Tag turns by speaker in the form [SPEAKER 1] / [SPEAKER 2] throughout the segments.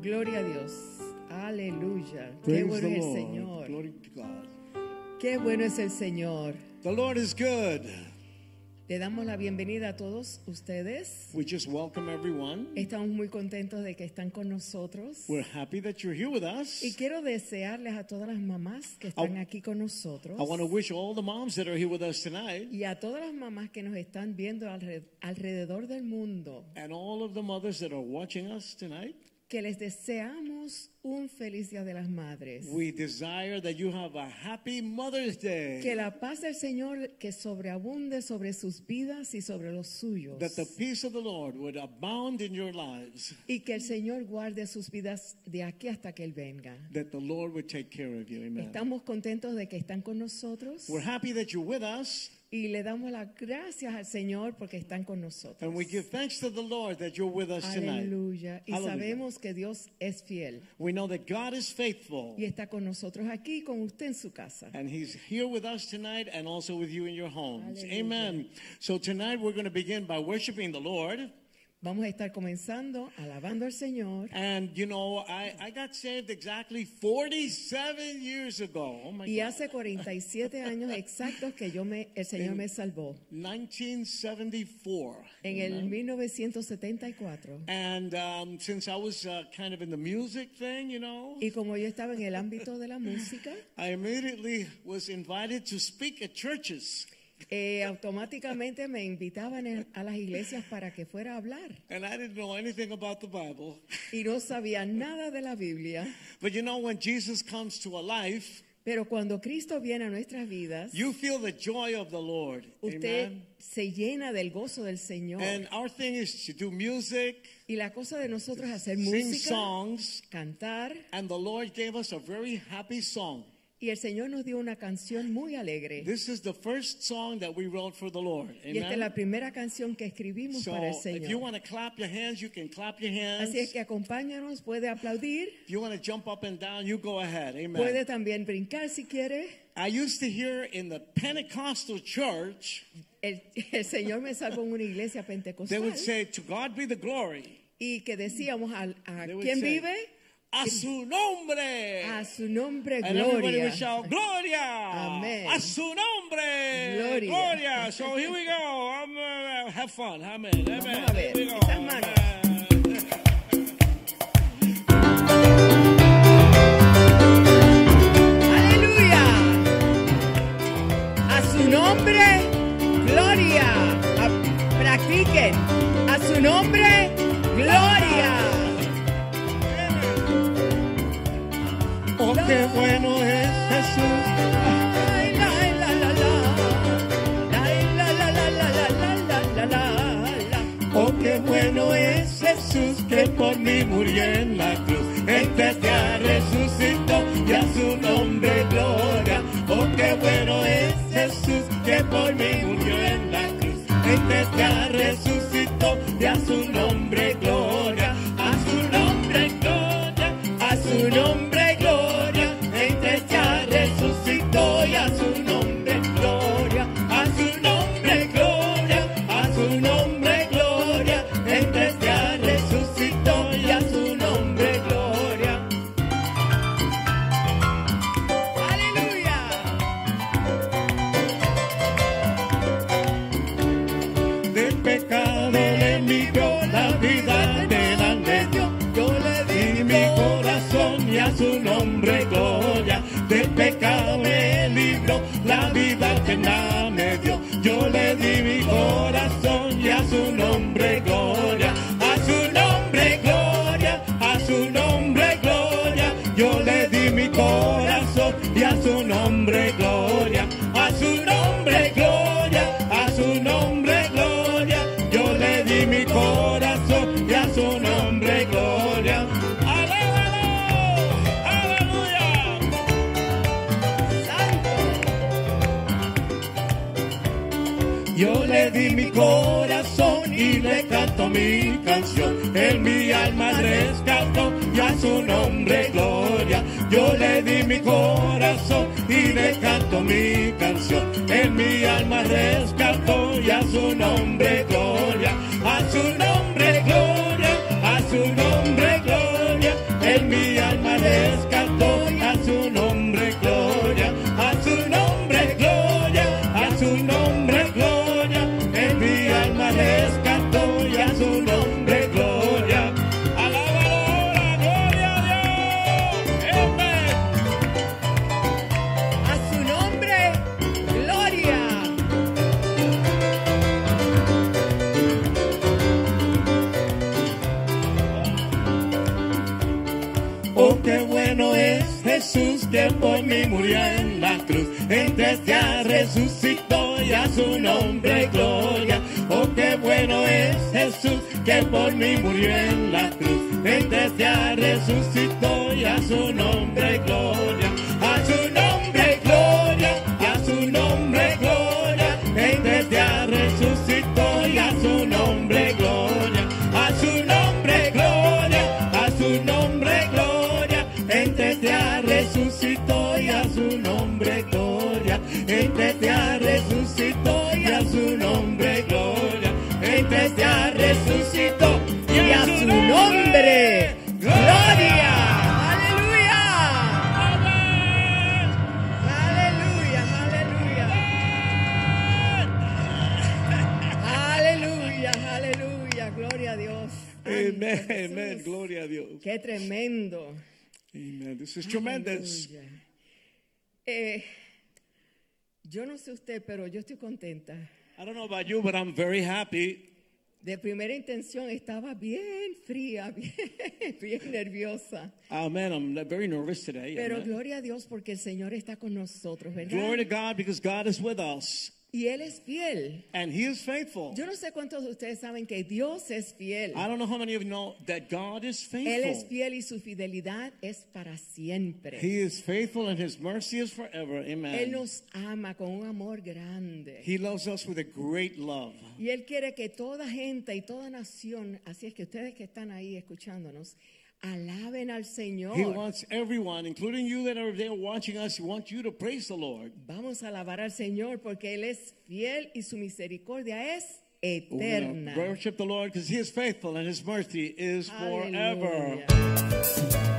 [SPEAKER 1] Gloria a Dios. Aleluya. Qué
[SPEAKER 2] Praise
[SPEAKER 1] bueno es
[SPEAKER 2] the
[SPEAKER 1] el
[SPEAKER 2] Lord.
[SPEAKER 1] Señor.
[SPEAKER 2] Glory to God.
[SPEAKER 1] Qué bueno es el Señor.
[SPEAKER 2] The Lord is good.
[SPEAKER 1] Le damos la bienvenida a todos ustedes.
[SPEAKER 2] We just welcome everyone.
[SPEAKER 1] Estamos muy contentos de que están con nosotros.
[SPEAKER 2] We're happy that you're here with us.
[SPEAKER 1] Y quiero desearles a todas las mamás que están aquí con nosotros
[SPEAKER 2] I want to wish all the moms that are here with us tonight
[SPEAKER 1] y a todas las mamás que nos están viendo alre- alrededor del mundo
[SPEAKER 2] and all of the mothers that are watching us tonight.
[SPEAKER 1] que les deseamos un feliz Día de las Madres.
[SPEAKER 2] We desire that you have a happy Mother's
[SPEAKER 1] Que
[SPEAKER 2] Day.
[SPEAKER 1] la paz del Señor que sobreabunde sobre sus vidas y sobre los suyos.
[SPEAKER 2] That the peace of the Lord would abound in your lives.
[SPEAKER 1] Y que el Señor guarde sus vidas de aquí hasta que Él venga.
[SPEAKER 2] That the Lord would take care of you. Amen.
[SPEAKER 1] Estamos contentos de que están con nosotros
[SPEAKER 2] We're happy that you're with us
[SPEAKER 1] y le damos las gracias al Señor porque están con nosotros.
[SPEAKER 2] and we give thanks to the Lord that you're with us tonight.
[SPEAKER 1] Aleluya. Y
[SPEAKER 2] Aleluya.
[SPEAKER 1] sabemos que Dios es fiel
[SPEAKER 2] We know that God is faithful.
[SPEAKER 1] y está con nosotros aquí, con usted en su casa.
[SPEAKER 2] And he's here with us tonight and also with you in your homes.
[SPEAKER 1] Hallelujah.
[SPEAKER 2] Amen. So tonight we're going to begin by worshiping the Lord.
[SPEAKER 1] Vamos a estar comenzando alabando al Señor.
[SPEAKER 2] And you know, I, I got saved exactly 47 years ago. Oh my
[SPEAKER 1] Y
[SPEAKER 2] God.
[SPEAKER 1] hace 47 años exactos que yo me, el Señor me salvó.
[SPEAKER 2] 1974.
[SPEAKER 1] En el 1974.
[SPEAKER 2] And um, since I was uh, kind of in the music thing, you know,
[SPEAKER 1] Y como yo estaba en el ámbito de la música,
[SPEAKER 2] I immediately was invited to speak at churches.
[SPEAKER 1] Eh, automáticamente me invitaban en- a las iglesias para que fuera a hablar
[SPEAKER 2] And I didn't know anything about the Bible.
[SPEAKER 1] y no sabía nada de la Biblia.
[SPEAKER 2] But you know, when Jesus comes to a life,
[SPEAKER 1] Pero cuando Cristo viene a nuestras vidas,
[SPEAKER 2] you feel the joy of the Lord.
[SPEAKER 1] usted
[SPEAKER 2] Amen.
[SPEAKER 1] se llena del gozo del Señor.
[SPEAKER 2] And our thing is to do music,
[SPEAKER 1] y la cosa de nosotros es hacer
[SPEAKER 2] sing
[SPEAKER 1] música,
[SPEAKER 2] songs,
[SPEAKER 1] cantar,
[SPEAKER 2] and the Lord gave us a very happy song.
[SPEAKER 1] y el Señor nos dio una canción muy alegre.
[SPEAKER 2] This is the first song that we wrote for the Lord.
[SPEAKER 1] y esta es la
[SPEAKER 2] Amen.
[SPEAKER 1] primera canción que escribimos
[SPEAKER 2] So
[SPEAKER 1] para el
[SPEAKER 2] if you
[SPEAKER 1] Señor.
[SPEAKER 2] want to clap your hands, you can clap your hands.
[SPEAKER 1] Así es que acompáñanos, puede aplaudir,
[SPEAKER 2] If you want to jump up and down, you go ahead.
[SPEAKER 1] puede
[SPEAKER 2] Amen.
[SPEAKER 1] también brincar si quiere.
[SPEAKER 2] I used to hear in the Pentecostal church,
[SPEAKER 1] El, el Señor me salvó en una iglesia
[SPEAKER 2] they
[SPEAKER 1] pentecostal.
[SPEAKER 2] would say, To God be the glory.
[SPEAKER 1] y que decíamos al- a,
[SPEAKER 2] They would
[SPEAKER 1] quien
[SPEAKER 2] say,
[SPEAKER 1] vive
[SPEAKER 2] A su nombre.
[SPEAKER 1] a su nombre
[SPEAKER 2] And everybody
[SPEAKER 1] gloria
[SPEAKER 2] would shout, Gloria!
[SPEAKER 1] Amén.
[SPEAKER 2] A su nombre!
[SPEAKER 1] Gloria.
[SPEAKER 2] Gloria! So here we go. I'm, uh, have fun. Amen. Amen.
[SPEAKER 1] Vamos a ver.
[SPEAKER 2] Here we go.
[SPEAKER 1] Estas manos.
[SPEAKER 2] Amen.
[SPEAKER 1] aleluya a su nombre gloria A- practiquen a su nombre gloria
[SPEAKER 2] Oh, qué bueno es Jesús.
[SPEAKER 1] Ay, la, la, la, la. Ay, la, la, la, la, la, la, la, la, la.
[SPEAKER 2] Oh, qué bueno es Jesús que por mí murió en la cruz. Este día resucitó y a su nombre gloria. Oh, qué bueno es Jesús que por mí murió en la cruz. Este día resucitó y a su nombre gloria. A su nombre gloria, a su nombre gloria. Este día resucitó y a su nombre gloria. A su nombre gloria, a su nombre gloria. Este día resucitó y a su nombre corazón y le canto mi canción. En mi alma rescató y a su nombre gloria. Yo le di mi corazón y le canto mi canción. En mi alma rescató y a su nombre gloria. A su nombre gloria, a su nombre gloria. En mi alma rescató y a su nombre gloria. A su nombre gloria, a su nombre gloria. En mi alma rescató y a su nombre gloria. Alábalo ahora, gloria a Dios. Amén.
[SPEAKER 1] A su nombre, gloria.
[SPEAKER 2] Oh, qué bueno es Jesús que por mí murió en la cruz. Entonces ya resucitó y a su nombre gloria. Oh, qué bueno es Jesús que por mí murió en la cruz. Entonces ya resucitó y a su nombre gloria. A su nombre gloria, a su nombre gloria. Entonces ya resucitó y a su nombre gloria. A su nombre gloria, a su nombre gloria, entre te ha resucitó y a su nombre gloria, entre te ha resucitó y a su nombre gloria, entre te ha resucitó
[SPEAKER 1] Y a su nombre, gloria. Aleluya.
[SPEAKER 2] Amén.
[SPEAKER 1] Aleluya, aleluya. Aleluya, aleluya. Gloria a Dios.
[SPEAKER 2] Amen, amen, gloria a Dios.
[SPEAKER 1] Qué tremendo.
[SPEAKER 2] Amen. This is tremendous.
[SPEAKER 1] Aleluya. Eh, yo no sé usted, pero yo estoy contenta.
[SPEAKER 2] I don't know about you, but I'm very happy.
[SPEAKER 1] De primera intención estaba bien fría, bien, bien nerviosa.
[SPEAKER 2] Amen. I'm very nervous today.
[SPEAKER 1] Pero
[SPEAKER 2] Amen.
[SPEAKER 1] gloria a Dios porque el Señor está con nosotros, ¿verdad?
[SPEAKER 2] Glory to God because God is with us
[SPEAKER 1] Y Él es fiel.
[SPEAKER 2] and He is faithful.
[SPEAKER 1] Yo no sé cuántos de ustedes saben que Dios es fiel.
[SPEAKER 2] I don't know how many of you know that God is
[SPEAKER 1] Él es
[SPEAKER 2] faithful.
[SPEAKER 1] fiel y su fidelidad es para siempre.
[SPEAKER 2] He is faithful and His mercy is forever.
[SPEAKER 1] Él
[SPEAKER 2] Amen.
[SPEAKER 1] nos ama con un amor grande.
[SPEAKER 2] He loves us with a great love.
[SPEAKER 1] Y Él quiere que toda gente y toda nación, así es que ustedes que están ahí escuchándonos, alaben al
[SPEAKER 2] He
[SPEAKER 1] Señor.
[SPEAKER 2] wants everyone, including you that are there watching us, He wants you to praise the Lord.
[SPEAKER 1] Vamos a alabar al Señor porque Él es fiel y su misericordia es
[SPEAKER 2] We're gonna
[SPEAKER 1] eterna.
[SPEAKER 2] Worship the Lord because He is faithful and His mercy is forever.
[SPEAKER 1] Aleluya.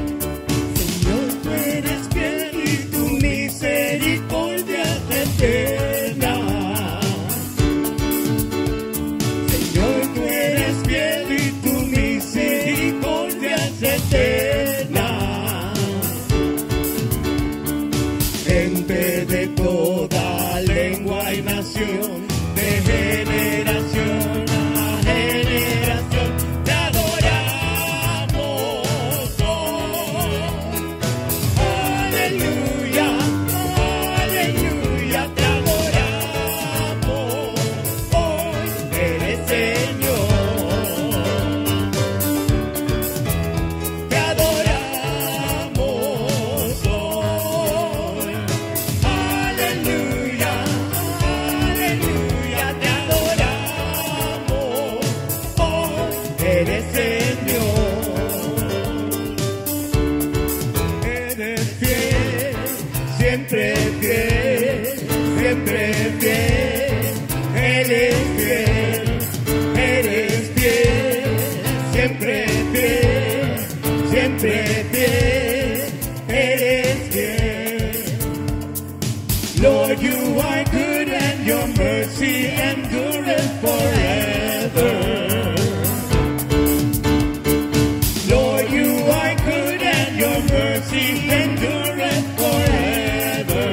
[SPEAKER 2] Señor, tú eres fiel y tu misericordia es eterna. Señor, tú eres fiel y tu misericordia es eterna. Gente de toda lengua y nación, de generación a generación, te adoramos oh. hoy. Aleluya, aleluya, te adoramos. Hoy eres Señor. Te adoramos hoy. Aleluya, aleluya, te adoramos. Hoy eres Señor. Eres fiel, siempre fiel, siempre fiel. Eres fiel, eres fiel, siempre fiel, siempre fiel. Eres fiel. Lord, you are good and your mercy endureth forever. Lord, you are good and your mercy endureth forever.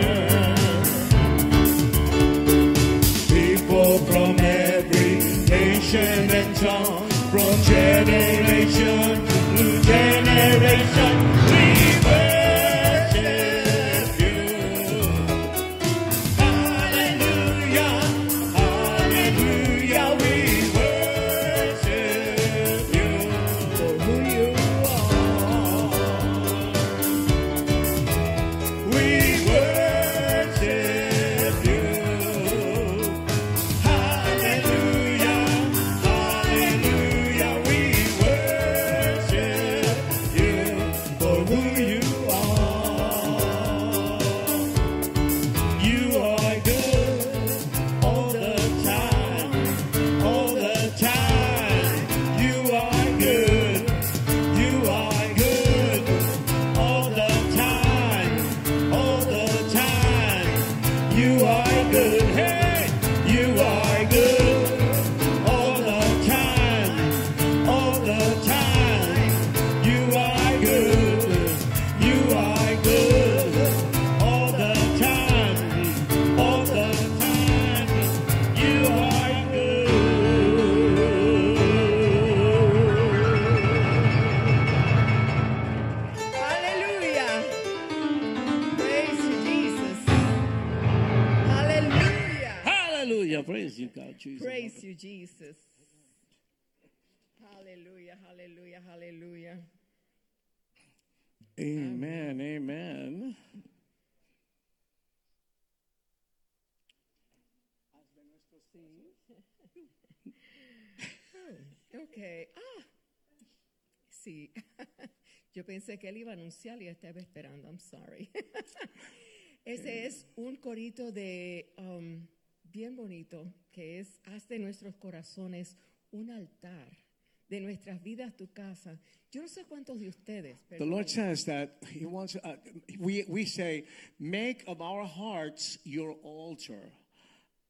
[SPEAKER 2] People from every nation and tongue, from generation to generation, we you, God. Jesus.
[SPEAKER 1] Praise you, Jesus. Hallelujah, hallelujah, hallelujah.
[SPEAKER 2] Amen. Amen.
[SPEAKER 1] Ok. Ah, sí. Yo pensé que él iba a anunciar y ya estaba esperando. I'm sorry. Ese es un corito de um, bien bonito que es haz de nuestros corazones un altar de nuestras vidas tu casa. Yo no sé cuántos de ustedes.
[SPEAKER 2] The
[SPEAKER 1] perdón,
[SPEAKER 2] Lord says that He wants. Uh, we we say, make of our hearts your altar,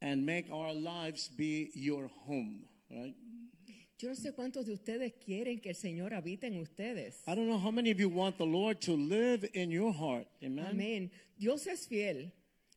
[SPEAKER 2] and make our lives be your home. Right.
[SPEAKER 1] Yo no sé cuántos de ustedes quieren que el Señor habite en ustedes.
[SPEAKER 2] I don't know how many of you want the Lord to live in your heart. Amen.
[SPEAKER 1] Amén. Dios es fiel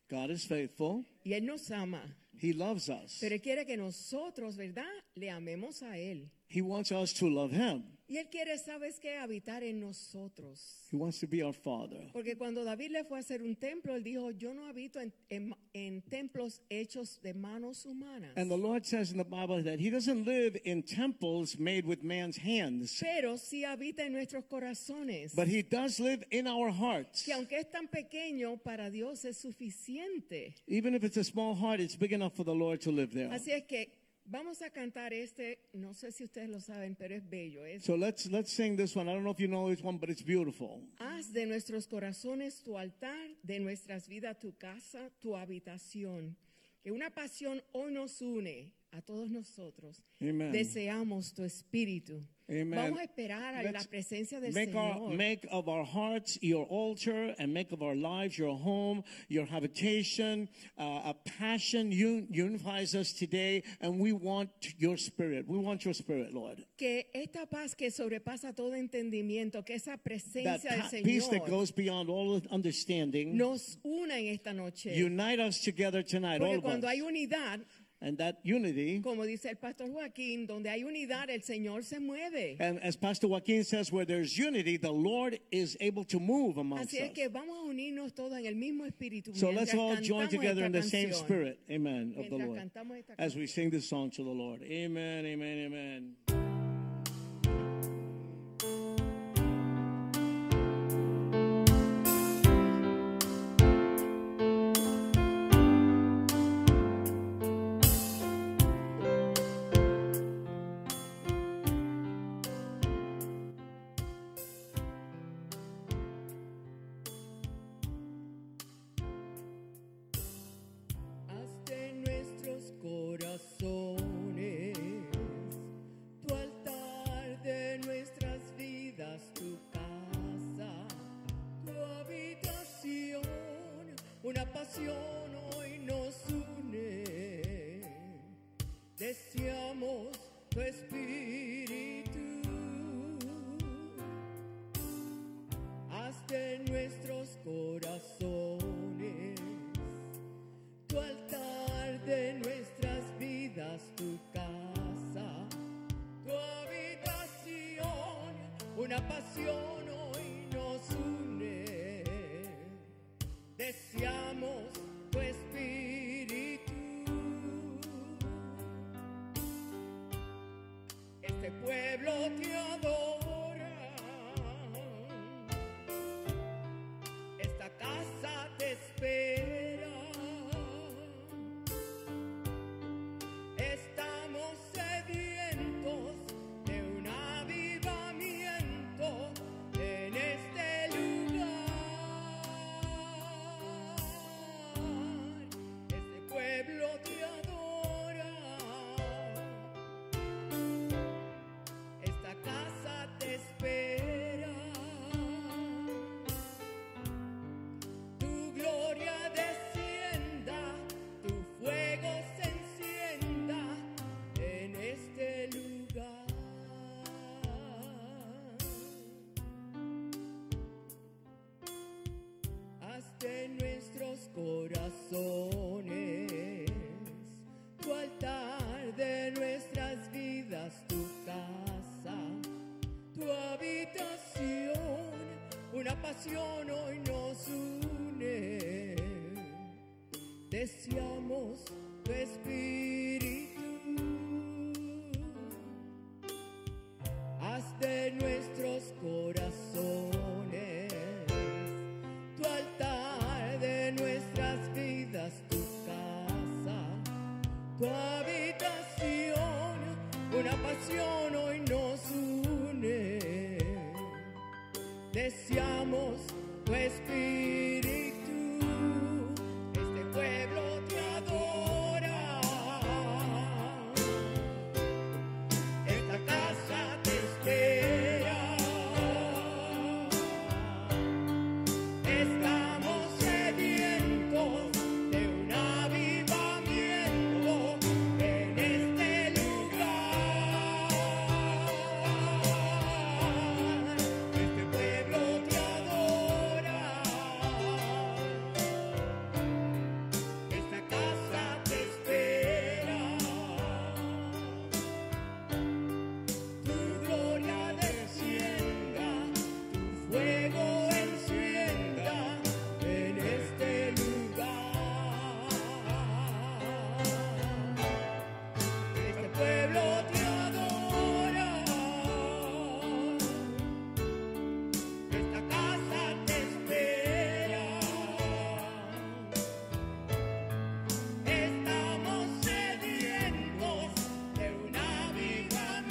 [SPEAKER 2] God is faithful.
[SPEAKER 1] y él nos ama,
[SPEAKER 2] He loves us.
[SPEAKER 1] pero él quiere que nosotros, ¿verdad? Le amemos a él.
[SPEAKER 2] He wants us to love Him.
[SPEAKER 1] Y él quiere, ¿sabes qué? Habitar en nosotros.
[SPEAKER 2] He wants to be our Father.
[SPEAKER 1] Porque cuando David le fue a hacer un templo, él dijo, yo no habito en, en- en templos hechos de manos humanas.
[SPEAKER 2] And the Lord says in the Bible that He doesn't live in temples made with man's hands,
[SPEAKER 1] pero sí habita en nuestros corazones.
[SPEAKER 2] but He does live in our hearts.
[SPEAKER 1] que aunque es tan pequeño, para Dios es suficiente.
[SPEAKER 2] Even if it's a small heart, it's big enough for the Lord to live there.
[SPEAKER 1] Así es que vamos a cantar este, no sé si ustedes lo saben, pero es bello. Es,
[SPEAKER 2] So let's let's sing this one. I don't know if you know this one, but it's beautiful.
[SPEAKER 1] Haz de nuestros corazones tu altar, de nuestras vidas tu casa, tu habitación. Que una pasión hoy nos une a todos nosotros.
[SPEAKER 2] Amen.
[SPEAKER 1] Deseamos tu espíritu.
[SPEAKER 2] Amen.
[SPEAKER 1] Vamos a esperar a la
[SPEAKER 2] Let's
[SPEAKER 1] presencia del
[SPEAKER 2] make
[SPEAKER 1] Señor.
[SPEAKER 2] Our, make of our hearts your altar, and make of our lives your home, your habitation. Uh, a passion un- unifies us today, and we want your spirit. We want your spirit, Lord.
[SPEAKER 1] que esta paz que sobrepasa todo entendimiento, que esa
[SPEAKER 2] That
[SPEAKER 1] presencia del
[SPEAKER 2] pa- peace that
[SPEAKER 1] Señor
[SPEAKER 2] goes beyond all understanding.
[SPEAKER 1] nos una en esta noche.
[SPEAKER 2] Unite us together tonight, all
[SPEAKER 1] Porque
[SPEAKER 2] of us.
[SPEAKER 1] cuando hay unidad,
[SPEAKER 2] and that unity,
[SPEAKER 1] como dice el pastor Joaquín, donde hay unidad, el Señor se mueve.
[SPEAKER 2] and as Pastor Joaquin says, where there's unity, the Lord is able to move amongst
[SPEAKER 1] Así es
[SPEAKER 2] us.
[SPEAKER 1] que vamos a unirnos todos en el mismo espíritu.
[SPEAKER 2] So
[SPEAKER 1] mientras
[SPEAKER 2] let's all join
[SPEAKER 1] cantamos
[SPEAKER 2] together in the
[SPEAKER 1] esta
[SPEAKER 2] same
[SPEAKER 1] canción.
[SPEAKER 2] spirit, amen, of the
[SPEAKER 1] Mientras
[SPEAKER 2] Lord,
[SPEAKER 1] cantamos esta
[SPEAKER 2] as we
[SPEAKER 1] canción.
[SPEAKER 2] sing this song to the Lord. Amen, amen, amen.
[SPEAKER 1] Haz de nuestros corazones tu altar, de nuestras vidas tu casa, tu habitación. Una pasión hoy nos une. Deseamos tu espíritu. Haz de nuestros corazones tu altar, de nuestras vidas tu casa, tu habitación. Una pasión hoy nos une. Deseamos tu espíritu. Este pueblo te adora. Esta casa te espera. Estamos sedientos de un avivamiento en este lugar. Este pueblo te adora. Esta casa te espera. Tu gloria descienda, tu fuego se encienda en este lugar. Haz de nuestros corazones tu altar, de nuestras vidas tu casa, tu habitación. Una pasión hoy nos une. Deseamos tu espíritu. este este Este este Este este Este este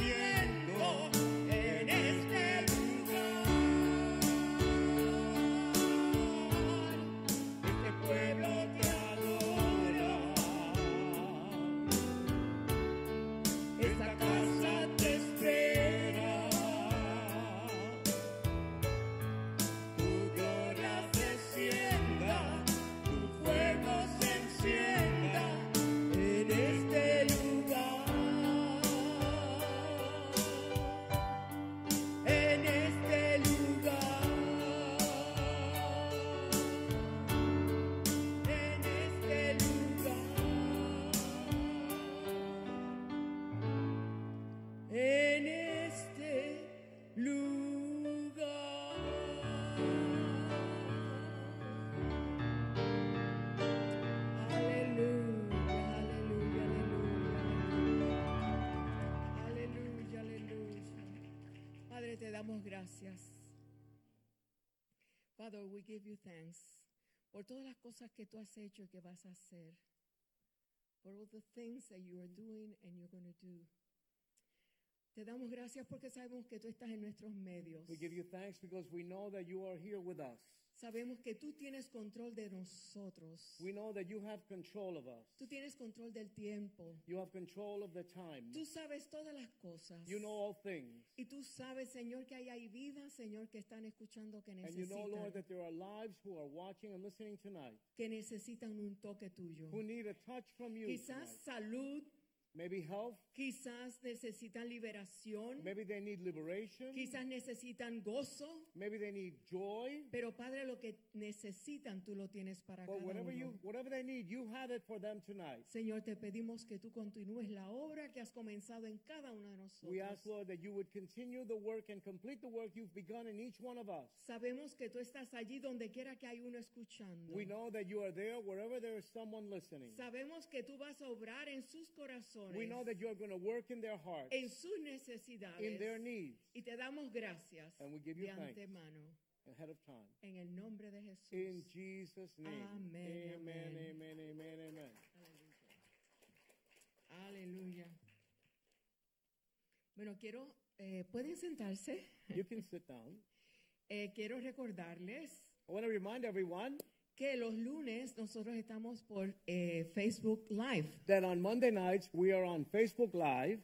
[SPEAKER 1] este este Padre, te damos gracias. Father, we give you thanks por todas las cosas que tú has hecho y que vas a hacer. For all the things that you are doing and you're going to do. Te damos gracias porque sabemos que tú estás en nuestros medios.
[SPEAKER 2] We give you thanks because we know that you are here with us.
[SPEAKER 1] Sabemos que tú tienes control de nosotros.
[SPEAKER 2] We know that you have control of us.
[SPEAKER 1] Tú tienes control del tiempo.
[SPEAKER 2] You have control of the time.
[SPEAKER 1] Tú sabes todas las cosas.
[SPEAKER 2] You know all things.
[SPEAKER 1] y tú sabes, Señor, que hay, hay vidas, Señor, que están escuchando que
[SPEAKER 2] And you know,
[SPEAKER 1] necesitan,
[SPEAKER 2] Lord, that there are lives who are watching and listening tonight
[SPEAKER 1] que necesitan un toque tuyo.
[SPEAKER 2] who need a touch from you.
[SPEAKER 1] Quizás
[SPEAKER 2] tonight.
[SPEAKER 1] salud,
[SPEAKER 2] Maybe health.
[SPEAKER 1] quizás necesitan liberación,
[SPEAKER 2] Maybe they need liberation.
[SPEAKER 1] quizás necesitan gozo,
[SPEAKER 2] Maybe they need joy.
[SPEAKER 1] pero Padre, lo que necesitan tú lo tienes para
[SPEAKER 2] But
[SPEAKER 1] cada
[SPEAKER 2] whatever
[SPEAKER 1] uno.
[SPEAKER 2] you whatever they need, you have it for them tonight.
[SPEAKER 1] Señor, te pedimos que tú continúes la obra que has comenzado en cada uno de nosotros.
[SPEAKER 2] We ask, Lord, that you would continue the work and complete the work you've begun in each one of us.
[SPEAKER 1] Sabemos que tú estás allí donde quiera que hay uno escuchando.
[SPEAKER 2] We know that you are there wherever there is someone listening.
[SPEAKER 1] Sabemos que tú vas a obrar en sus corazones,
[SPEAKER 2] We know that you are going to work in their hearts,
[SPEAKER 1] en sus necesidades.
[SPEAKER 2] in their needs,
[SPEAKER 1] y te damos gracias
[SPEAKER 2] And we give you
[SPEAKER 1] de
[SPEAKER 2] thanks.
[SPEAKER 1] antemano
[SPEAKER 2] ahead of time.
[SPEAKER 1] en el nombre de Jesús.
[SPEAKER 2] In Jesus' name.
[SPEAKER 1] Amen,
[SPEAKER 2] Amen.
[SPEAKER 1] amen.
[SPEAKER 2] Amen. Amen. amen.
[SPEAKER 1] Aleluya. Bueno, quiero, eh, pueden sentarse.
[SPEAKER 2] You can sit down.
[SPEAKER 1] Eh, quiero recordarles
[SPEAKER 2] I want to remind everyone
[SPEAKER 1] que los lunes nosotros estamos por eh, Facebook Live
[SPEAKER 2] that on Monday nights we are on Facebook Live.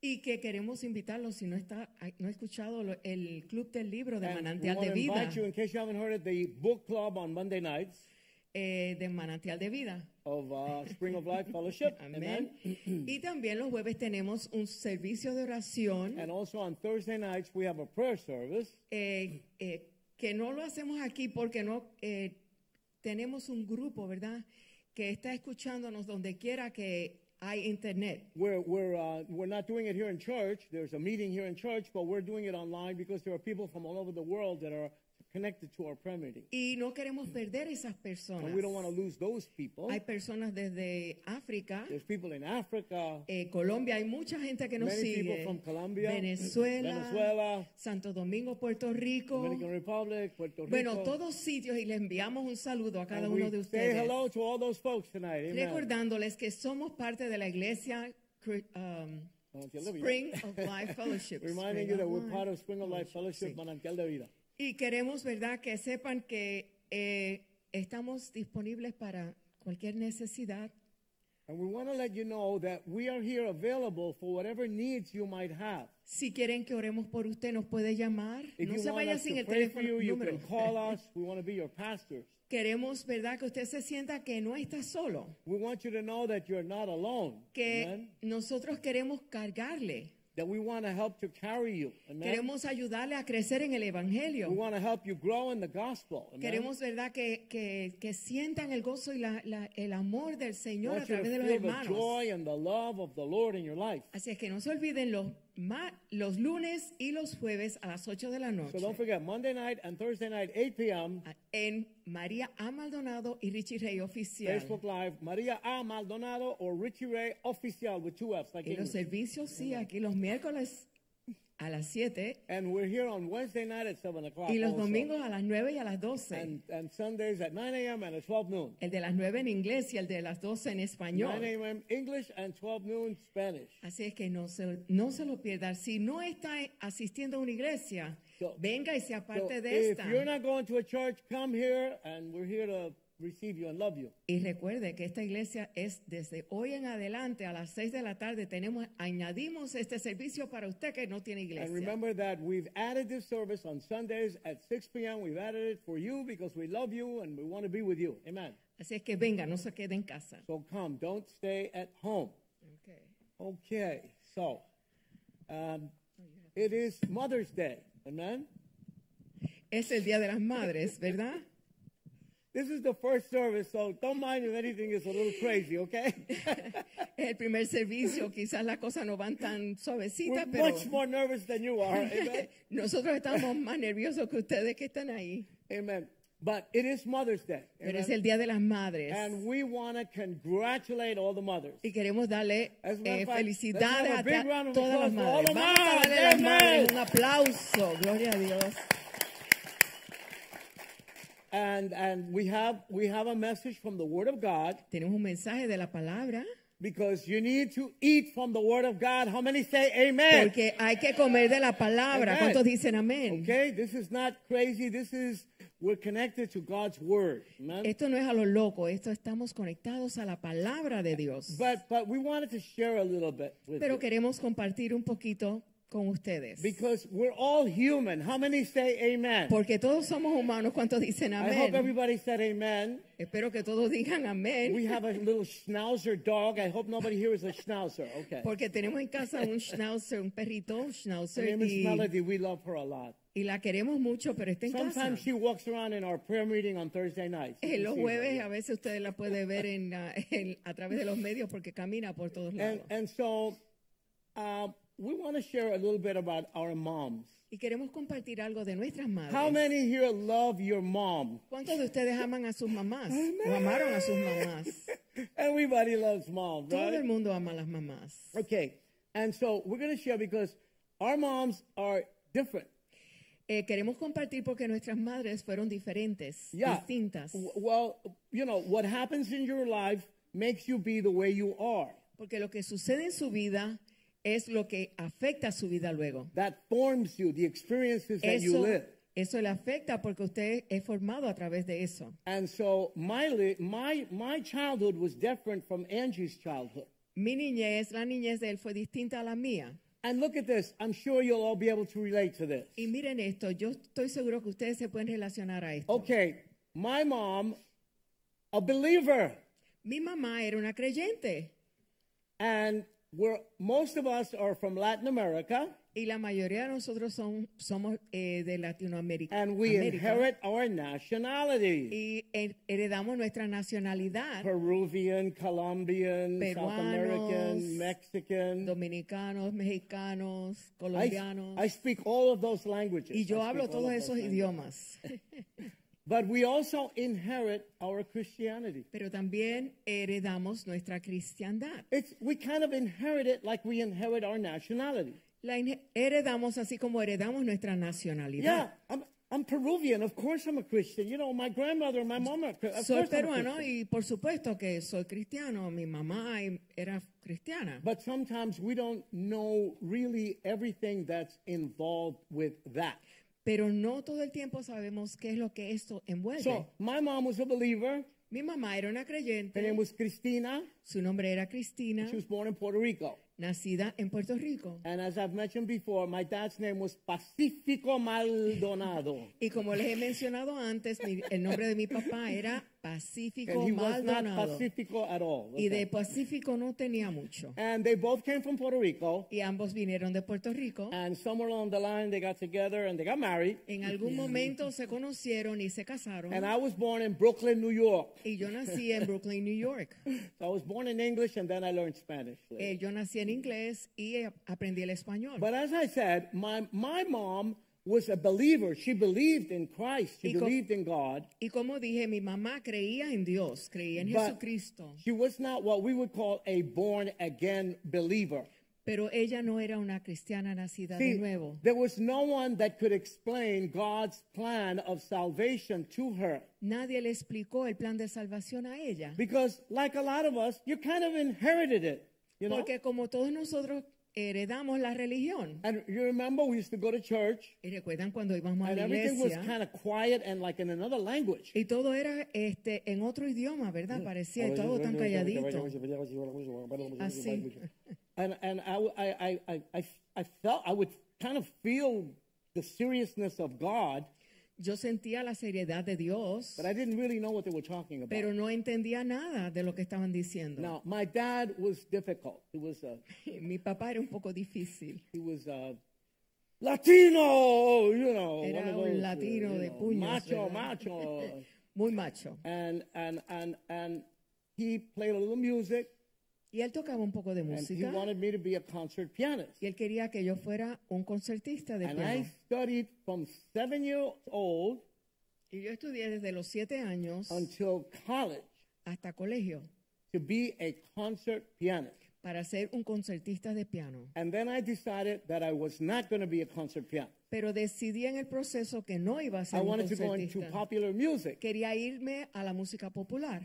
[SPEAKER 1] y que queremos invitarlos, si no está, no ha escuchado lo- el Club del Libro de
[SPEAKER 2] And we
[SPEAKER 1] Manantial
[SPEAKER 2] want
[SPEAKER 1] de
[SPEAKER 2] to
[SPEAKER 1] Vida,
[SPEAKER 2] invite you, in case you haven't heard it, the book club on Monday nights
[SPEAKER 1] eh, de Manantial de Vida.
[SPEAKER 2] of uh, Spring of Life Fellowship.
[SPEAKER 1] Amén. Y también los jueves tenemos un servicio de oración
[SPEAKER 2] And also on Thursday nights we have a prayer service.
[SPEAKER 1] eh, eh, que no lo hacemos aquí porque no eh, tenemos un grupo, ¿verdad? Que está escuchándonos donde quiera que hay internet.
[SPEAKER 2] We're, we're, uh, we're not doing it here in church. There's a meeting here in church, but we're doing it online because there are people from all over the world that are connected to our prayer meeting.
[SPEAKER 1] Y no queremos perder esas
[SPEAKER 2] And we
[SPEAKER 1] personas.
[SPEAKER 2] don't want to lose those people.
[SPEAKER 1] Hay personas desde África,
[SPEAKER 2] There's people in Africa,
[SPEAKER 1] eh, Colombia, hay mucha gente que nos
[SPEAKER 2] Many people
[SPEAKER 1] sigue.
[SPEAKER 2] from Colombia,
[SPEAKER 1] Venezuela,
[SPEAKER 2] Venezuela,
[SPEAKER 1] Santo Domingo, Puerto Rico.
[SPEAKER 2] Dominican Republic, Puerto Rico.
[SPEAKER 1] Bueno, todos sitios y les enviamos un saludo a cada
[SPEAKER 2] And
[SPEAKER 1] uno
[SPEAKER 2] we
[SPEAKER 1] de
[SPEAKER 2] say
[SPEAKER 1] ustedes.
[SPEAKER 2] hello to all those folks tonight. Amen.
[SPEAKER 1] Recordándoles que somos parte de la iglesia cri- um,
[SPEAKER 2] Manantial de Vida.
[SPEAKER 1] Spring of Life Fellowship.
[SPEAKER 2] Reminding
[SPEAKER 1] Spring
[SPEAKER 2] you
[SPEAKER 1] of
[SPEAKER 2] that we're
[SPEAKER 1] Life.
[SPEAKER 2] part of Spring of Life
[SPEAKER 1] Sí.
[SPEAKER 2] Fellowship, Manantial de Vida.
[SPEAKER 1] Y queremos, ¿verdad?, que sepan que eh, estamos disponibles para cualquier necesidad.
[SPEAKER 2] And we want to let you know that we are here available for whatever needs you might have.
[SPEAKER 1] Si quieren que oremos por usted, nos puede llamar.
[SPEAKER 2] If
[SPEAKER 1] no
[SPEAKER 2] you
[SPEAKER 1] se
[SPEAKER 2] want
[SPEAKER 1] vaya
[SPEAKER 2] us
[SPEAKER 1] sin
[SPEAKER 2] to
[SPEAKER 1] el
[SPEAKER 2] pray for
[SPEAKER 1] teléfono
[SPEAKER 2] you, you
[SPEAKER 1] número.
[SPEAKER 2] can call us. We want to be your pastors.
[SPEAKER 1] Queremos, ¿verdad?, que usted se sienta que no está solo.
[SPEAKER 2] We want you to know that you're not alone.
[SPEAKER 1] Que
[SPEAKER 2] Amen.
[SPEAKER 1] nosotros queremos cargarle.
[SPEAKER 2] That we want to help to carry you. Amen.
[SPEAKER 1] Queremos ayudarle a crecer en el Evangelio.
[SPEAKER 2] We want to help you grow in the gospel. Amen.
[SPEAKER 1] Queremos, ¿verdad?, que, que, que sientan el gozo y la- la- el amor del
[SPEAKER 2] We
[SPEAKER 1] Señor a
[SPEAKER 2] want you to
[SPEAKER 1] través de los
[SPEAKER 2] feel the
[SPEAKER 1] hermanos.
[SPEAKER 2] joy and the love of the Lord in your life.
[SPEAKER 1] Así es que no se olviden los, ma- los lunes y los jueves a las 8 de la noche
[SPEAKER 2] So don't forget, Monday night and Thursday night, 8 p.m.,
[SPEAKER 1] a- en María A. Maldonado y Richie Rey Oficial.
[SPEAKER 2] Facebook Live, Maria A. Maldonado or Richie Ray Oficial with two F's like
[SPEAKER 1] Y los e-
[SPEAKER 2] English.
[SPEAKER 1] servicios, sí, aquí los miércoles a las 7
[SPEAKER 2] And we're here on Wednesday night at 7 o'clock.
[SPEAKER 1] y los
[SPEAKER 2] also.
[SPEAKER 1] domingos a las 9 y a las 12.
[SPEAKER 2] Ah, And, and Sundays at 9 a.m. and at 12 noon.
[SPEAKER 1] El de las 9 en inglés y el de las 12 en
[SPEAKER 2] 9
[SPEAKER 1] español.
[SPEAKER 2] a.m. English and 12 noon Spanish.
[SPEAKER 1] Así es que no se, no se lo pierdan. Si no está asistiendo a una iglesia,
[SPEAKER 2] So-
[SPEAKER 1] venga y sea
[SPEAKER 2] So
[SPEAKER 1] parte de
[SPEAKER 2] if
[SPEAKER 1] esta.
[SPEAKER 2] you're not going to a church, come here and we're here to receive you and love you.
[SPEAKER 1] Y recuerde que esta iglesia es desde hoy en adelante a las 6 de la tarde tenemos añadimos este servicio para usted que no tiene
[SPEAKER 2] And
[SPEAKER 1] iglesia.
[SPEAKER 2] remember that we've added this service on Sundays at 6 p.m. We've added it for you because we love you and we want to be with you. Amen.
[SPEAKER 1] Así es que venga, no se quede en casa.
[SPEAKER 2] So come, don't stay at home. Okay, so um, it is Mother's Day. Amen.
[SPEAKER 1] Es el Día de las Madres, ¿verdad?
[SPEAKER 2] This is the first service, so don't mind if anything is a little crazy, okay?
[SPEAKER 1] Es el primer servicio, quizás las cosas no van tan
[SPEAKER 2] We're
[SPEAKER 1] suavecitas, pero
[SPEAKER 2] much more nervous than you are. Amen.
[SPEAKER 1] nosotros estamos más nerviosos que ustedes que están ahí.
[SPEAKER 2] Amen. But it is Mother's Day.
[SPEAKER 1] Pero es
[SPEAKER 2] amen?
[SPEAKER 1] el Día de las Madres.
[SPEAKER 2] And we want to congratulate all the mothers.
[SPEAKER 1] Y queremos darle
[SPEAKER 2] As a matter
[SPEAKER 1] eh,
[SPEAKER 2] of fact,
[SPEAKER 1] felicidades
[SPEAKER 2] let's have a
[SPEAKER 1] a
[SPEAKER 2] big
[SPEAKER 1] ta-
[SPEAKER 2] round of
[SPEAKER 1] todas las
[SPEAKER 2] applause for all
[SPEAKER 1] madres. Vamos
[SPEAKER 2] the
[SPEAKER 1] a darle a las
[SPEAKER 2] mothers.
[SPEAKER 1] madres
[SPEAKER 2] Amen.
[SPEAKER 1] un aplauso. Gloria a Dios.
[SPEAKER 2] And and we have we have a message from the Word of God
[SPEAKER 1] Tenemos un mensaje de la palabra.
[SPEAKER 2] because you need to eat from the Word of God. How many say Amen?
[SPEAKER 1] Porque hay que comer de la palabra.
[SPEAKER 2] Amen.
[SPEAKER 1] ¿Cuántos dicen amén?
[SPEAKER 2] Okay, this is not crazy. This is we're connected to God's Word. Amen?
[SPEAKER 1] Esto no es a lo loco. Esto estamos conectados a la palabra de Dios.
[SPEAKER 2] But but we wanted to share a little bit with
[SPEAKER 1] Pero
[SPEAKER 2] you.
[SPEAKER 1] queremos compartir un poquito con ustedes.
[SPEAKER 2] because we're all human. How many say Amen?
[SPEAKER 1] Porque todos somos humanos. ¿Cuántos dicen
[SPEAKER 2] I hope
[SPEAKER 1] amén?
[SPEAKER 2] everybody said Amen.
[SPEAKER 1] Espero que todos digan
[SPEAKER 2] We
[SPEAKER 1] amén.
[SPEAKER 2] have a little schnauzer dog. I hope nobody here is a schnauzer. Okay.
[SPEAKER 1] Porque tenemos en casa un schnauzer, un perrito, un
[SPEAKER 2] Her
[SPEAKER 1] schnauzer.
[SPEAKER 2] name is
[SPEAKER 1] Y,
[SPEAKER 2] Melody. We love her a lot.
[SPEAKER 1] y la queremos mucho, pero está en casa.
[SPEAKER 2] Sometimes she walks around in our prayer meeting on Thursday nights. You
[SPEAKER 1] Eh,
[SPEAKER 2] can
[SPEAKER 1] los
[SPEAKER 2] see her,
[SPEAKER 1] jueves
[SPEAKER 2] yeah.
[SPEAKER 1] a veces ustedes la puede ver en, la- en- a través de los medios porque camina por todos
[SPEAKER 2] And
[SPEAKER 1] lados.
[SPEAKER 2] and so, um, we want to share a little bit about our moms.
[SPEAKER 1] y queremos compartir algo de nuestras madres.
[SPEAKER 2] How many here love your mom?
[SPEAKER 1] ¿Cuántos de ustedes aman a sus mamás? ¿O amaron a sus mamás?
[SPEAKER 2] Everybody loves mom,
[SPEAKER 1] Todo el
[SPEAKER 2] right?
[SPEAKER 1] mundo ama a las mamás.
[SPEAKER 2] Okay. And so we're going to share because our moms are different.
[SPEAKER 1] Eh, queremos compartir porque nuestras madres fueron diferentes,
[SPEAKER 2] Yeah.
[SPEAKER 1] distintas.
[SPEAKER 2] W- Well, you know what happens in your life makes you be the way you are.
[SPEAKER 1] Porque lo que sucede en su vida es lo que afecta a su vida luego.
[SPEAKER 2] That forms you, the experiences that you
[SPEAKER 1] Eso,
[SPEAKER 2] live.
[SPEAKER 1] eso le afecta porque usted es formado a través de eso.
[SPEAKER 2] And so my li- my my childhood was different from Angie's childhood.
[SPEAKER 1] Mi niñez, la niñez de él fue distinta a la mía.
[SPEAKER 2] And look at this. I'm sure you'll all be able to relate to this.
[SPEAKER 1] Y miren esto, yo estoy seguro que ustedes se pueden relacionar a esto.
[SPEAKER 2] Okay, my mom, a believer,
[SPEAKER 1] Mi mamá era una creyente
[SPEAKER 2] and we're most of us are from Latin America,
[SPEAKER 1] y la mayoría de nosotros son, somos eh, de Latinoamérica.
[SPEAKER 2] and we
[SPEAKER 1] América.
[SPEAKER 2] inherit our nationality:
[SPEAKER 1] y her- heredamos nuestra nacionalidad,
[SPEAKER 2] Peruvian, Colombian, South
[SPEAKER 1] Peruanos,
[SPEAKER 2] American, Mexican.
[SPEAKER 1] dominicanos, mexicanos,
[SPEAKER 2] I,
[SPEAKER 1] colombianos.
[SPEAKER 2] I speak all of those languages.
[SPEAKER 1] y yo
[SPEAKER 2] I
[SPEAKER 1] hablo
[SPEAKER 2] speak all
[SPEAKER 1] todos
[SPEAKER 2] of
[SPEAKER 1] esos
[SPEAKER 2] those languages.
[SPEAKER 1] idiomas.
[SPEAKER 2] But we also inherit our Christianity.
[SPEAKER 1] Pero también heredamos nuestra cristiandad.
[SPEAKER 2] It's we kind of inherit it like we inherit our nationality.
[SPEAKER 1] La inhe- heredamos así como heredamos nuestra
[SPEAKER 2] Yeah,
[SPEAKER 1] nacionalidad.
[SPEAKER 2] I'm I'm Peruvian. Of course, I'm a Christian. You know, my grandmother and my mom are. Chri- Of
[SPEAKER 1] Soy
[SPEAKER 2] course I'm a
[SPEAKER 1] peruano
[SPEAKER 2] Christian.
[SPEAKER 1] y por supuesto que soy cristiano. Mi mamá em- era cristiana.
[SPEAKER 2] But sometimes we don't know really everything that's involved with that.
[SPEAKER 1] Pero no todo el tiempo sabemos qué es lo que esto envuelve.
[SPEAKER 2] So my mom was a believer.
[SPEAKER 1] Mi mamá era una
[SPEAKER 2] Her
[SPEAKER 1] creyente.
[SPEAKER 2] name was Cristina.
[SPEAKER 1] Su nombre era Cristina,
[SPEAKER 2] She was born in Puerto Rico.
[SPEAKER 1] nacida en Puerto Rico.
[SPEAKER 2] And as I've mentioned before, my dad's name was Pacifico Maldonado.
[SPEAKER 1] Y como les he mencionado antes, mi- el nombre de mi papá era
[SPEAKER 2] And
[SPEAKER 1] Pacífico
[SPEAKER 2] he was not
[SPEAKER 1] Maldonado.
[SPEAKER 2] Pacifico at all.
[SPEAKER 1] Y de
[SPEAKER 2] Okay.
[SPEAKER 1] Pacífico no tenía mucho.
[SPEAKER 2] And they both came from Puerto Rico.
[SPEAKER 1] Y ambos vinieron de Puerto Rico.
[SPEAKER 2] And somewhere along the line, they got together and they got married.
[SPEAKER 1] En algún momento se conocieron y se casaron.
[SPEAKER 2] And I was born in Brooklyn, New York.
[SPEAKER 1] Y yo nací en Brooklyn, New York.
[SPEAKER 2] So I was born in English and then I learned Spanish. later.
[SPEAKER 1] Eh, yo nací en inglés y eh, aprendí el español.
[SPEAKER 2] But as I said, my, my mom was a believer. She believed in Christ, she
[SPEAKER 1] Y co-
[SPEAKER 2] believed in God.
[SPEAKER 1] Y como dije, mi mamá creía en Dios, creía en
[SPEAKER 2] But-
[SPEAKER 1] Jesucristo.
[SPEAKER 2] She was not what we would call a born again believer.
[SPEAKER 1] Pero ella no era una cristiana nacida de
[SPEAKER 2] See,
[SPEAKER 1] nuevo.
[SPEAKER 2] there was no one that could explain God's plan of salvation to her.
[SPEAKER 1] Nadie le explicó el plan de salvación a ella.
[SPEAKER 2] Because, like a lot of us, you kind of inherited it. You know?
[SPEAKER 1] Porque como todos nosotros heredamos la religión.
[SPEAKER 2] And you remember we used to go to church
[SPEAKER 1] Y recuerdan cuando íbamos a
[SPEAKER 2] and
[SPEAKER 1] la
[SPEAKER 2] everything was
[SPEAKER 1] iglesia.
[SPEAKER 2] kind of quiet and like in another language.
[SPEAKER 1] Y todo era este, en otro idioma, ¿verdad? Parecía y todo tan calladito. Así.
[SPEAKER 2] And and I w- I I- I- I- I felt I would kind of feel the seriousness of God,
[SPEAKER 1] Yo sentía la seriedad de Dios,
[SPEAKER 2] but I didn't really know what they were talking about.
[SPEAKER 1] pero no entendía nada de lo que estaban diciendo.
[SPEAKER 2] Now my dad was difficult. He was a
[SPEAKER 1] Mi papá era un poco difícil.
[SPEAKER 2] he was a Latino, you know,
[SPEAKER 1] Era
[SPEAKER 2] one of
[SPEAKER 1] un
[SPEAKER 2] those, uh,
[SPEAKER 1] latino
[SPEAKER 2] you
[SPEAKER 1] de
[SPEAKER 2] know,
[SPEAKER 1] puños,
[SPEAKER 2] macho,
[SPEAKER 1] ¿verdad?
[SPEAKER 2] macho,
[SPEAKER 1] Muy macho.
[SPEAKER 2] and and and and he played a little music,
[SPEAKER 1] Y él tocaba un poco de
[SPEAKER 2] and he
[SPEAKER 1] música.
[SPEAKER 2] wanted me to be a concert pianist.
[SPEAKER 1] Y él quería que yo fuera un concertista de
[SPEAKER 2] And I
[SPEAKER 1] piano.
[SPEAKER 2] studied from seven year old
[SPEAKER 1] Y yo estudié desde los siete años
[SPEAKER 2] until college
[SPEAKER 1] hasta colegio
[SPEAKER 2] to be a concert pianist.
[SPEAKER 1] para ser un concertista de piano.
[SPEAKER 2] And then I decided that I was not going to be a concert pianist.
[SPEAKER 1] Pero decidí en el proceso que no iba a
[SPEAKER 2] I
[SPEAKER 1] ser un
[SPEAKER 2] wanted to go into
[SPEAKER 1] concertista.
[SPEAKER 2] popular music.
[SPEAKER 1] Quería irme a la música popular.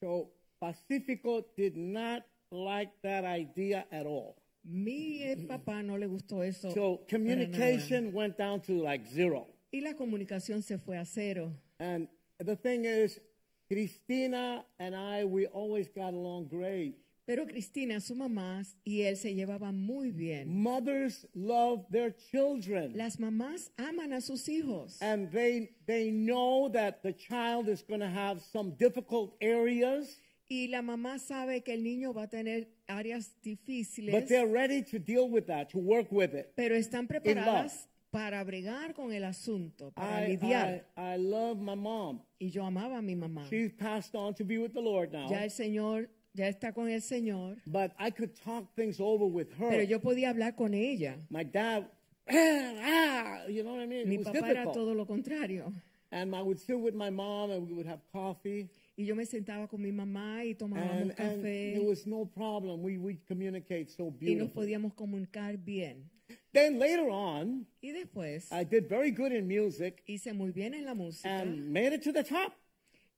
[SPEAKER 2] So Pacifico did not like that idea at all.
[SPEAKER 1] Mi eh, papá no le gustó eso.
[SPEAKER 2] So
[SPEAKER 1] para nada.
[SPEAKER 2] communication went down to like zero.
[SPEAKER 1] Y la comunicación se fue a cero.
[SPEAKER 2] And the thing is, Cristina and I, we always got along great.
[SPEAKER 1] Pero Cristina, su mamá y él se llevaban muy bien.
[SPEAKER 2] Mothers love their children.
[SPEAKER 1] Las mamás aman a sus hijos
[SPEAKER 2] and they they know that the child is going to have some difficult areas
[SPEAKER 1] y la mamá sabe que el niño va a tener áreas
[SPEAKER 2] but
[SPEAKER 1] difíciles,
[SPEAKER 2] they're ready to deal with that to work with it
[SPEAKER 1] pero están preparadas para bregar con el asunto, para
[SPEAKER 2] I,
[SPEAKER 1] lidiar.
[SPEAKER 2] I, I love my mom
[SPEAKER 1] y yo amaba a mi mamá.
[SPEAKER 2] she's passed on to be with the lord now
[SPEAKER 1] Ya el Señor, ya está con el Señor,
[SPEAKER 2] but i could talk things over with her
[SPEAKER 1] pero yo podía hablar con ella.
[SPEAKER 2] my dad ah, you know what i mean
[SPEAKER 1] Mi
[SPEAKER 2] it was
[SPEAKER 1] papá era
[SPEAKER 2] difficult
[SPEAKER 1] todo lo contrario.
[SPEAKER 2] and i would sit with my mom and we would have coffee
[SPEAKER 1] Y yo me sentaba con mi mamá y tomábamos
[SPEAKER 2] and, and
[SPEAKER 1] café
[SPEAKER 2] there was no problem we we communicate so
[SPEAKER 1] y nos
[SPEAKER 2] beautifully
[SPEAKER 1] podíamos comunicar bien.
[SPEAKER 2] then later on
[SPEAKER 1] Y después
[SPEAKER 2] i did very good in music
[SPEAKER 1] hice muy bien en la música
[SPEAKER 2] and made it to the top.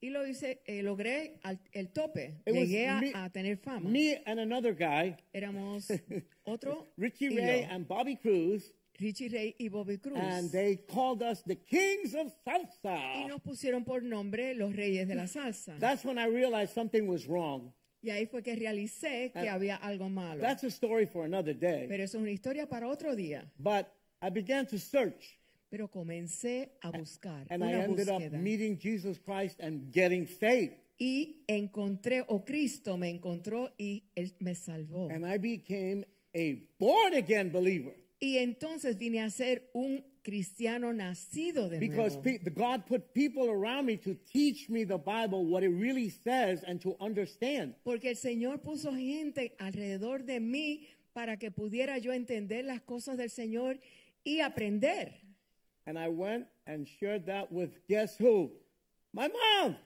[SPEAKER 1] y lo hice, eh, logré al- el tope.
[SPEAKER 2] It was
[SPEAKER 1] Llegué a,
[SPEAKER 2] me-
[SPEAKER 1] a tener fama.
[SPEAKER 2] Me and another guy,
[SPEAKER 1] Éramos otro
[SPEAKER 2] Richie
[SPEAKER 1] y
[SPEAKER 2] Ray
[SPEAKER 1] yo,
[SPEAKER 2] and Bobby Cruz,
[SPEAKER 1] Richie Ray y Bobby Cruz.
[SPEAKER 2] and they called us the Kings of
[SPEAKER 1] y
[SPEAKER 2] Salsa.
[SPEAKER 1] nos pusieron por nombre los Reyes de la Salsa.
[SPEAKER 2] That's when I realized something was wrong.
[SPEAKER 1] y ahí fue que realicé que había algo malo.
[SPEAKER 2] That's a story for another day.
[SPEAKER 1] Pero eso es una historia para otro día.
[SPEAKER 2] But I began to search,
[SPEAKER 1] Pero comencé a buscar
[SPEAKER 2] and I
[SPEAKER 1] una
[SPEAKER 2] ended up
[SPEAKER 1] búsqueda.
[SPEAKER 2] meeting Jesus Christ and getting saved.
[SPEAKER 1] y encontré, o Cristo me encontró y Él me salvó.
[SPEAKER 2] And I became a born again believer
[SPEAKER 1] Y entonces vine a ser un cristiano nacido de
[SPEAKER 2] because
[SPEAKER 1] nuevo.
[SPEAKER 2] pe- the God put people around me to teach me the Bible, what it really says, and to understand.
[SPEAKER 1] Porque el Señor puso gente alrededor de mí para que pudiera yo entender las cosas del Señor y aprender.
[SPEAKER 2] And I went and shared that with guess who? My mom.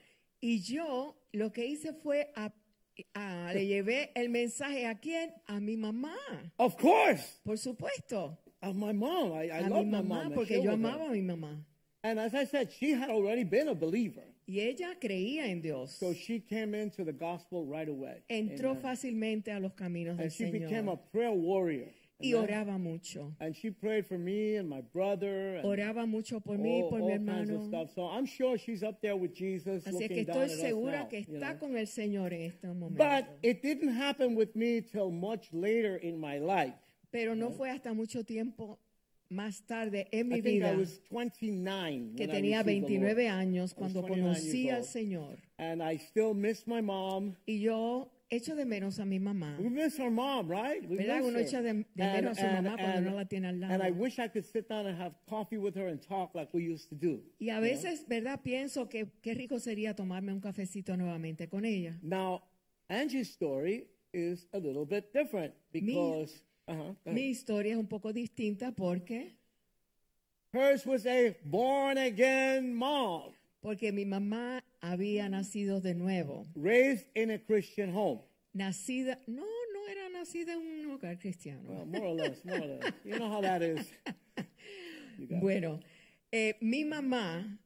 [SPEAKER 1] Y yo lo que hice fue a- a- le llevé el mensaje a quién? A mi mamá,
[SPEAKER 2] Of course.
[SPEAKER 1] por supuesto.
[SPEAKER 2] Of my mom. I, I
[SPEAKER 1] A
[SPEAKER 2] love
[SPEAKER 1] mi
[SPEAKER 2] my
[SPEAKER 1] mamá,
[SPEAKER 2] mom. I
[SPEAKER 1] porque
[SPEAKER 2] shared
[SPEAKER 1] yo
[SPEAKER 2] with her.
[SPEAKER 1] amaba a mi mamá.
[SPEAKER 2] And as I said, she had already been a believer.
[SPEAKER 1] Y ella creía en Dios.
[SPEAKER 2] So she came into the gospel right away.
[SPEAKER 1] Entró
[SPEAKER 2] Amen.
[SPEAKER 1] fácilmente a los caminos del
[SPEAKER 2] And she became a
[SPEAKER 1] Señor
[SPEAKER 2] prayer warrior.
[SPEAKER 1] y
[SPEAKER 2] Amen.
[SPEAKER 1] oraba mucho.
[SPEAKER 2] And she prayed for me and my brother and
[SPEAKER 1] Oraba mucho por mí,
[SPEAKER 2] all,
[SPEAKER 1] por
[SPEAKER 2] Oh, all
[SPEAKER 1] mi
[SPEAKER 2] kinds of
[SPEAKER 1] hermano.
[SPEAKER 2] stuff. So I'm sure she's up there with Jesus
[SPEAKER 1] Así es
[SPEAKER 2] looking
[SPEAKER 1] que
[SPEAKER 2] down
[SPEAKER 1] estoy
[SPEAKER 2] at us now,
[SPEAKER 1] segura que
[SPEAKER 2] you know.
[SPEAKER 1] está con el Señor en este
[SPEAKER 2] But
[SPEAKER 1] momento.
[SPEAKER 2] it didn't happen with me till much later in my life.
[SPEAKER 1] Pero no fue hasta mucho tiempo más tarde en mi
[SPEAKER 2] I think I
[SPEAKER 1] vida
[SPEAKER 2] was 29
[SPEAKER 1] que
[SPEAKER 2] when I
[SPEAKER 1] tenía
[SPEAKER 2] received the Lord.
[SPEAKER 1] 29 años
[SPEAKER 2] I was
[SPEAKER 1] cuando
[SPEAKER 2] 29 years
[SPEAKER 1] conocí al
[SPEAKER 2] old.
[SPEAKER 1] Señor.
[SPEAKER 2] And I still miss my mom.
[SPEAKER 1] Y yo echo de menos a mi mamá.
[SPEAKER 2] We miss our mom, right? We
[SPEAKER 1] ¿Verdad?
[SPEAKER 2] miss
[SPEAKER 1] Uno
[SPEAKER 2] her.
[SPEAKER 1] echa de- de
[SPEAKER 2] And-
[SPEAKER 1] menos a su
[SPEAKER 2] and-
[SPEAKER 1] mamá cuando
[SPEAKER 2] and-
[SPEAKER 1] no la tiene al lado.
[SPEAKER 2] And I wish I could sit down and have coffee with her and talk like we used to do.
[SPEAKER 1] Y a veces, ¿verdad? Pienso que qué rico sería tomarme un cafecito nuevamente con ella.
[SPEAKER 2] Now, Angie's story is a little bit different because uh-huh, go ahead.
[SPEAKER 1] Mi historia es un poco distinta porque
[SPEAKER 2] hers was a born again mom
[SPEAKER 1] porque mi mamá había nacido de nuevo.
[SPEAKER 2] raised in a Christian home.
[SPEAKER 1] Nacida, no, no era nacida en un hogar
[SPEAKER 2] Well,
[SPEAKER 1] cristiano.
[SPEAKER 2] more or less, more or less. You know how that is.
[SPEAKER 1] Bueno, eh, mi mamá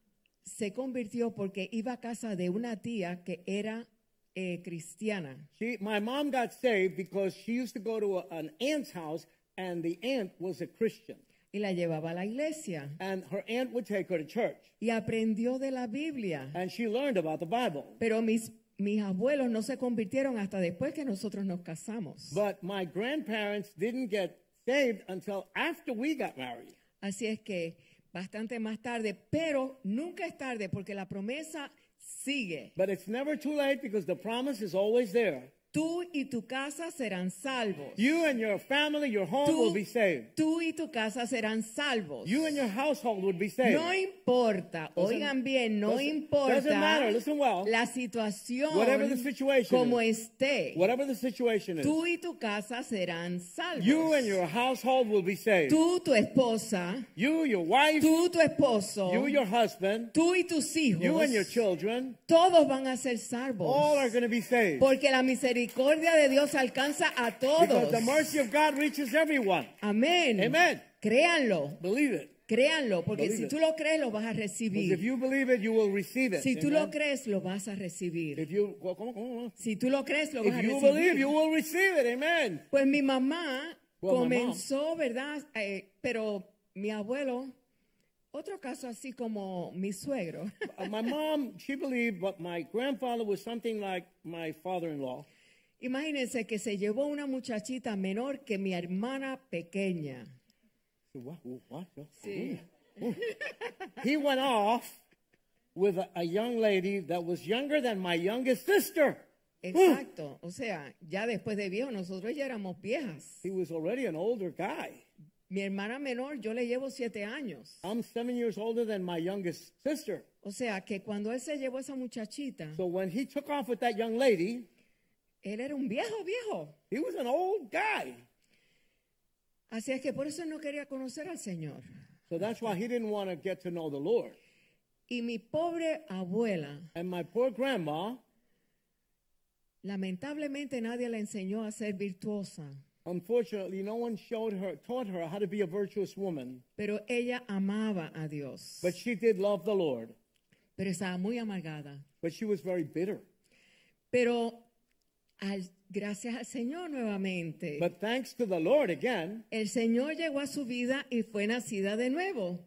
[SPEAKER 1] se convirtió porque iba a casa de una tía que era eh, cristiana.
[SPEAKER 2] She, my mom got saved because she used to go to a, an aunt's house, and the aunt was a Christian,
[SPEAKER 1] Y la llevaba a la iglesia
[SPEAKER 2] and her aunt would take her to church,
[SPEAKER 1] y aprendió de la Biblia.
[SPEAKER 2] and she learned about the Bible.
[SPEAKER 1] Pero mis, mis abuelos no se convirtieron hasta después que nosotros nos casamos.
[SPEAKER 2] But my grandparents didn't get saved until after we got married.
[SPEAKER 1] Así es que bastante más tarde, pero nunca es tarde porque la promesa sigue.
[SPEAKER 2] But it's never too late because the promise is always there.
[SPEAKER 1] Tú y tu casa serán salvos.
[SPEAKER 2] You and your family, your home will
[SPEAKER 1] Tú,
[SPEAKER 2] be saved.
[SPEAKER 1] tú y tu casa serán salvos.
[SPEAKER 2] You and your household would be saved.
[SPEAKER 1] No importa, oigan bien, no
[SPEAKER 2] doesn't-
[SPEAKER 1] importa
[SPEAKER 2] doesn't matter, listen well.
[SPEAKER 1] la situación
[SPEAKER 2] Whatever the situation
[SPEAKER 1] como
[SPEAKER 2] is.
[SPEAKER 1] esté,
[SPEAKER 2] Whatever the situation is,
[SPEAKER 1] tú y tu casa serán salvos.
[SPEAKER 2] you and your household will be saved.
[SPEAKER 1] tú, tu esposa,
[SPEAKER 2] You, your wife,
[SPEAKER 1] tú, tu esposo,
[SPEAKER 2] you, your husband,
[SPEAKER 1] tú y tus hijos,
[SPEAKER 2] you and your children,
[SPEAKER 1] todos van a ser salvos.
[SPEAKER 2] all are going to be saved.
[SPEAKER 1] porque la misericordia de Dios alcanza a todos.
[SPEAKER 2] Because the mercy of God reaches everyone.
[SPEAKER 1] Amén.
[SPEAKER 2] Amen.
[SPEAKER 1] Créanlo,
[SPEAKER 2] Believe it.
[SPEAKER 1] créanlo, porque
[SPEAKER 2] Believe
[SPEAKER 1] si
[SPEAKER 2] it.
[SPEAKER 1] tú lo crees, lo vas a
[SPEAKER 2] Because if
[SPEAKER 1] recibir.
[SPEAKER 2] you believe it, you will receive it.
[SPEAKER 1] Si tú lo
[SPEAKER 2] Amen.
[SPEAKER 1] crees, lo vas a recibir.
[SPEAKER 2] If you, well, come on, come on.
[SPEAKER 1] Si tú lo crees, lo vas a
[SPEAKER 2] If you
[SPEAKER 1] recibir.
[SPEAKER 2] believe, you will receive it. Amen.
[SPEAKER 1] Pues mi mamá
[SPEAKER 2] Well, my
[SPEAKER 1] comenzó, ¿verdad? Eh, pero mi abuelo, otro caso así como mi suegro,
[SPEAKER 2] Uh, my mom, she believed, but my grandfather was something like my father-in-law.
[SPEAKER 1] imagínense que se llevó una muchachita menor que mi hermana pequeña.
[SPEAKER 2] So what? who- What? Oh, ooh, ooh. he went off with a, a young lady that was younger than my youngest sister.
[SPEAKER 1] Exacto, o sea, ya después de viejo, nosotros ya éramos viejas.
[SPEAKER 2] He was already an older guy.
[SPEAKER 1] Mi hermana menor, yo le llevo siete años.
[SPEAKER 2] I'm seven years older than my youngest sister.
[SPEAKER 1] O sea, que cuando él se llevó a esa muchachita,
[SPEAKER 2] So when he took off with that young lady,
[SPEAKER 1] él era un viejo, viejo.
[SPEAKER 2] he was an old guy.
[SPEAKER 1] Así es que por eso no quería conocer al Señor.
[SPEAKER 2] So that's why he didn't want to get to know the Lord.
[SPEAKER 1] Y mi pobre abuela,
[SPEAKER 2] And my poor grandma,
[SPEAKER 1] Lamentablemente nadie la enseñó a ser virtuosa,
[SPEAKER 2] unfortunately, no one showed her, taught her how to be a virtuous woman.
[SPEAKER 1] pero ella amaba a Dios,
[SPEAKER 2] But she did love the Lord.
[SPEAKER 1] pero estaba muy amargada.
[SPEAKER 2] But she was very bitter.
[SPEAKER 1] Pero al- gracias al Señor nuevamente,
[SPEAKER 2] But thanks to the Lord again,
[SPEAKER 1] el Señor llegó a su vida y fue nacida de nuevo.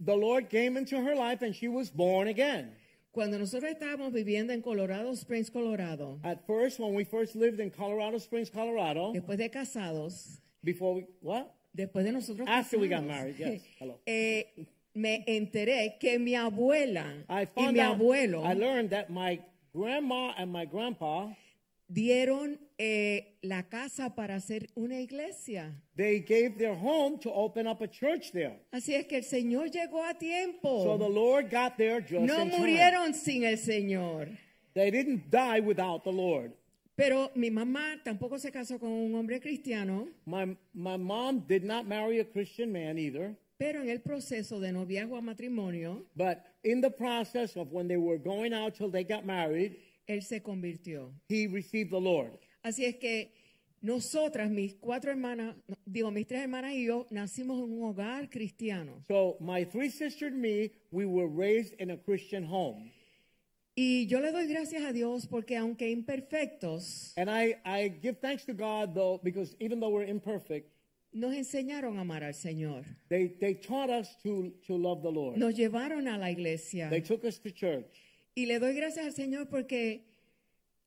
[SPEAKER 2] the Lord came into her life and she was born again.
[SPEAKER 1] Cuando nosotros estábamos viviendo en Colorado Springs, Colorado,
[SPEAKER 2] At first, when we first lived in Colorado Springs, Colorado,
[SPEAKER 1] después de casados,
[SPEAKER 2] before we, what?
[SPEAKER 1] después de nosotros
[SPEAKER 2] After Ah, we got
[SPEAKER 1] casados,
[SPEAKER 2] married, yes, hello.
[SPEAKER 1] eh, me enteré que mi abuela
[SPEAKER 2] I
[SPEAKER 1] y
[SPEAKER 2] found
[SPEAKER 1] mi
[SPEAKER 2] out,
[SPEAKER 1] abuelo
[SPEAKER 2] I learned that my grandma and my grandpa,
[SPEAKER 1] dieron eh, la casa para hacer una iglesia.
[SPEAKER 2] they gave their home to open up a church there.
[SPEAKER 1] Así es que el Señor llegó a
[SPEAKER 2] So the
[SPEAKER 1] tiempo.
[SPEAKER 2] Lord got there just
[SPEAKER 1] Oh. No
[SPEAKER 2] in time.
[SPEAKER 1] murieron sin el Señor.
[SPEAKER 2] They didn't die without the Lord.
[SPEAKER 1] Pero mi mamá tampoco se casó con un hombre cristiano,
[SPEAKER 2] My, my mom did not marry a Christian man either,
[SPEAKER 1] pero en el proceso de noviazgo a matrimonio,
[SPEAKER 2] but in the process of when they were going out till they got married,
[SPEAKER 1] él se convirtió.
[SPEAKER 2] he received the Lord.
[SPEAKER 1] Así es que nosotras, mis cuatro hermanas, no, digo, mis tres hermanas y yo, nacimos en un hogar cristiano.
[SPEAKER 2] So my three sisters and me, we were raised in a Christian home.
[SPEAKER 1] Y yo le doy gracias a Dios porque aunque imperfectos,
[SPEAKER 2] And I, I give thanks to God though, because even though we're imperfect,
[SPEAKER 1] nos enseñaron a amar al Señor.
[SPEAKER 2] they, they taught us to, to love the Lord.
[SPEAKER 1] Nos llevaron a la iglesia.
[SPEAKER 2] They took us to church.
[SPEAKER 1] Y le doy gracias al Señor porque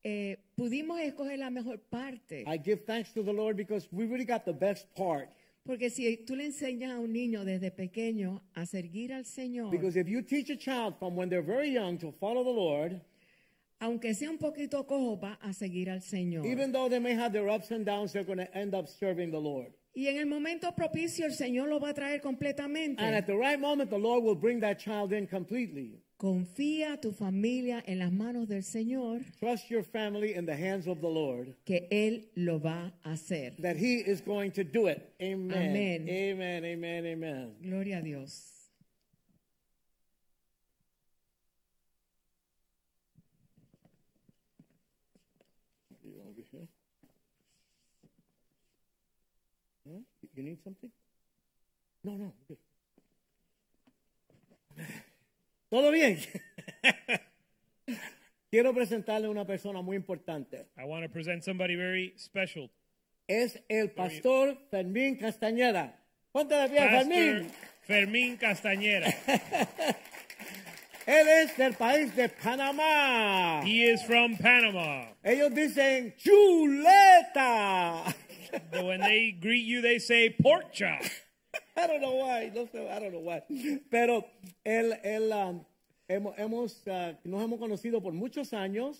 [SPEAKER 1] eh, pudimos escoger la mejor parte.
[SPEAKER 2] I give thanks to the Lord because we really got the best part.
[SPEAKER 1] Porque si tú le enseñas a un niño desde pequeño a seguir al Señor,
[SPEAKER 2] Because if you teach a child from when they're very young to follow the Lord,
[SPEAKER 1] aunque sea un poquito cojo, va a seguir al Señor.
[SPEAKER 2] even though they may have their ups and downs, they're going to end up serving the Lord.
[SPEAKER 1] y en el momento propicio el Señor lo va a traer
[SPEAKER 2] And at
[SPEAKER 1] completamente.
[SPEAKER 2] the right moment, the Lord will bring that child in completely.
[SPEAKER 1] Confía tu familia en las manos del Señor,
[SPEAKER 2] Trust your family in the hands of the Lord,
[SPEAKER 1] que Él lo va a hacer.
[SPEAKER 2] that He is going to do it. Amen.
[SPEAKER 1] Amen.
[SPEAKER 2] Amen. Amen. Amen.
[SPEAKER 1] Gloria a Dios.
[SPEAKER 2] You over here? Huh? You- You need something? No, no. we're good. Todo bien. Quiero presentarle una persona muy importante.
[SPEAKER 3] I want to present somebody very special.
[SPEAKER 2] Es el pastor Fermín Castañeda. Ponte la pie,
[SPEAKER 3] Pastor
[SPEAKER 2] Fermín.
[SPEAKER 3] Fermín Castañeda.
[SPEAKER 2] Él es del país de Panamá.
[SPEAKER 3] He is from Panama.
[SPEAKER 2] Ellos dicen chuleta.
[SPEAKER 3] But when they greet you, they say pork chop.
[SPEAKER 2] I don't know why. No sé, I don't know why. Pero él, él, um, hemos, hemos, uh, nos hemos conocido por muchos años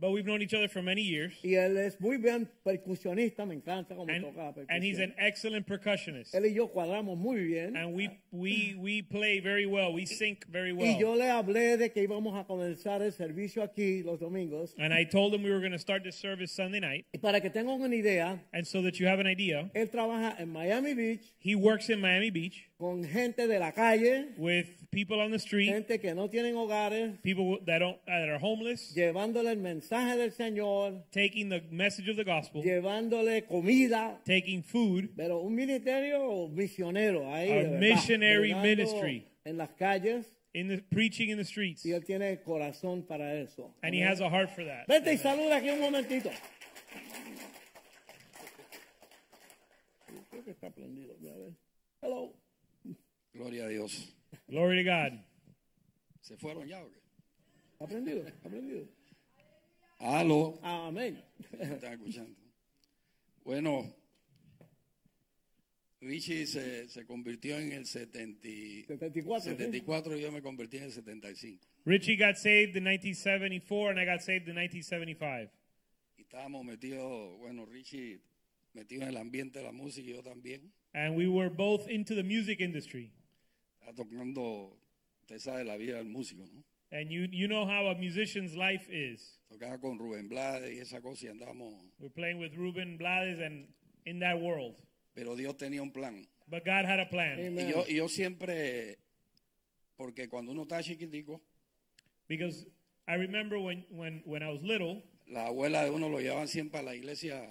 [SPEAKER 3] but we've known each other for many years.
[SPEAKER 2] Y él es muy bien percusionista, me encanta cómo
[SPEAKER 3] And,
[SPEAKER 2] toca la percusión.
[SPEAKER 3] and he's an excellent percussionist.
[SPEAKER 2] él y yo cuadramos muy bien.
[SPEAKER 3] And we, we, we play very well. We sync very
[SPEAKER 2] Y yo
[SPEAKER 3] well.
[SPEAKER 2] le hablé de que íbamos a comenzar el servicio aquí los domingos.
[SPEAKER 3] And I told him we were going to start this service Sunday night.
[SPEAKER 2] Y para que tengan una idea,
[SPEAKER 3] And so that you have an idea,
[SPEAKER 2] él trabaja en Miami Beach
[SPEAKER 3] he works in Miami Beach
[SPEAKER 2] con gente de la calle,
[SPEAKER 3] with people on the street,
[SPEAKER 2] gente que no tienen hogares,
[SPEAKER 3] people that, don't, that are homeless,
[SPEAKER 2] llevándole el mensaje del Señor,
[SPEAKER 3] taking the message of the gospel,
[SPEAKER 2] llevándole comida.
[SPEAKER 3] taking food,
[SPEAKER 2] Pero un ministerio misionero ahí.
[SPEAKER 3] A
[SPEAKER 2] de verdad,
[SPEAKER 3] missionary
[SPEAKER 2] llegando
[SPEAKER 3] ministry.
[SPEAKER 2] En las calles.
[SPEAKER 3] in the, preaching in the streets.
[SPEAKER 2] Y él tiene el corazón para eso.
[SPEAKER 3] And he has a heart for that.
[SPEAKER 2] Vete y saluda aquí un momentito. Creo que está prendido, a ver. Hello.
[SPEAKER 4] Gloria a Dios.
[SPEAKER 3] Glory to God.
[SPEAKER 4] ¿Se fueron ya o qué?
[SPEAKER 2] ¿Está prendido? ¿Está prendido?
[SPEAKER 4] Aló.
[SPEAKER 2] Amén.
[SPEAKER 4] Me están escuchando. Bueno, Richie se, se convirtió en el 70 y-
[SPEAKER 2] 74. ¿sí?
[SPEAKER 4] 74 y yo me convertí en el 75.
[SPEAKER 3] Richie got saved in 1974, and I got saved in 1975.
[SPEAKER 4] Y estábamos metidos, bueno, Richie metido en el ambiente de la música y yo también.
[SPEAKER 3] And we were both into the music industry.
[SPEAKER 4] Estaba tocando, usted sabe, la vida del músico, ¿no?
[SPEAKER 3] And you, you know how a musician's life is.
[SPEAKER 4] Tocaba con Rubén Blades y esa cosa y andábamos.
[SPEAKER 3] We're playing with Ruben Blades and in that world.
[SPEAKER 4] Pero Dios tenía un plan.
[SPEAKER 3] But God had a plan.
[SPEAKER 4] Y yo, y yo siempre, porque cuando uno está chiquitico,
[SPEAKER 3] Because I remember when, when, when I was little,
[SPEAKER 4] la abuela de uno lo llevaban siempre a la iglesia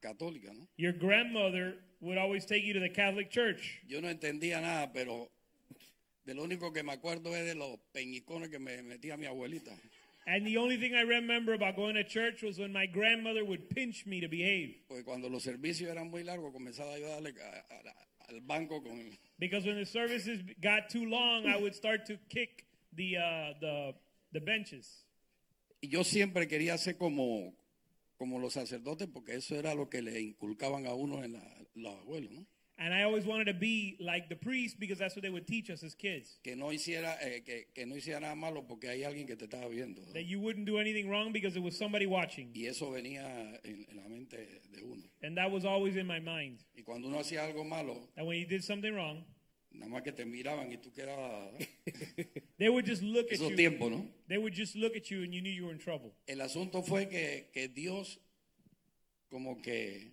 [SPEAKER 4] católica, ¿no?
[SPEAKER 3] your grandmother would always take you to the Catholic Church.
[SPEAKER 4] Yo no entendía nada, pero de lo único que me acuerdo es de los peñicones que me metía mi abuelita.
[SPEAKER 3] And the only thing I remember about going to church was when my grandmother would pinch me to behave.
[SPEAKER 4] Porque cuando los servicios eran muy largos, comenzaba yo a darle a- a- al banco con el-
[SPEAKER 3] Because when the services got too long, I would start to kick the, uh, the, the benches.
[SPEAKER 4] Y yo siempre quería ser como, como los sacerdotes, porque eso era lo que le inculcaban a uno en la- los abuelos, ¿no?
[SPEAKER 3] And I always wanted to be like the priest because that's what they would teach us as kids.
[SPEAKER 4] Que no hiciera, eh, que, que no hiciera nada malo porque hay alguien que te estaba viendo. ¿no?
[SPEAKER 3] That you wouldn't do anything wrong because it was somebody watching.
[SPEAKER 4] Y eso venía en- en la mente de uno.
[SPEAKER 3] And that was always in my mind.
[SPEAKER 4] Y cuando uno hacía algo malo,
[SPEAKER 3] That when you did something wrong,
[SPEAKER 4] nada más que te miraban y tú quedabas.
[SPEAKER 3] they would just look at
[SPEAKER 4] Esos
[SPEAKER 3] you.
[SPEAKER 4] tiempos, ¿no?
[SPEAKER 3] They would just look at you and you knew you were in trouble.
[SPEAKER 4] El asunto fue que, que Dios, como que,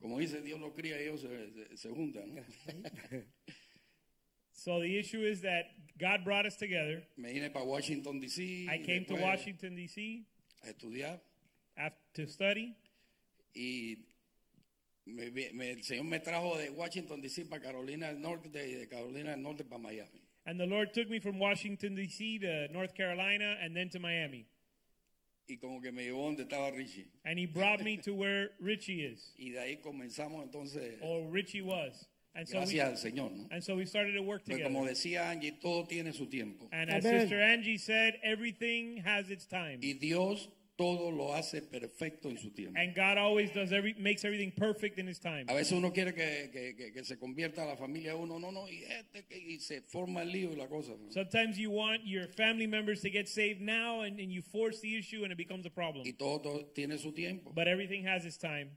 [SPEAKER 4] como dice, Dios lo cría y ellos se, se- se juntan. ¿no?
[SPEAKER 3] So the issue is that God brought us together.
[SPEAKER 4] Me vine para Washington, D.C. y
[SPEAKER 3] I came to
[SPEAKER 4] después
[SPEAKER 3] Washington, D.C.
[SPEAKER 4] a estudiar
[SPEAKER 3] af- to study.
[SPEAKER 4] y me vi- me- el Señor me trajo de Washington, D.C. para Carolina del Norte y de Carolina del Norte para Miami.
[SPEAKER 3] And the Lord took me from Washington, D.C. to North Carolina and then to Miami.
[SPEAKER 4] Y como que me llevó donde estaba Richie.
[SPEAKER 3] And He brought me to where Richie is,
[SPEAKER 4] Y de ahí comenzamos entonces,
[SPEAKER 3] or Richie was. And Oh, so, we,
[SPEAKER 4] gracias al Señor. ¿no?
[SPEAKER 3] and so we started to work
[SPEAKER 4] Pues como
[SPEAKER 3] together.
[SPEAKER 4] decía Angie, todo tiene su tiempo.
[SPEAKER 3] And as
[SPEAKER 2] Amen.
[SPEAKER 3] Sister Angie said, everything has its time.
[SPEAKER 4] Y Dios todo lo hace perfecto en su tiempo.
[SPEAKER 3] And God always does every makes everything perfect in His time.
[SPEAKER 4] A veces uno quiere que, que- que- que se convierta la familia de uno, no, no, y, este, que- y se forma el lío y la cosa. ¿no?
[SPEAKER 3] Sometimes you want your family members to get saved now, and, and you force the issue, and it becomes a problem.
[SPEAKER 4] Y todo, todo tiene su tiempo.
[SPEAKER 3] But everything has its time.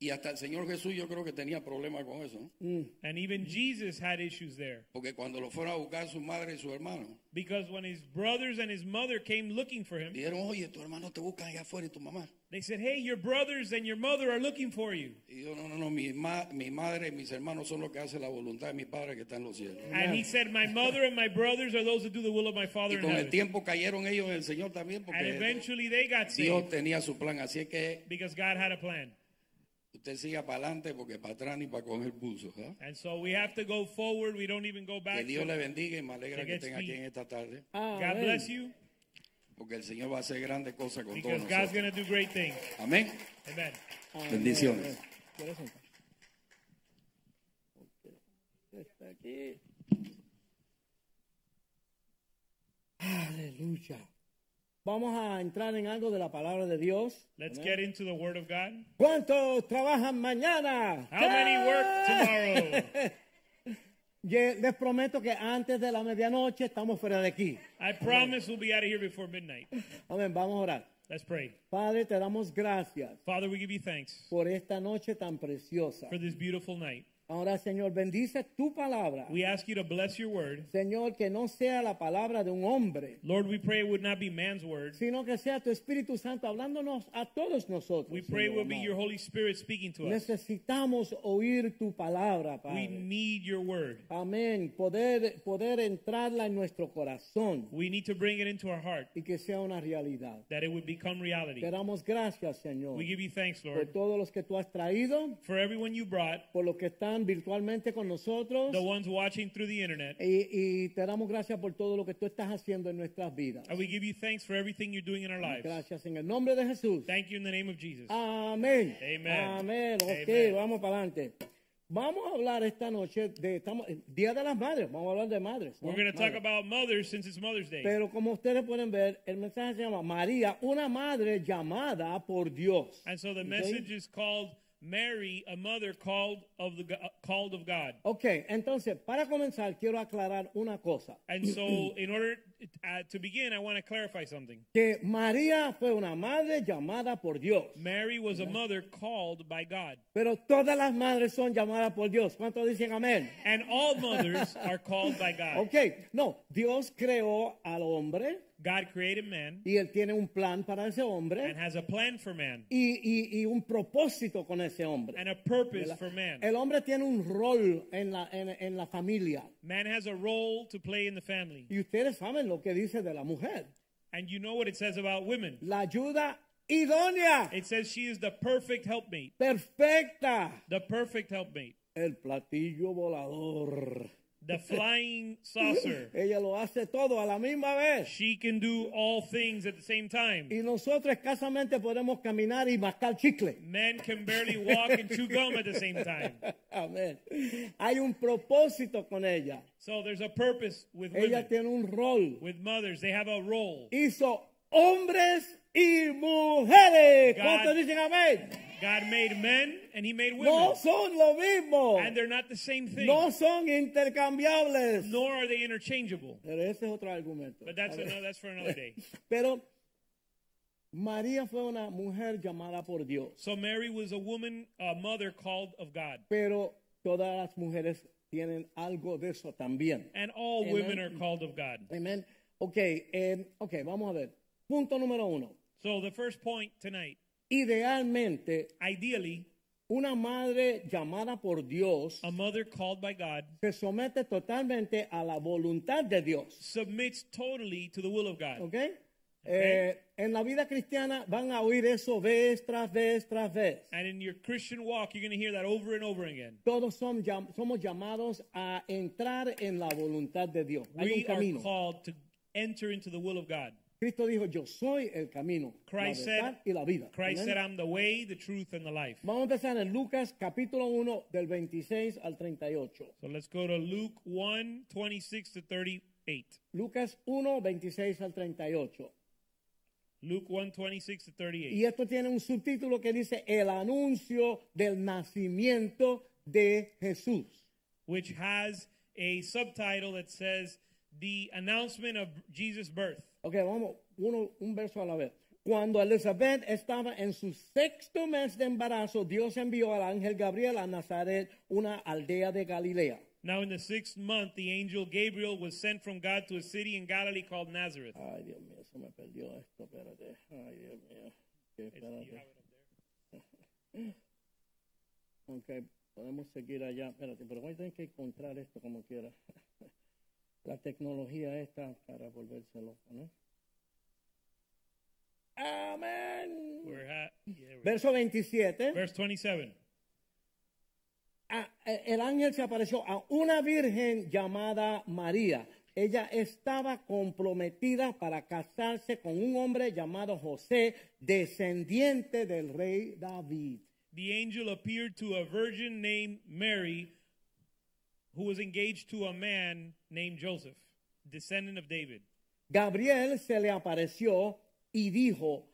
[SPEAKER 4] Y hasta el Señor Jesús yo creo que tenía problemas con eso, ¿no?
[SPEAKER 3] And even
[SPEAKER 4] Mm.
[SPEAKER 3] Jesus had issues there.
[SPEAKER 4] porque cuando lo fueron a buscar su madre y su hermano,
[SPEAKER 3] Because when his brothers and his mother came looking for him,
[SPEAKER 4] dijeron, oye, tu hermano te buscan allá afuera y tu mamá.
[SPEAKER 3] they said, Hey, your brothers and your mother are looking for you.
[SPEAKER 4] Y yo, no, no, no, mi, ma- mi madre y mis hermanos son los que hacen la voluntad de mi padre que está en los cielos.
[SPEAKER 3] And he said, My mother and my brothers are those that do the will of my Father
[SPEAKER 4] Y
[SPEAKER 3] in
[SPEAKER 4] con el
[SPEAKER 3] heaven.
[SPEAKER 4] tiempo cayeron ellos en el Señor también,
[SPEAKER 3] And
[SPEAKER 4] porque
[SPEAKER 3] eventually they got
[SPEAKER 4] Dios
[SPEAKER 3] saved
[SPEAKER 4] tenía su plan. Así es que
[SPEAKER 3] because God had a plan.
[SPEAKER 4] Usted siga para adelante porque para atrás ni para coger pulso. ¿verdad?
[SPEAKER 3] And so we have to go forward. We don't even go
[SPEAKER 4] Que
[SPEAKER 3] back.
[SPEAKER 4] Dios
[SPEAKER 3] So
[SPEAKER 4] le bendiga y me alegra
[SPEAKER 3] Que
[SPEAKER 4] que
[SPEAKER 3] Dios
[SPEAKER 4] estén
[SPEAKER 3] te-
[SPEAKER 4] aquí en esta tarde
[SPEAKER 3] God
[SPEAKER 2] Amén.
[SPEAKER 3] bless you
[SPEAKER 4] porque el Señor va a hacer grandes cosas con todos
[SPEAKER 3] because God's going
[SPEAKER 4] nosotros.
[SPEAKER 3] to do great things.
[SPEAKER 4] Amén.
[SPEAKER 3] Amen.
[SPEAKER 2] Amén.
[SPEAKER 4] Bendiciones.
[SPEAKER 2] ¿Quieres sentar? Ok. Está aquí. Aleluya. Vamos a entrar en algo de la palabra de Dios.
[SPEAKER 3] Let's get into the Word of God.
[SPEAKER 2] ¿Cuántos trabajan mañana?
[SPEAKER 3] How many work tomorrow?
[SPEAKER 2] Ye- Les prometo que antes de la medianoche estamos fuera de aquí.
[SPEAKER 3] I promise we'll be out of here before midnight.
[SPEAKER 2] Amén, vamos a orar.
[SPEAKER 3] Let's pray.
[SPEAKER 2] Padre, te damos gracias
[SPEAKER 3] Father, we give you thanks
[SPEAKER 2] por esta noche tan preciosa.
[SPEAKER 3] for this beautiful night.
[SPEAKER 2] Ahora, Señor, bendice tu palabra.
[SPEAKER 3] We ask you to bless your word.
[SPEAKER 2] Señor, que no sea la palabra de un hombre,
[SPEAKER 3] Lord, we pray it would not be man's word.
[SPEAKER 2] sino que sea tu Espíritu Santo hablándonos a todos nosotros.
[SPEAKER 3] We pray it
[SPEAKER 2] Señor
[SPEAKER 3] will be
[SPEAKER 2] amado.
[SPEAKER 3] your Holy Spirit speaking to us.
[SPEAKER 2] Necesitamos oír tu palabra,
[SPEAKER 3] We
[SPEAKER 2] Padre.
[SPEAKER 3] need your word.
[SPEAKER 2] Amén. Poder, poder entrarla en nuestro corazón
[SPEAKER 3] We need to bring it into our heart
[SPEAKER 2] y que sea una realidad.
[SPEAKER 3] that it would become reality.
[SPEAKER 2] Te damos gracias, Señor,
[SPEAKER 3] We give you thanks,
[SPEAKER 2] por
[SPEAKER 3] Lord,
[SPEAKER 2] todos los que tú has traído,
[SPEAKER 3] for everyone you brought,
[SPEAKER 2] por los que están virtualmente con nosotros.
[SPEAKER 3] the ones watching through the internet.
[SPEAKER 2] Y, y te damos gracias por todo lo que tú estás haciendo en nuestras vidas.
[SPEAKER 3] And we give you thanks for everything you're doing in our lives.
[SPEAKER 2] Gracias Ah, en el nombre de Jesús.
[SPEAKER 3] Thank you in the name of Jesus.
[SPEAKER 2] Amén.
[SPEAKER 3] Amen.
[SPEAKER 2] Amén. Ok,
[SPEAKER 3] Amen.
[SPEAKER 2] vamos para adelante. Vamos a hablar esta noche de estamos, eh, Día de las Madres. Vamos a hablar de madres. ¿no?
[SPEAKER 3] We're going to talk
[SPEAKER 2] Madres.
[SPEAKER 3] about mothers since it's Mother's Day.
[SPEAKER 2] Pero como ustedes pueden ver, el mensaje se llama María, una madre llamada por Dios.
[SPEAKER 3] And so the
[SPEAKER 2] Ok.
[SPEAKER 3] message is called Mary, a mother called of the Go- called of God.
[SPEAKER 2] Ok, entonces, para comenzar, quiero aclarar una cosa.
[SPEAKER 3] And so in order uh, to begin, I want to clarify something.
[SPEAKER 2] Que María fue una madre llamada por Dios.
[SPEAKER 3] Mary was a mother called by God.
[SPEAKER 2] Pero todas las madres son llamadas por Dios. ¿Cuántos dicen amén?
[SPEAKER 3] And all mothers are called by God.
[SPEAKER 2] Ok, no, Dios creó al hombre
[SPEAKER 3] God created man
[SPEAKER 2] y él tiene un plan para ese hombre.
[SPEAKER 3] and has a plan for man
[SPEAKER 2] y, y- y un propósito con ese hombre.
[SPEAKER 3] and a purpose for man.
[SPEAKER 2] El hombre tiene un rol en la, en, en la familia.
[SPEAKER 3] Man has a role to play in the family.
[SPEAKER 2] Y ustedes saben lo que dice de la mujer.
[SPEAKER 3] And you know what it says about women.
[SPEAKER 2] La ayuda idónea,
[SPEAKER 3] It says she is the perfect helpmate.
[SPEAKER 2] perfecta.
[SPEAKER 3] The perfect helpmate.
[SPEAKER 2] El platillo volador.
[SPEAKER 3] The flying saucer.
[SPEAKER 2] Ella lo hace todo a la misma vez.
[SPEAKER 3] She can do all things at the same time.
[SPEAKER 2] Y nosotros escasamente podemos caminar y mascar chicle.
[SPEAKER 3] Men can barely walk and chew gum at the same time.
[SPEAKER 2] Amén. Hay un propósito con ella.
[SPEAKER 3] So there's a purpose with
[SPEAKER 2] Ella
[SPEAKER 3] women,
[SPEAKER 2] tiene un rol.
[SPEAKER 3] with mothers. They have a role.
[SPEAKER 2] Hizo hombres y mujeres.
[SPEAKER 3] God-
[SPEAKER 2] ¿Cuántos dicen amén?
[SPEAKER 3] God made men and he made women.
[SPEAKER 2] No son lo mismo.
[SPEAKER 3] And they're not the same thing.
[SPEAKER 2] No son intercambiables.
[SPEAKER 3] Nor are they interchangeable.
[SPEAKER 2] Pero ese es otro argumento.
[SPEAKER 3] But that's
[SPEAKER 2] A ver.
[SPEAKER 3] another, that's for another day.
[SPEAKER 2] Pero María fue una mujer llamada por Dios.
[SPEAKER 3] So Mary was a woman, a mother called of God.
[SPEAKER 2] Pero todas las mujeres tienen algo de eso también.
[SPEAKER 3] And all
[SPEAKER 2] Amen.
[SPEAKER 3] women are called of God.
[SPEAKER 2] Amén. Ok, eh, ok, vamos a ver. Punto número uno.
[SPEAKER 3] So the first point tonight,
[SPEAKER 2] Idealmente,
[SPEAKER 3] ideally,
[SPEAKER 2] una madre llamada por Dios
[SPEAKER 3] a mother called by God
[SPEAKER 2] se somete totalmente a la voluntad de Dios.
[SPEAKER 3] submits totally to the will of God.
[SPEAKER 2] ¿Ok? Eh, en la vida cristiana van a oír eso vez tras vez tras vez.
[SPEAKER 3] And in your Christian walk, you're going to hear that over and over again.
[SPEAKER 2] Todos son llam- somos llamados a entrar en la voluntad de Dios. Hay un
[SPEAKER 3] We are
[SPEAKER 2] camino.
[SPEAKER 3] called to enter into the will of God.
[SPEAKER 2] Cristo dijo, yo soy el camino,
[SPEAKER 3] Christ
[SPEAKER 2] la verdad
[SPEAKER 3] said,
[SPEAKER 2] y la vida.
[SPEAKER 3] Christ
[SPEAKER 2] Amén.
[SPEAKER 3] said, I'm the way, the truth, and the life.
[SPEAKER 2] Vamos a empezar en Lucas capítulo 1 del 26 al 38.
[SPEAKER 3] So let's go to Luke 1 26 to 38.
[SPEAKER 2] Lucas 1, 26 al 38.
[SPEAKER 3] Luke 1 26 to 38.
[SPEAKER 2] Y esto tiene un subtítulo que dice, el anuncio del nacimiento de Jesús.
[SPEAKER 3] which has a subtitle that says The Announcement of Jesus' Birth.
[SPEAKER 2] Ok, vamos, uno, un verso a la vez. Cuando Elizabeth estaba en su sexto mes de embarazo, Dios envió al ángel Gabriel a Nazaret, una aldea de Galilea.
[SPEAKER 3] Now, in the sixth month, the angel Gabriel was sent from God to a city in Galilee called Nazareth.
[SPEAKER 2] Ay, Dios mío, se me perdió esto, espérate. Ay, Dios mío. Ok, espérate. Ok, podemos seguir allá. Espérate, pero voy a tener que encontrar esto como quiera. La tecnología esta para volverse loco, ¿no? Amén.
[SPEAKER 3] We're at, yeah, we're-
[SPEAKER 2] Verso 27.
[SPEAKER 3] verse 27.
[SPEAKER 2] a- el ángel se apareció a una virgen llamada María. Ella estaba comprometida para casarse con un hombre llamado José, descendiente del rey David.
[SPEAKER 3] The angel appeared to a virgin named Mary who was engaged to a man named Joseph, descendant of David.
[SPEAKER 2] Gabriel se le apareció y dijo,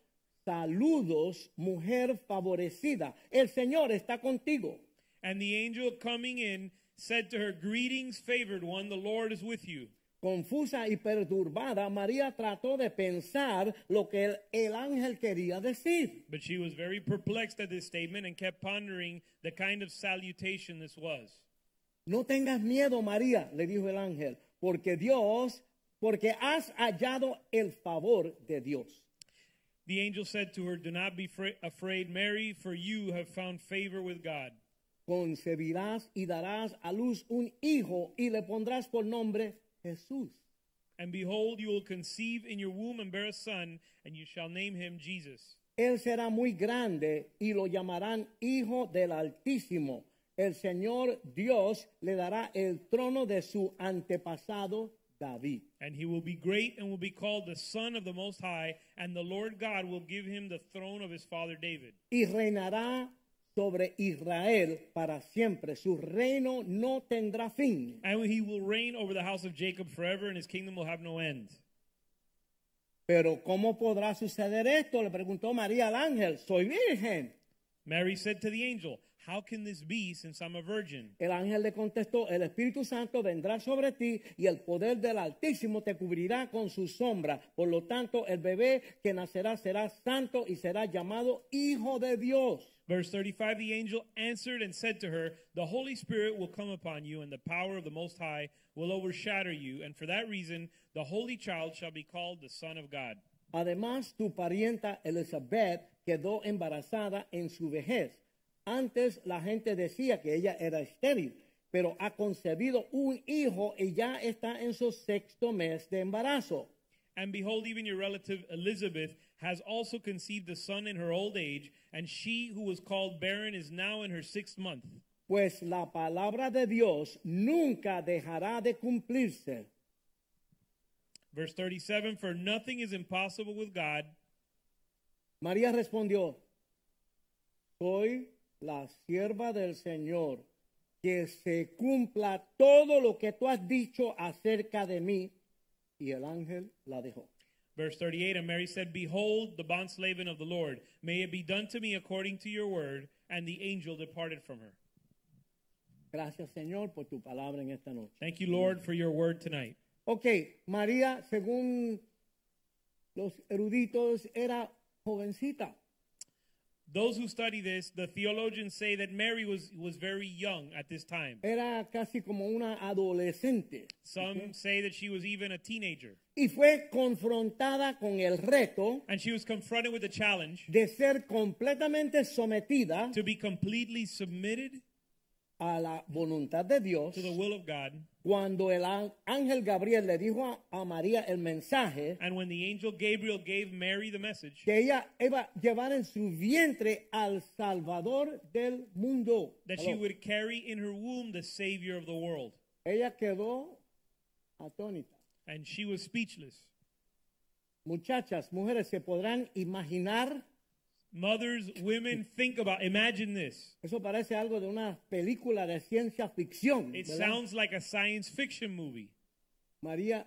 [SPEAKER 2] saludos, mujer favorecida, el Señor está contigo.
[SPEAKER 3] And the angel coming in said to her, Greetings, favored one, the Lord is with you.
[SPEAKER 2] Confusa y perturbada, María trató de pensar lo que el, el ángel quería decir.
[SPEAKER 3] But she was very perplexed at this statement and kept pondering the kind of salutation this was.
[SPEAKER 2] No tengas miedo, María, le dijo el ángel, porque Dios, porque has hallado el favor de Dios.
[SPEAKER 3] The angel said to her, Do not be fra- afraid, Mary, for you have found favor with God.
[SPEAKER 2] Concebirás y darás a luz un hijo y le pondrás por nombre Jesús.
[SPEAKER 3] And behold, you will conceive in your womb and bear a son, and you shall name him Jesus.
[SPEAKER 2] Él será muy grande y lo llamarán Hijo del Altísimo. El Señor Dios le dará el trono de su antepasado David.
[SPEAKER 3] And he will be great and will be called the Son of the Most High, and the Lord God will give him the throne of his father David.
[SPEAKER 2] Y reinará sobre Israel para siempre. Su reino no tendrá fin.
[SPEAKER 3] And he will reign over the house of Jacob forever, and his kingdom will have no end.
[SPEAKER 2] Pero ¿cómo podrá suceder esto? Le preguntó María al ángel. Soy virgen.
[SPEAKER 3] Mary said to the angel, How can this be since I'm a virgin?
[SPEAKER 2] El ángel le contestó, el Espíritu Santo vendrá sobre ti y el poder del Altísimo te cubrirá con su sombra. Por lo tanto, el bebé que nacerá será santo y será llamado Hijo de Dios.
[SPEAKER 3] Verse 35 The angel answered and said to her, The Holy Spirit will come upon you, and the power of the Most High will overshadow you. And for that reason, the Holy Child shall be called the Son of God.
[SPEAKER 2] Además, tu parienta Elizabeth quedó embarazada en su vejez. Antes la gente decía que ella era estéril, pero ha concebido un hijo y ya está en su sexto mes de embarazo.
[SPEAKER 3] And behold, even your relative Elizabeth has also conceived a son in her old age, and she who was called barren is now in her sixth month.
[SPEAKER 2] Pues la palabra de Dios nunca dejará de cumplirse.
[SPEAKER 3] Verse 37 For nothing is impossible with God.
[SPEAKER 2] María respondió, soy la sierva del Señor, que se cumpla todo lo que tú has dicho acerca de mí. Y el ángel la dejó.
[SPEAKER 3] Verse 38 And Mary said, Behold, the bondslaven of the Lord, may it be done to me according to your word. And the angel departed from her.
[SPEAKER 2] Gracias Señor por tu palabra en esta noche.
[SPEAKER 3] Thank you, Lord, for your word tonight.
[SPEAKER 2] Ok, María, según los eruditos, era jovencita.
[SPEAKER 3] Those who study this, the theologians say that Mary was, was very young at this time.
[SPEAKER 2] Era casi como una adolescente.
[SPEAKER 3] Some say that she was even a teenager.
[SPEAKER 2] Y fue confrontada con el reto
[SPEAKER 3] And she was confronted with the challenge
[SPEAKER 2] de ser completamente sometida
[SPEAKER 3] to be completely submitted
[SPEAKER 2] a la voluntad de Dios
[SPEAKER 3] to the will of God.
[SPEAKER 2] cuando el á- ángel Gabriel le dijo a, a María el mensaje
[SPEAKER 3] And when the angel Gabriel gave Mary the message
[SPEAKER 2] que ella iba a llevar en su vientre al Salvador del mundo.
[SPEAKER 3] that she
[SPEAKER 2] Hello.
[SPEAKER 3] would carry in her womb the Savior of the world,
[SPEAKER 2] Ella quedó atónita.
[SPEAKER 3] and she was speechless.
[SPEAKER 2] Muchachas, mujeres, se podrán imaginar,
[SPEAKER 3] Mothers, women, think about, imagine this.
[SPEAKER 2] eso parece algo de una película de ciencia ficción.
[SPEAKER 3] It
[SPEAKER 2] ¿verdad?
[SPEAKER 3] sounds like a science fiction movie.
[SPEAKER 2] María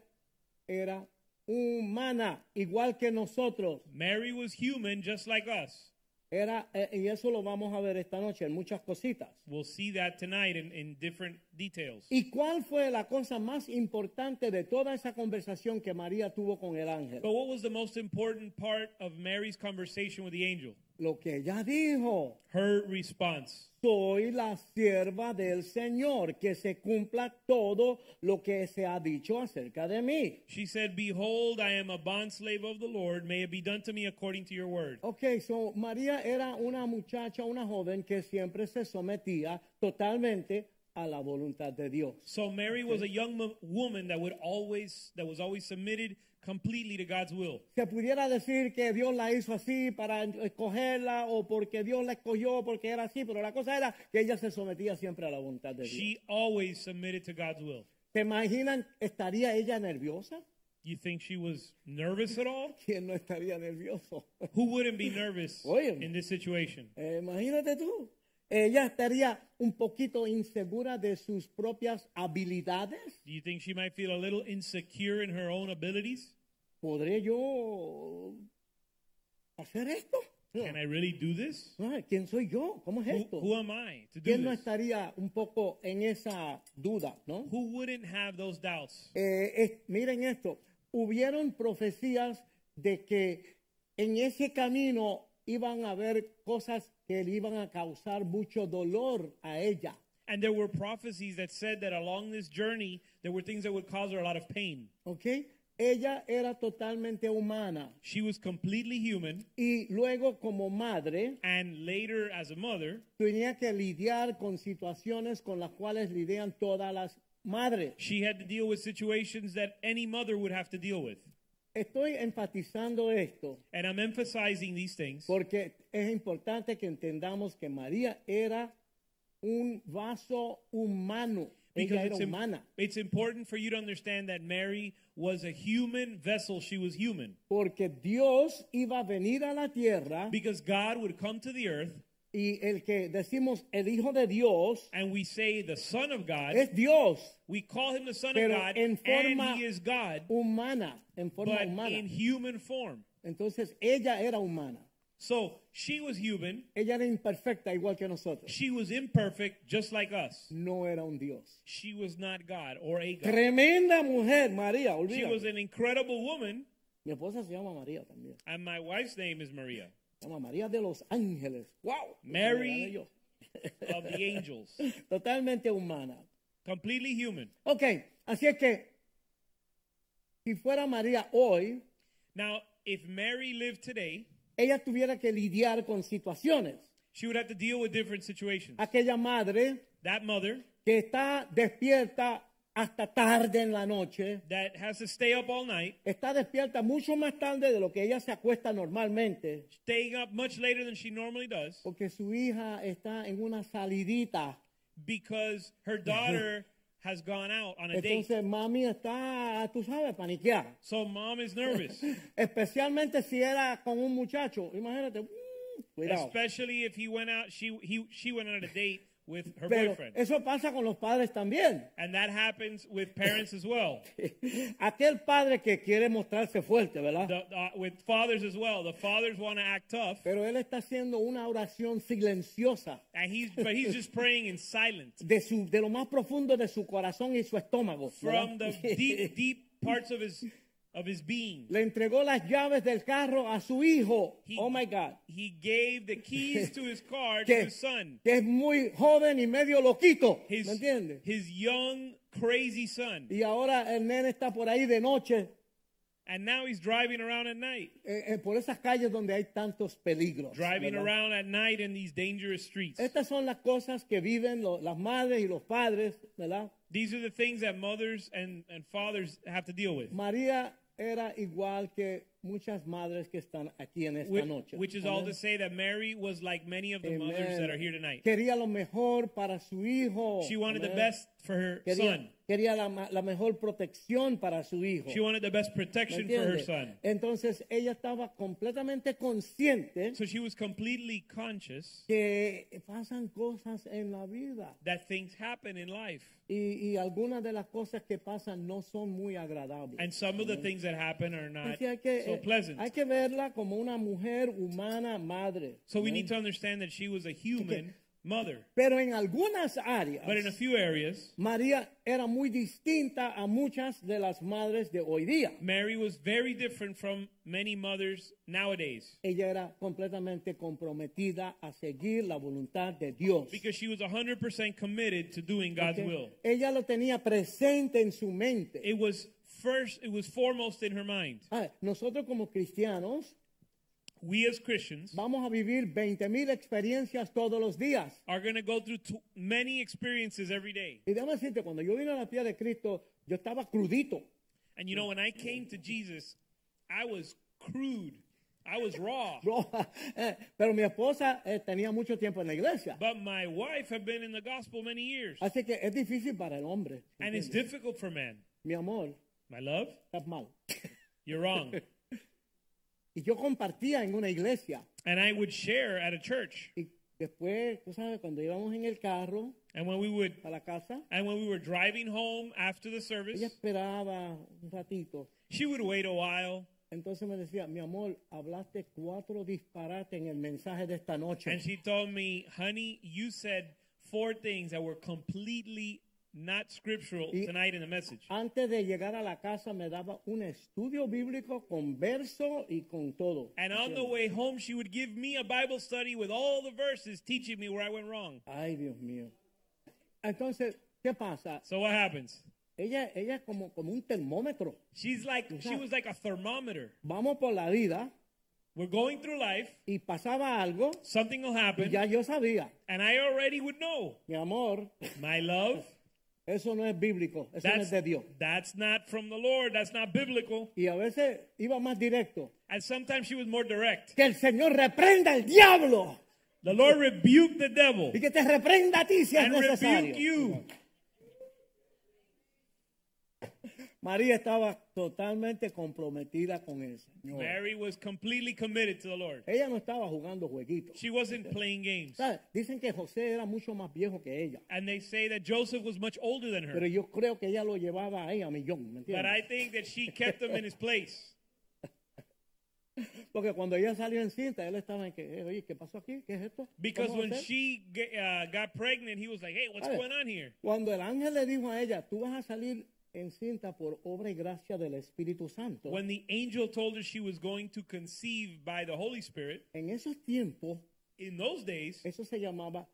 [SPEAKER 2] era humana, igual que nosotros.
[SPEAKER 3] Mary was human just like us.
[SPEAKER 2] Era, eh, y eso lo vamos a ver esta noche en muchas cositas.
[SPEAKER 3] We'll see that tonight in, in different details.
[SPEAKER 2] ¿Y cuál fue la cosa más importante de toda esa conversación que María tuvo con el ángel?
[SPEAKER 3] But what was the most important part of Mary's conversation with the angel?
[SPEAKER 2] Lo que ella dijo,
[SPEAKER 3] Her response.
[SPEAKER 2] soy la sierva del Señor, que se cumpla todo lo que se ha dicho acerca de mí.
[SPEAKER 3] She said, Behold, I am a bondslave of the Lord. May it be done to me according to your word.
[SPEAKER 2] Ok, so María era una muchacha, una joven que siempre se sometía totalmente a la voluntad de Dios.
[SPEAKER 3] So Mary was a young mo- woman that would always that was always submitted completely to God's will.
[SPEAKER 2] Se pudiera decir que Dios la hizo así para escogerla o porque Dios la escogió porque era así, pero la cosa era que ella se sometía siempre a la voluntad de Dios.
[SPEAKER 3] She always submitted to God's will.
[SPEAKER 2] ¿Se imaginan, estaría ella nerviosa?
[SPEAKER 3] You think she was nervous at all?
[SPEAKER 2] ¿Quién no estaría nervioso?
[SPEAKER 3] Who wouldn't be nervous
[SPEAKER 2] Óyeme.
[SPEAKER 3] in this situation?
[SPEAKER 2] Eh, imagínate tú. Ella estaría un poquito insegura de sus propias habilidades.
[SPEAKER 3] Do you think she might feel a little insecure in her own abilities?
[SPEAKER 2] ¿Podré yo hacer esto?
[SPEAKER 3] Can I really do this?
[SPEAKER 2] Ah, ¿Quién soy yo? ¿Cómo es
[SPEAKER 3] Who,
[SPEAKER 2] esto?
[SPEAKER 3] who am I to do
[SPEAKER 2] ¿Quién no
[SPEAKER 3] this?
[SPEAKER 2] estaría un poco en esa duda? ¿no?
[SPEAKER 3] Who wouldn't have those doubts?
[SPEAKER 2] Eh, es- miren esto, hubieron profecías de que en ese camino iban a haber cosas que le iban a causar mucho dolor a ella.
[SPEAKER 3] And there were prophecies that said that along this journey, there were things that would cause her a lot of pain.
[SPEAKER 2] ¿Ok? Ella era totalmente humana.
[SPEAKER 3] She was completely human,
[SPEAKER 2] Y luego como madre
[SPEAKER 3] and later, as a mother,
[SPEAKER 2] tenía que lidiar con situaciones con las cuales lidian todas las madres.
[SPEAKER 3] she had to deal with situations that any mother would have to deal with.
[SPEAKER 2] Estoy enfatizando esto
[SPEAKER 3] And I'm emphasizing these things
[SPEAKER 2] porque es importante que entendamos que María era un vaso humano.
[SPEAKER 3] because
[SPEAKER 2] Ella era
[SPEAKER 3] it's, im-
[SPEAKER 2] humana.
[SPEAKER 3] it's important for you to understand that Mary was a human vessel. She was human
[SPEAKER 2] Porque Dios iba a venir a la tierra
[SPEAKER 3] because God would come to the earth,
[SPEAKER 2] y el que decimos el Hijo de Dios
[SPEAKER 3] and we say the Son of God.
[SPEAKER 2] es Dios
[SPEAKER 3] We call him the Son
[SPEAKER 2] Pero
[SPEAKER 3] of God,
[SPEAKER 2] en forma
[SPEAKER 3] and he is God,
[SPEAKER 2] humana, en forma
[SPEAKER 3] but
[SPEAKER 2] humana.
[SPEAKER 3] in human form.
[SPEAKER 2] Entonces ella era humana.
[SPEAKER 3] So she was human.
[SPEAKER 2] Ella era imperfecta igual que nosotros.
[SPEAKER 3] She was imperfect, just like us.
[SPEAKER 2] No era un Dios.
[SPEAKER 3] She was not God or a God.
[SPEAKER 2] Tremenda mujer, María.
[SPEAKER 3] She was
[SPEAKER 2] Olvídate.
[SPEAKER 3] an incredible woman,
[SPEAKER 2] Mi esposa se llama María también.
[SPEAKER 3] and my wife's name is Maria,
[SPEAKER 2] Se llama María de los Ángeles. ¡Wow!
[SPEAKER 3] Mary.
[SPEAKER 2] Yo.
[SPEAKER 3] of the angels.
[SPEAKER 2] Totalmente humana.
[SPEAKER 3] Completely human.
[SPEAKER 2] Ok, así es que si fuera María hoy,
[SPEAKER 3] Now, if Mary lived today,
[SPEAKER 2] ella tuviera que lidiar con situaciones.
[SPEAKER 3] she would have to deal with different situations.
[SPEAKER 2] Aquella madre
[SPEAKER 3] That mother
[SPEAKER 2] que está despierta hasta tarde en la noche,
[SPEAKER 3] that has to stay up all night,
[SPEAKER 2] está despierta mucho más tarde de lo que ella se acuesta normalmente,
[SPEAKER 3] staying up much later than she normally does,
[SPEAKER 2] porque su hija está en una salidita.
[SPEAKER 3] because her daughter has gone out on a date.
[SPEAKER 2] Entonces mami está, tú sabes, paniqueada.
[SPEAKER 3] So mom is nervous,
[SPEAKER 2] Especialmente si era con un muchacho. Imagínate, mm, cuidado.
[SPEAKER 3] especially if he went out. She he she went out on a date with her
[SPEAKER 2] Pero
[SPEAKER 3] boyfriend,
[SPEAKER 2] eso pasa con los padres también.
[SPEAKER 3] and that happens with parents as well,
[SPEAKER 2] Aquel padre que quiere mostrarse fuerte, ¿verdad?
[SPEAKER 3] the, uh, with fathers as well. The fathers want to act tough,
[SPEAKER 2] Pero él está haciendo una oración silenciosa
[SPEAKER 3] and he's but he's just praying in silence
[SPEAKER 2] de, su, de lo más profundo de su corazón y su estómago. ¿verdad?
[SPEAKER 3] from the deep deep parts of his of his being.
[SPEAKER 2] Le entregó las llaves del carro a su hijo.
[SPEAKER 3] He,
[SPEAKER 2] oh my God.
[SPEAKER 3] He gave the keys to his car to
[SPEAKER 2] Que,
[SPEAKER 3] his son.
[SPEAKER 2] que es muy joven y medio loquito.
[SPEAKER 3] His,
[SPEAKER 2] ¿Me entiendes?
[SPEAKER 3] his young, crazy son.
[SPEAKER 2] Y ahora el nene está por ahí de noche,
[SPEAKER 3] And now he's driving around at night.
[SPEAKER 2] eh, eh, por esas calles donde hay tantos peligros.
[SPEAKER 3] Driving
[SPEAKER 2] ¿verdad?
[SPEAKER 3] around at night in these dangerous streets.
[SPEAKER 2] Estas son las cosas que viven lo- las madres y los padres, ¿verdad?
[SPEAKER 3] These are the things that mothers and, and fathers have to deal with,
[SPEAKER 2] María era igual que muchas madres que están aquí en esta
[SPEAKER 3] which,
[SPEAKER 2] noche.
[SPEAKER 3] which is all
[SPEAKER 2] Amén.
[SPEAKER 3] to say that Mary was like many of the mothers
[SPEAKER 2] Amen.
[SPEAKER 3] that are here tonight.
[SPEAKER 2] Quería lo mejor para su hijo.
[SPEAKER 3] She wanted the
[SPEAKER 2] Amén.
[SPEAKER 3] best for her son.
[SPEAKER 2] Quería, quería la, ma- la mejor protección para su hijo.
[SPEAKER 3] She wanted the best
[SPEAKER 2] ¿Me
[SPEAKER 3] protection for her
[SPEAKER 2] entiende?
[SPEAKER 3] son.
[SPEAKER 2] Entonces ella estaba completamente consciente
[SPEAKER 3] So she was completely conscious
[SPEAKER 2] que pasan cosas en la vida
[SPEAKER 3] that things happen in life.
[SPEAKER 2] y, y algunas de las cosas que pasan no son muy agradables.
[SPEAKER 3] And some of the things that happen are not
[SPEAKER 2] Así hay que,
[SPEAKER 3] so
[SPEAKER 2] eh,
[SPEAKER 3] pleasant.
[SPEAKER 2] hay que verla como una mujer humana madre.
[SPEAKER 3] So we need to understand that she was a human mother.
[SPEAKER 2] Pero en algunas áreas,
[SPEAKER 3] But in a few areas,
[SPEAKER 2] María era muy distinta a muchas de las madres de hoy día.
[SPEAKER 3] Mary was very different from many mothers nowadays
[SPEAKER 2] Ella era completamente comprometida a seguir la voluntad de Dios.
[SPEAKER 3] because she was 100% committed to doing God's will.
[SPEAKER 2] Ella lo tenía presente en su mente.
[SPEAKER 3] It was first, it was foremost in her mind.
[SPEAKER 2] Ah, Nosotros como cristianos
[SPEAKER 3] We as Christians
[SPEAKER 2] vamos a vivir 20 mil experiencias todos los días.
[SPEAKER 3] are going to go through t- many experiences every day.
[SPEAKER 2] Y déjame decirte, cuando yo vine a la tierra de Cristo, yo estaba crudito.
[SPEAKER 3] And you know, when I came to Jesus, I was crude, I was raw.
[SPEAKER 2] Bro, eh, Pero mi esposa eh, tenía mucho tiempo en la iglesia.
[SPEAKER 3] But my wife had been in the gospel many years,
[SPEAKER 2] Así que es difícil para el hombre.
[SPEAKER 3] and it's difficult for men.
[SPEAKER 2] Mi amor,
[SPEAKER 3] My love,
[SPEAKER 2] estás mal.
[SPEAKER 3] you're wrong.
[SPEAKER 2] Y yo compartía en una iglesia.
[SPEAKER 3] And I would share at a church.
[SPEAKER 2] Y después, tú sabes, cuando íbamos en el carro
[SPEAKER 3] And when we would
[SPEAKER 2] a la casa,
[SPEAKER 3] and when we were driving home after the service,
[SPEAKER 2] ella esperaba un ratito.
[SPEAKER 3] she would wait a while.
[SPEAKER 2] Entonces me decía, mi amor, hablaste cuatro disparates en el mensaje de esta noche.
[SPEAKER 3] And she told me, honey, you said four things that were completely not scriptural
[SPEAKER 2] Y-
[SPEAKER 3] tonight in the message.
[SPEAKER 2] Antes de llegar a la casa me daba un estudio bíblico con verso y con todo.
[SPEAKER 3] And on the way home, she would give me a Bible study with all the verses teaching me where I went wrong.
[SPEAKER 2] Ay, Dios mío. Entonces, ¿qué pasa?
[SPEAKER 3] So what happens?
[SPEAKER 2] Ella, ella es como, como un termómetro.
[SPEAKER 3] She's like, she was like a thermometer.
[SPEAKER 2] Vamos por la vida
[SPEAKER 3] We're going through life,
[SPEAKER 2] y pasaba algo
[SPEAKER 3] something will
[SPEAKER 2] y
[SPEAKER 3] happen,
[SPEAKER 2] ya yo sabía,
[SPEAKER 3] and I already would know.
[SPEAKER 2] mi amor,
[SPEAKER 3] My love,
[SPEAKER 2] eso no es bíblico, eso no
[SPEAKER 3] that's,
[SPEAKER 2] es de Dios.
[SPEAKER 3] that's not from the Lord, that's not biblical.
[SPEAKER 2] Y a veces iba más directo.
[SPEAKER 3] And sometimes she was more direct.
[SPEAKER 2] Que el Señor reprenda al diablo
[SPEAKER 3] The Lord rebuked the devil
[SPEAKER 2] y que te reprenda a ti si es
[SPEAKER 3] and rebuke
[SPEAKER 2] necesario.
[SPEAKER 3] you.
[SPEAKER 2] María estaba totalmente comprometida con el Señor.
[SPEAKER 3] Mary was completely committed to the Lord.
[SPEAKER 2] Ella no estaba jugando jueguitos.
[SPEAKER 3] She wasn't playing games.
[SPEAKER 2] ¿Sabe? Dicen que José era mucho más viejo que ella,
[SPEAKER 3] And they say that Joseph was much older than
[SPEAKER 2] pero
[SPEAKER 3] her.
[SPEAKER 2] yo creo que ella lo llevaba ahí a millón, ¿me
[SPEAKER 3] But I
[SPEAKER 2] entiendes?
[SPEAKER 3] think that she kept him in his place.
[SPEAKER 2] Porque cuando ella salió en cinta, él estaba en que, eh, oye, ¿qué pasó aquí? ¿Qué es esto?
[SPEAKER 3] Because
[SPEAKER 2] ¿Cómo va a
[SPEAKER 3] when
[SPEAKER 2] ser?
[SPEAKER 3] she g- uh, got pregnant, he was like, hey, what's
[SPEAKER 2] Oye,
[SPEAKER 3] going on here?
[SPEAKER 2] Cuando el ángel le dijo a ella, tú vas a salir en cinta por obra y gracia del Espíritu Santo.
[SPEAKER 3] When the angel told her she was going to conceive by the Holy Spirit,
[SPEAKER 2] en esos tiempos,
[SPEAKER 3] in those days,
[SPEAKER 2] eso se llamaba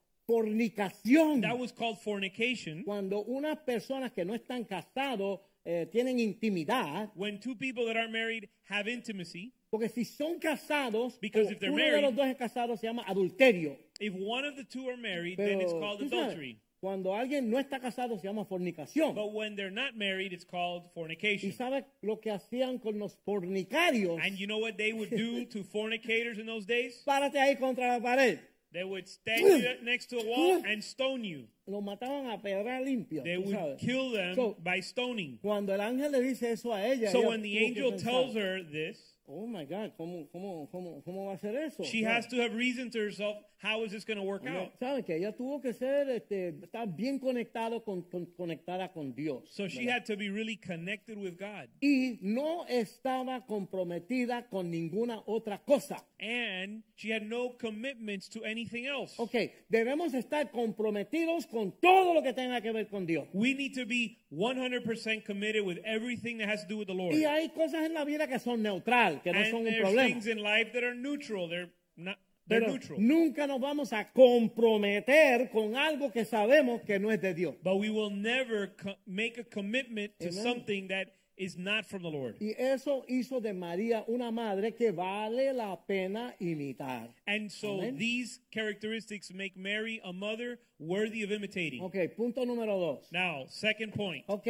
[SPEAKER 2] fornicación.
[SPEAKER 3] that was called fornication.
[SPEAKER 2] Cuando unas personas que no están casados eh, tienen intimidad,
[SPEAKER 3] When two people that are married have intimacy,
[SPEAKER 2] porque si son casados,
[SPEAKER 3] Because
[SPEAKER 2] o
[SPEAKER 3] if they're
[SPEAKER 2] uno de
[SPEAKER 3] married-
[SPEAKER 2] los dos es casado se llama adulterio.
[SPEAKER 3] if one of the two are married,
[SPEAKER 2] Pero,
[SPEAKER 3] then it's called
[SPEAKER 2] tú sabes,
[SPEAKER 3] adultery.
[SPEAKER 2] cuando alguien no está casado se llama fornicación.
[SPEAKER 3] But when they're not married, it's called
[SPEAKER 2] y
[SPEAKER 3] fornication.
[SPEAKER 2] sabes lo que hacían con los fornicarios.
[SPEAKER 3] And you know what they would do to fornicators in those days?
[SPEAKER 2] Párate ahí contra la pared.
[SPEAKER 3] They would stand you next to a wall and stone you.
[SPEAKER 2] Los mataban a pedra limpia.
[SPEAKER 3] They
[SPEAKER 2] tú
[SPEAKER 3] would
[SPEAKER 2] sabes.
[SPEAKER 3] kill them
[SPEAKER 2] So,
[SPEAKER 3] by stoning.
[SPEAKER 2] Cuando el ángel le dice eso a ella,
[SPEAKER 3] So
[SPEAKER 2] ella
[SPEAKER 3] when the
[SPEAKER 2] tuvo que
[SPEAKER 3] angel
[SPEAKER 2] pensar,
[SPEAKER 3] tells her this,
[SPEAKER 2] oh my God, ¿cómo, cómo, cómo, cómo va a ser eso?
[SPEAKER 3] she
[SPEAKER 2] ¿Sabes?
[SPEAKER 3] has to have reason to herself, how is this going to work out?
[SPEAKER 2] ¿Sabe que ella tuvo que ser, este, estar bien conectado con, con- conectada con Dios.
[SPEAKER 3] So she
[SPEAKER 2] ¿verdad?
[SPEAKER 3] had to be really connected with God.
[SPEAKER 2] y no estaba comprometida con ninguna otra cosa.
[SPEAKER 3] And she had no commitments to anything else.
[SPEAKER 2] Ok, debemos estar comprometidos con todo lo que tenga que ver con Dios.
[SPEAKER 3] We need to be 100% committed with everything that has to do with the Lord.
[SPEAKER 2] Y hay cosas en la vida que son neutral, que no son
[SPEAKER 3] And
[SPEAKER 2] un
[SPEAKER 3] there's
[SPEAKER 2] problema.
[SPEAKER 3] things in life that are neutral. They're not. They're
[SPEAKER 2] Pero
[SPEAKER 3] neutral.
[SPEAKER 2] nunca nos vamos a comprometer con algo que sabemos que no es de Dios.
[SPEAKER 3] But we will never co- make a commitment to
[SPEAKER 2] Amen.
[SPEAKER 3] something that is not from the Lord.
[SPEAKER 2] Y eso hizo de María una madre que vale la pena imitar.
[SPEAKER 3] And so
[SPEAKER 2] Amen.
[SPEAKER 3] these characteristics make Mary a mother worthy of imitating.
[SPEAKER 2] Ok, punto número dos.
[SPEAKER 3] Now, second point.
[SPEAKER 2] Ok,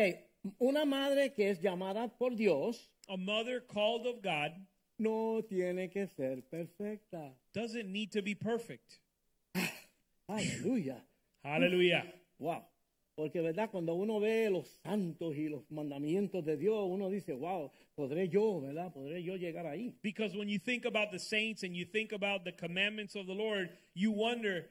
[SPEAKER 2] una madre que es llamada por Dios
[SPEAKER 3] A mother called of God
[SPEAKER 2] no tiene que ser perfecta.
[SPEAKER 3] doesn't need to be perfect.
[SPEAKER 2] Aleluya.
[SPEAKER 3] Hallelujah.
[SPEAKER 2] Wow. Porque, ¿verdad? Cuando uno ve los santos y los mandamientos de Dios, uno dice, wow, podré yo, ¿verdad? Podré yo llegar ahí.
[SPEAKER 3] Because when you think about the saints and you think about the commandments of the Lord, you wonder,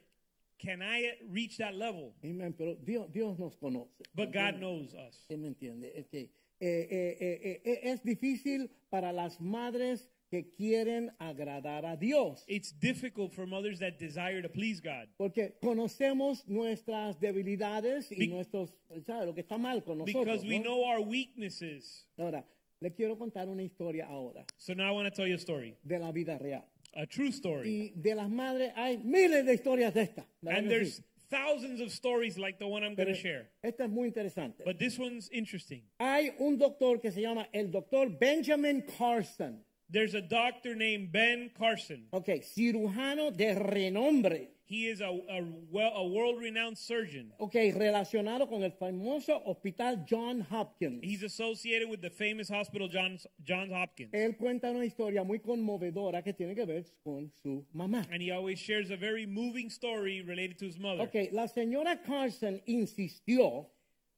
[SPEAKER 3] can I reach that level?
[SPEAKER 2] Amén. Pero Dios, Dios nos conoce.
[SPEAKER 3] But God knows us.
[SPEAKER 2] ¿Sí me entiende? Es, que, eh, eh, eh, eh, es difícil para las madres que quieren agradar a Dios.
[SPEAKER 3] It's difficult for mothers that desire to please God
[SPEAKER 2] Porque conocemos nuestras debilidades y
[SPEAKER 3] Be-
[SPEAKER 2] nuestros, ¿sabes? Lo que está mal con nosotros.
[SPEAKER 3] because we
[SPEAKER 2] ¿no?
[SPEAKER 3] know our weaknesses.
[SPEAKER 2] Ahora, le quiero contar una historia ahora
[SPEAKER 3] So now I want to tell you a story,
[SPEAKER 2] de la vida real.
[SPEAKER 3] a true story.
[SPEAKER 2] Y de las madres hay miles de historias de estas. ¿verdad
[SPEAKER 3] And
[SPEAKER 2] que
[SPEAKER 3] there's
[SPEAKER 2] sí?
[SPEAKER 3] thousands of stories like the one I'm going
[SPEAKER 2] Pero
[SPEAKER 3] to share.
[SPEAKER 2] esta es muy interesante.
[SPEAKER 3] But this one's interesting.
[SPEAKER 2] Hay un doctor que se llama el doctor Benjamin Carson.
[SPEAKER 3] There's a doctor named Ben Carson.
[SPEAKER 2] Ok, cirujano de renombre.
[SPEAKER 3] He is a, a, well, a world renowned surgeon.
[SPEAKER 2] Ok, relacionado con el famoso hospital John Hopkins.
[SPEAKER 3] He's associated with the famous hospital Johns, Johns Hopkins.
[SPEAKER 2] Él cuenta una historia muy conmovedora que tiene que ver con su mamá.
[SPEAKER 3] And he always shares a very moving story related to his mother.
[SPEAKER 2] Ok, la señora Carson insistió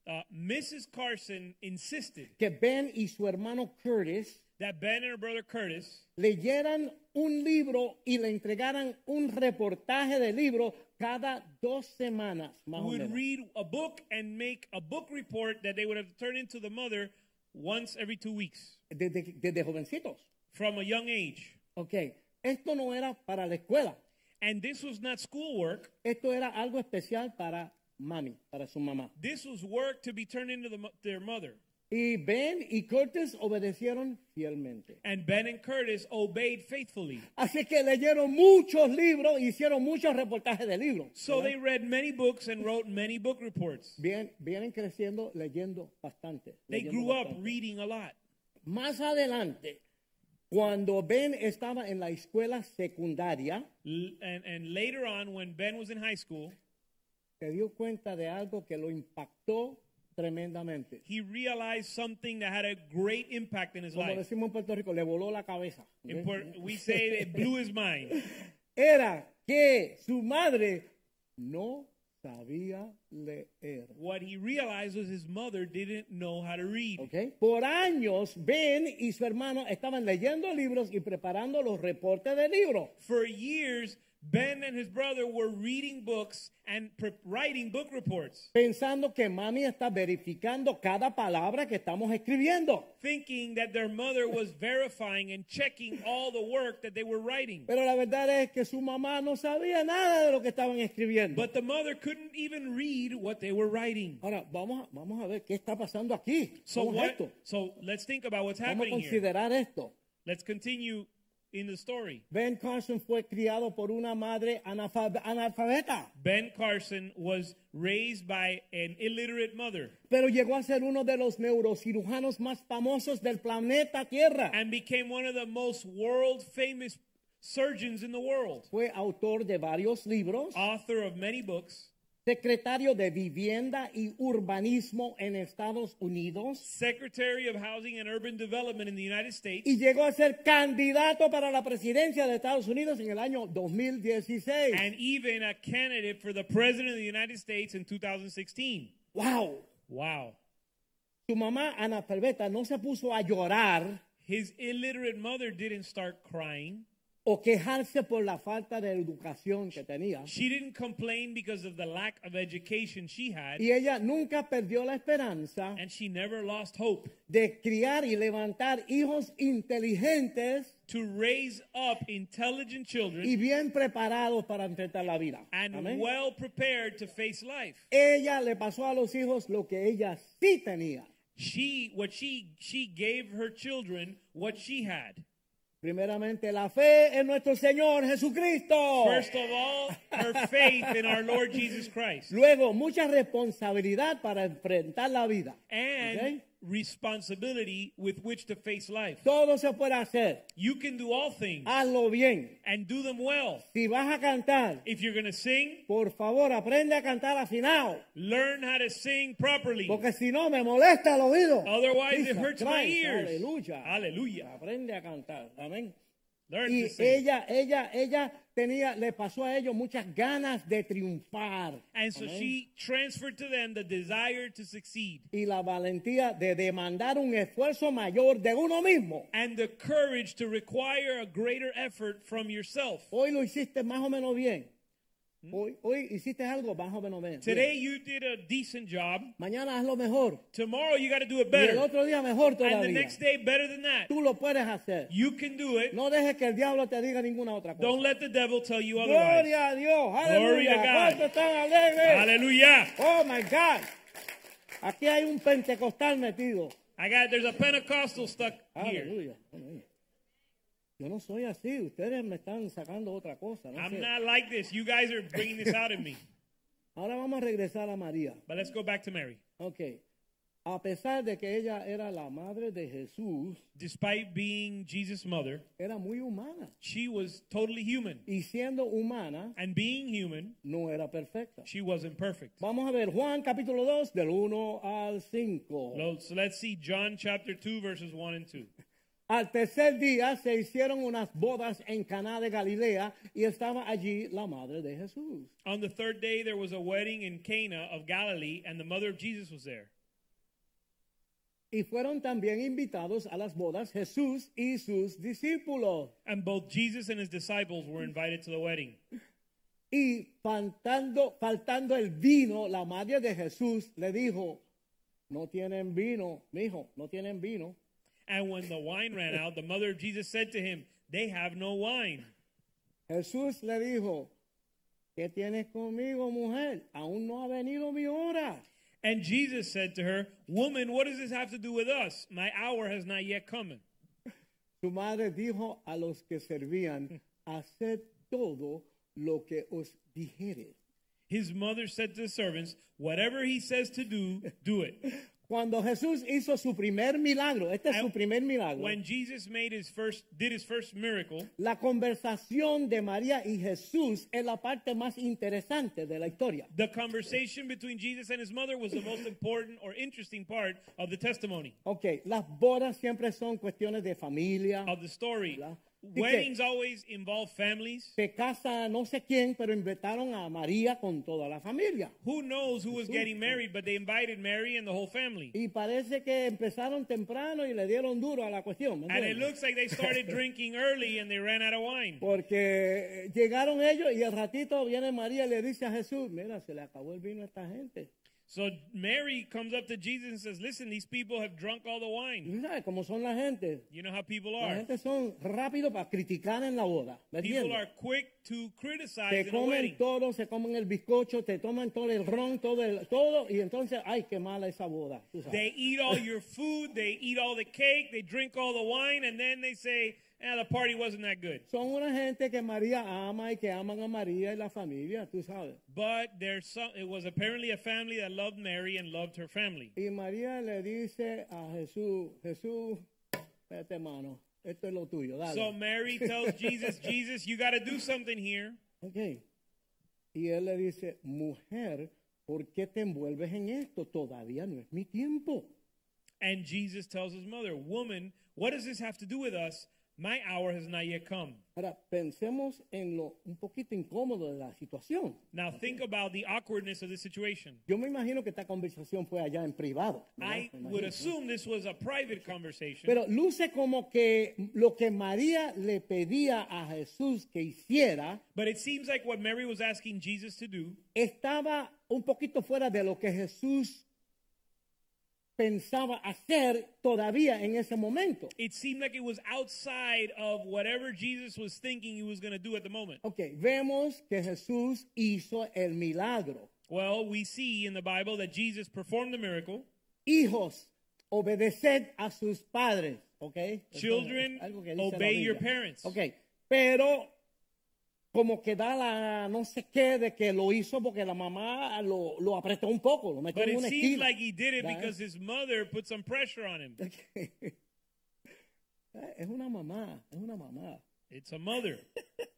[SPEAKER 3] Uh, Mrs. Carson insisted
[SPEAKER 2] que Ben y su hermano Curtis
[SPEAKER 3] that Ben and her brother Curtis
[SPEAKER 2] leyeran un libro y le entregaran un reportaje de libro cada dos semanas, más o
[SPEAKER 3] would
[SPEAKER 2] menos.
[SPEAKER 3] read a book and make a book report that they would have turned into the mother once every two weeks
[SPEAKER 2] Desde, desde jovencitos.
[SPEAKER 3] from a young age.
[SPEAKER 2] Ok, esto no era para la escuela,
[SPEAKER 3] And this was not schoolwork.
[SPEAKER 2] esto era algo especial para mami, para su mamá.
[SPEAKER 3] This was work to be turned into the, mo- their mother.
[SPEAKER 2] Y Ben y Curtis obedecieron fielmente.
[SPEAKER 3] And Ben and Curtis obeyed faithfully.
[SPEAKER 2] Así que leyeron muchos libros, hicieron muchos reportajes de libros.
[SPEAKER 3] So they read many books and wrote many book reports.
[SPEAKER 2] Bien, vienen creciendo leyendo bastante.
[SPEAKER 3] They
[SPEAKER 2] leyendo
[SPEAKER 3] grew up
[SPEAKER 2] bastante.
[SPEAKER 3] reading a lot.
[SPEAKER 2] Más adelante, cuando Ben estaba en la escuela secundaria,
[SPEAKER 3] L- and, and later on, when Ben was in high school,
[SPEAKER 2] se dio cuenta de algo que lo impactó tremendamente.
[SPEAKER 3] he realized something that had a great impact in his
[SPEAKER 2] Como
[SPEAKER 3] life.
[SPEAKER 2] decimos en Puerto Rico, le voló la cabeza.
[SPEAKER 3] In Puer- we say it blew his mind.
[SPEAKER 2] Era que su madre no sabía leer.
[SPEAKER 3] What he realized was his mother didn't know how to read.
[SPEAKER 2] ¿ok? Por años, Ben y su hermano estaban leyendo libros y preparando los reportes de libros.
[SPEAKER 3] For years, Ben and his brother were reading books and pre- writing book reports,
[SPEAKER 2] pensando que mami está verificando cada palabra que estamos escribiendo.
[SPEAKER 3] thinking that their mother was verifying and checking all the work that they were writing.
[SPEAKER 2] Pero la verdad es que su mamá no sabía nada de lo que estaban escribiendo.
[SPEAKER 3] But the mother couldn't even read what they were writing.
[SPEAKER 2] Ahora, vamos a, vamos a ver qué está pasando aquí.
[SPEAKER 3] So
[SPEAKER 2] ¿Cómo es
[SPEAKER 3] what?
[SPEAKER 2] Oh, esto?
[SPEAKER 3] So let's think about what's
[SPEAKER 2] Vamos a
[SPEAKER 3] happening here.
[SPEAKER 2] considerar esto.
[SPEAKER 3] Let's continue in the story.
[SPEAKER 2] Ben Carson fue criado por una madre analfab- analfabeta,
[SPEAKER 3] Ben Carson was raised by an illiterate mother
[SPEAKER 2] pero llegó a ser uno de los neurocirujanos más famosos del planeta Tierra.
[SPEAKER 3] and became one of the most world famous surgeons in the world.
[SPEAKER 2] Fue autor de varios libros,
[SPEAKER 3] Author of many books,
[SPEAKER 2] secretario de Vivienda y Urbanismo en Estados Unidos.
[SPEAKER 3] Secretary of Housing and Urban Development in the United States,
[SPEAKER 2] y llegó a ser candidato para la presidencia de Estados Unidos en el año 2016.
[SPEAKER 3] and even a candidate for the President of the United States in 2016.
[SPEAKER 2] wow.
[SPEAKER 3] Wow.
[SPEAKER 2] Su mamá analfabeta no se puso a llorar
[SPEAKER 3] His illiterate mother didn't start crying.
[SPEAKER 2] o quejarse por la falta de educación que tenía.
[SPEAKER 3] She didn't complain because of the lack of education she had,
[SPEAKER 2] Y ella nunca perdió la esperanza
[SPEAKER 3] and she never lost hope
[SPEAKER 2] de criar y levantar hijos inteligentes
[SPEAKER 3] to raise up
[SPEAKER 2] y
[SPEAKER 3] intelligent children
[SPEAKER 2] bien preparados para enfrentar la vida.
[SPEAKER 3] and
[SPEAKER 2] Amén.
[SPEAKER 3] well prepared to face life.
[SPEAKER 2] Ella le pasó a los hijos lo que ella sí tenía.
[SPEAKER 3] She what she she gave her children what she had.
[SPEAKER 2] Primeramente la fe en nuestro Señor Jesucristo.
[SPEAKER 3] First of all, her faith in our Lord Jesus Christ.
[SPEAKER 2] Luego, mucha responsabilidad para enfrentar la vida.
[SPEAKER 3] and
[SPEAKER 2] ¿ok?
[SPEAKER 3] responsibility with which to face life.
[SPEAKER 2] Todo se puede hacer.
[SPEAKER 3] You can do all things
[SPEAKER 2] Hazlo bien.
[SPEAKER 3] and do them well.
[SPEAKER 2] Si vas a cantar,
[SPEAKER 3] If you're going to sing,
[SPEAKER 2] por favor, aprende a cantar afinado.
[SPEAKER 3] learn how to sing properly.
[SPEAKER 2] Porque si no, me molesta el oído.
[SPEAKER 3] Otherwise, Oh, it
[SPEAKER 2] Jesus
[SPEAKER 3] hurts my
[SPEAKER 2] Christ,
[SPEAKER 3] ears.
[SPEAKER 2] Aleluya.
[SPEAKER 3] Hallelujah.
[SPEAKER 2] Aprende a cantar. Amén.
[SPEAKER 3] Learn
[SPEAKER 2] Y
[SPEAKER 3] to sing.
[SPEAKER 2] ella, ella, ella tenía, le pasó a ellos muchas ganas de triunfar.
[SPEAKER 3] and so
[SPEAKER 2] Amén.
[SPEAKER 3] she transferred to them the desire to succeed
[SPEAKER 2] y la valentía de demandar un esfuerzo mayor de uno mismo.
[SPEAKER 3] and the courage to require a greater effort from yourself.
[SPEAKER 2] Hoy lo hiciste más o menos bien. Hoy, hoy hiciste algo más o menos bien.
[SPEAKER 3] Mm. Today, you did a decent job.
[SPEAKER 2] Mañana hazlo mejor.
[SPEAKER 3] Tomorrow, you got to do it
[SPEAKER 2] Y el
[SPEAKER 3] better.
[SPEAKER 2] otro día mejor
[SPEAKER 3] And
[SPEAKER 2] todavía.
[SPEAKER 3] the next day, better than that.
[SPEAKER 2] Tú lo puedes hacer.
[SPEAKER 3] You can do it.
[SPEAKER 2] No dejes que el diablo te diga ninguna otra cosa.
[SPEAKER 3] Don't let the devil tell you otherwise.
[SPEAKER 2] Gloria a Dios.
[SPEAKER 3] Glory to
[SPEAKER 2] Aleluya.
[SPEAKER 3] God.
[SPEAKER 2] ¿Cuántos están alegres?
[SPEAKER 3] Hallelujah.
[SPEAKER 2] Oh my God. Aquí hay un pentecostal metido.
[SPEAKER 3] I got there's a Pentecostal stuck here.
[SPEAKER 2] Aleluya. Aleluya. Yo no soy así. Ustedes me están sacando otra cosa. no sé.
[SPEAKER 3] I'm not like this. You guys are bringing this out of me.
[SPEAKER 2] Ahora vamos a regresar a María.
[SPEAKER 3] But let's go back to Mary.
[SPEAKER 2] Ok. A pesar de que ella era la madre de Jesús,
[SPEAKER 3] Despite being Jesus' mother,
[SPEAKER 2] era muy humana.
[SPEAKER 3] she was totally human.
[SPEAKER 2] Y siendo humana,
[SPEAKER 3] And being human,
[SPEAKER 2] no era perfecta.
[SPEAKER 3] she wasn't perfect.
[SPEAKER 2] Vamos a ver Juan capítulo 2 del 1 al 5.
[SPEAKER 3] Lo- So let's see John chapter 2, verses 1 and 2.
[SPEAKER 2] Al tercer día se hicieron unas bodas en Caná de Galilea y estaba allí la madre de Jesús.
[SPEAKER 3] On the third day, there was a wedding in Cana of Galilee, and the mother of Jesus was there.
[SPEAKER 2] Y fueron también invitados a las bodas Jesús y sus discípulos.
[SPEAKER 3] And both Jesus and his disciples were invited to the wedding.
[SPEAKER 2] Y faltando, faltando el vino, la madre de Jesús le dijo, no tienen vino, mijo, no tienen vino.
[SPEAKER 3] And when the wine ran out, the mother of Jesus said to him, They have no wine.
[SPEAKER 2] Jesús le dijo, ¿qué tienes conmigo, mujer? Aún no ha venido mi hora.
[SPEAKER 3] And Jesus said to her, Woman, what does this have to do with us? My hour has not yet come.
[SPEAKER 2] Su madre dijo a los que servían, haced todo lo que os dijere.
[SPEAKER 3] His mother said to the servants, Whatever he says to do, do it.
[SPEAKER 2] Cuando Jesús hizo su primer milagro, este es su
[SPEAKER 3] And
[SPEAKER 2] primer milagro,
[SPEAKER 3] When Jesus made his first did his first miracle,
[SPEAKER 2] la conversación de María y Jesús es la parte más interesante de la historia.
[SPEAKER 3] the conversation between Jesus and his mother was the most important or interesting part of the testimony
[SPEAKER 2] Ok, las bodas siempre son cuestiones de familia.
[SPEAKER 3] of the story.
[SPEAKER 2] Hola.
[SPEAKER 3] Weddings always involve families.
[SPEAKER 2] Se casa no sé quién, pero invitaron a María con toda la familia.
[SPEAKER 3] Who knows who was getting married, but they invited Mary and the whole family.
[SPEAKER 2] Y parece que empezaron temprano y le dieron duro a la cuestión. ¿me
[SPEAKER 3] And
[SPEAKER 2] entiendes?
[SPEAKER 3] it looks like they started drinking early and they ran out of wine.
[SPEAKER 2] Porque eh, llegaron ellos y al ratito viene María y le dice a Jesús, mira, se le acabó el vino a esta gente.
[SPEAKER 3] So Mary comes up to Jesus and says, Listen, these people have drunk all the wine.
[SPEAKER 2] Y sabes cómo son la gente.
[SPEAKER 3] You know how people
[SPEAKER 2] La
[SPEAKER 3] are.
[SPEAKER 2] gente son rápido para criticar en la boda. ¿me
[SPEAKER 3] People
[SPEAKER 2] entiendes?
[SPEAKER 3] are quick to criticize
[SPEAKER 2] Te
[SPEAKER 3] in a
[SPEAKER 2] comen
[SPEAKER 3] wedding.
[SPEAKER 2] todo, se comen el bizcocho, te toman todo el ron, todo, el- todo y entonces, ay, qué mala esa boda. tú sabes.
[SPEAKER 3] They eat all your food, they eat all the cake, they drink all the wine, and then they say, eh, the party wasn't that good.
[SPEAKER 2] Son una gente que María ama y que aman a María y la familia, tú sabes.
[SPEAKER 3] But there's some, it was apparently a family that loved Mary and loved her family.
[SPEAKER 2] Y María le dice a Jesús, Jesús, vete mano, esto es lo tuyo, dale.
[SPEAKER 3] So Mary tells Jesus, Jesus, you got to do something here.
[SPEAKER 2] Ok. Y él le dice, mujer, ¿por qué te envuelves en esto? Todavía no es mi tiempo.
[SPEAKER 3] And Jesus tells his mother, Woman, what does this have to do with us? My hour has not yet come.
[SPEAKER 2] Ahora, pensemos en lo un poquito incómodo de la situación.
[SPEAKER 3] Now think about the awkwardness of this situation.
[SPEAKER 2] Yo me imagino que esta conversación fue allá en privado. ¿verdad?
[SPEAKER 3] I
[SPEAKER 2] Me
[SPEAKER 3] would
[SPEAKER 2] imagino.
[SPEAKER 3] assume this was a private conversation.
[SPEAKER 2] Pero luce como que lo que María le pedía a Jesús que hiciera
[SPEAKER 3] But it seems like what Mary was asking Jesus to do
[SPEAKER 2] estaba un poquito fuera de lo que Jesús pensaba hacer todavía en ese momento.
[SPEAKER 3] it seemed like it was outside of whatever Jesus was thinking he was going to do at the moment.
[SPEAKER 2] Ok, vemos que Jesús hizo el milagro.
[SPEAKER 3] Well, we see in the Bible that Jesus performed the miracle.
[SPEAKER 2] Hijos, obedeced a sus padres. Ok.
[SPEAKER 3] Children,
[SPEAKER 2] Algo que dice la
[SPEAKER 3] obey your
[SPEAKER 2] Biblia.
[SPEAKER 3] parents.
[SPEAKER 2] Ok, pero como que da la no sé qué de que lo hizo porque la mamá lo, lo apretó un poco, lo metió
[SPEAKER 3] But
[SPEAKER 2] en
[SPEAKER 3] it
[SPEAKER 2] una
[SPEAKER 3] seems
[SPEAKER 2] esquina.
[SPEAKER 3] like he did it
[SPEAKER 2] ¿Verdad?
[SPEAKER 3] because his mother put some pressure on him.
[SPEAKER 2] es una mamá, es una mamá.
[SPEAKER 3] It's a mother.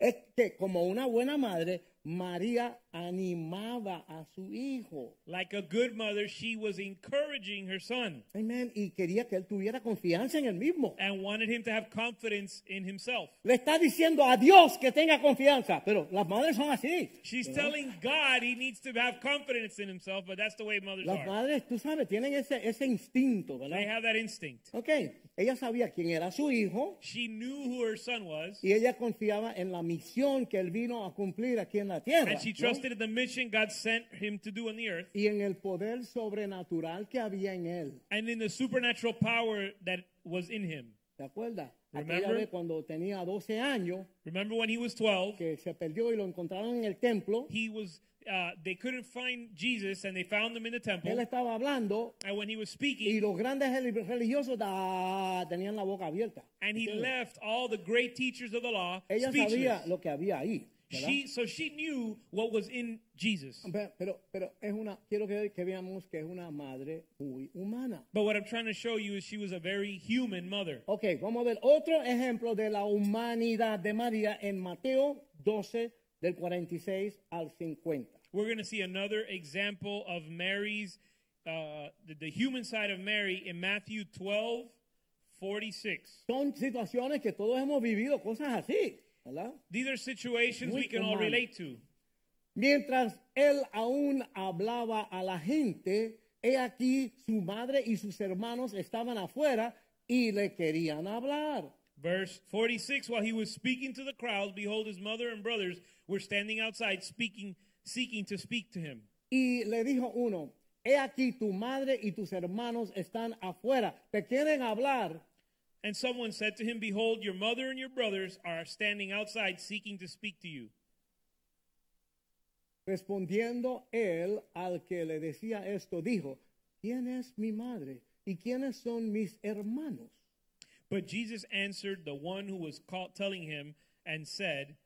[SPEAKER 2] Es que como una buena madre, María animaba a su hijo.
[SPEAKER 3] Like a good mother, she was encouraging her son
[SPEAKER 2] Amén. Y quería que él tuviera confianza en él mismo.
[SPEAKER 3] and wanted him to have confidence in himself.
[SPEAKER 2] Le está diciendo a Dios que tenga confianza, pero las madres son así.
[SPEAKER 3] She's telling God he needs to have confidence in himself, but that's the way mothers
[SPEAKER 2] Las
[SPEAKER 3] are.
[SPEAKER 2] madres, tú sabes, tienen ese, ese instinto,
[SPEAKER 3] They
[SPEAKER 2] ¿verdad?
[SPEAKER 3] have that instinct.
[SPEAKER 2] Ok, ella sabía quién era su hijo
[SPEAKER 3] She knew who her son was,
[SPEAKER 2] y ella confiaba en la misión que él vino a cumplir aquí en la tierra.
[SPEAKER 3] and she
[SPEAKER 2] ¿no?
[SPEAKER 3] trusted in the mission God sent him to do on the earth
[SPEAKER 2] Y en el poder sobrenatural que había en él.
[SPEAKER 3] and in the supernatural power that was in him.
[SPEAKER 2] ¿Te acuerdas? Aquella
[SPEAKER 3] Remember?
[SPEAKER 2] vez cuando tenía 12 años,
[SPEAKER 3] Remember when he was 12,
[SPEAKER 2] que se perdió y lo encontraron en el templo,
[SPEAKER 3] he was uh, they couldn't find Jesus and they found him in the temple.
[SPEAKER 2] él estaba hablando
[SPEAKER 3] And when he was
[SPEAKER 2] y
[SPEAKER 3] speaking
[SPEAKER 2] los grandes relig- religiosos da- tenían la boca abierta.
[SPEAKER 3] and he left all the great teachers of the law
[SPEAKER 2] Ella sabía
[SPEAKER 3] speechless.
[SPEAKER 2] lo que había ahí. ¿verdad?
[SPEAKER 3] She so she knew what was in Jesus.
[SPEAKER 2] Pe- Pero, pero es una, quiero que, que veamos que es una madre muy humana.
[SPEAKER 3] But what I'm trying to show you is she was a very human mother.
[SPEAKER 2] Ok, vamos a ver otro ejemplo de la humanidad de María en Mateo 12, del 46 al 50.
[SPEAKER 3] We're going to see another example of Mary's uh, the, the human side of Mary in Matthew 12 46.
[SPEAKER 2] Son situaciones que todos hemos vivido, cosas así, ¿verdad?
[SPEAKER 3] These are situations
[SPEAKER 2] Muy
[SPEAKER 3] we can all
[SPEAKER 2] humana.
[SPEAKER 3] relate to.
[SPEAKER 2] Mientras él aún hablaba a la gente, he aquí su madre y sus hermanos estaban afuera y le querían hablar.
[SPEAKER 3] Verse 46 While he was speaking to the crowds, behold, his mother and brothers were standing outside, speaking, seeking to speak to him.
[SPEAKER 2] Y le dijo uno, He aquí tu madre y tus hermanos están afuera, te quieren hablar,
[SPEAKER 3] And someone said to him, Behold, your mother and your brothers are standing outside seeking to speak to you.
[SPEAKER 2] Respondiendo él al que le decía esto, dijo, ¿quién es mi madre y quiénes son mis hermanos?
[SPEAKER 3] But Jesus answered the one who was call- telling him and said,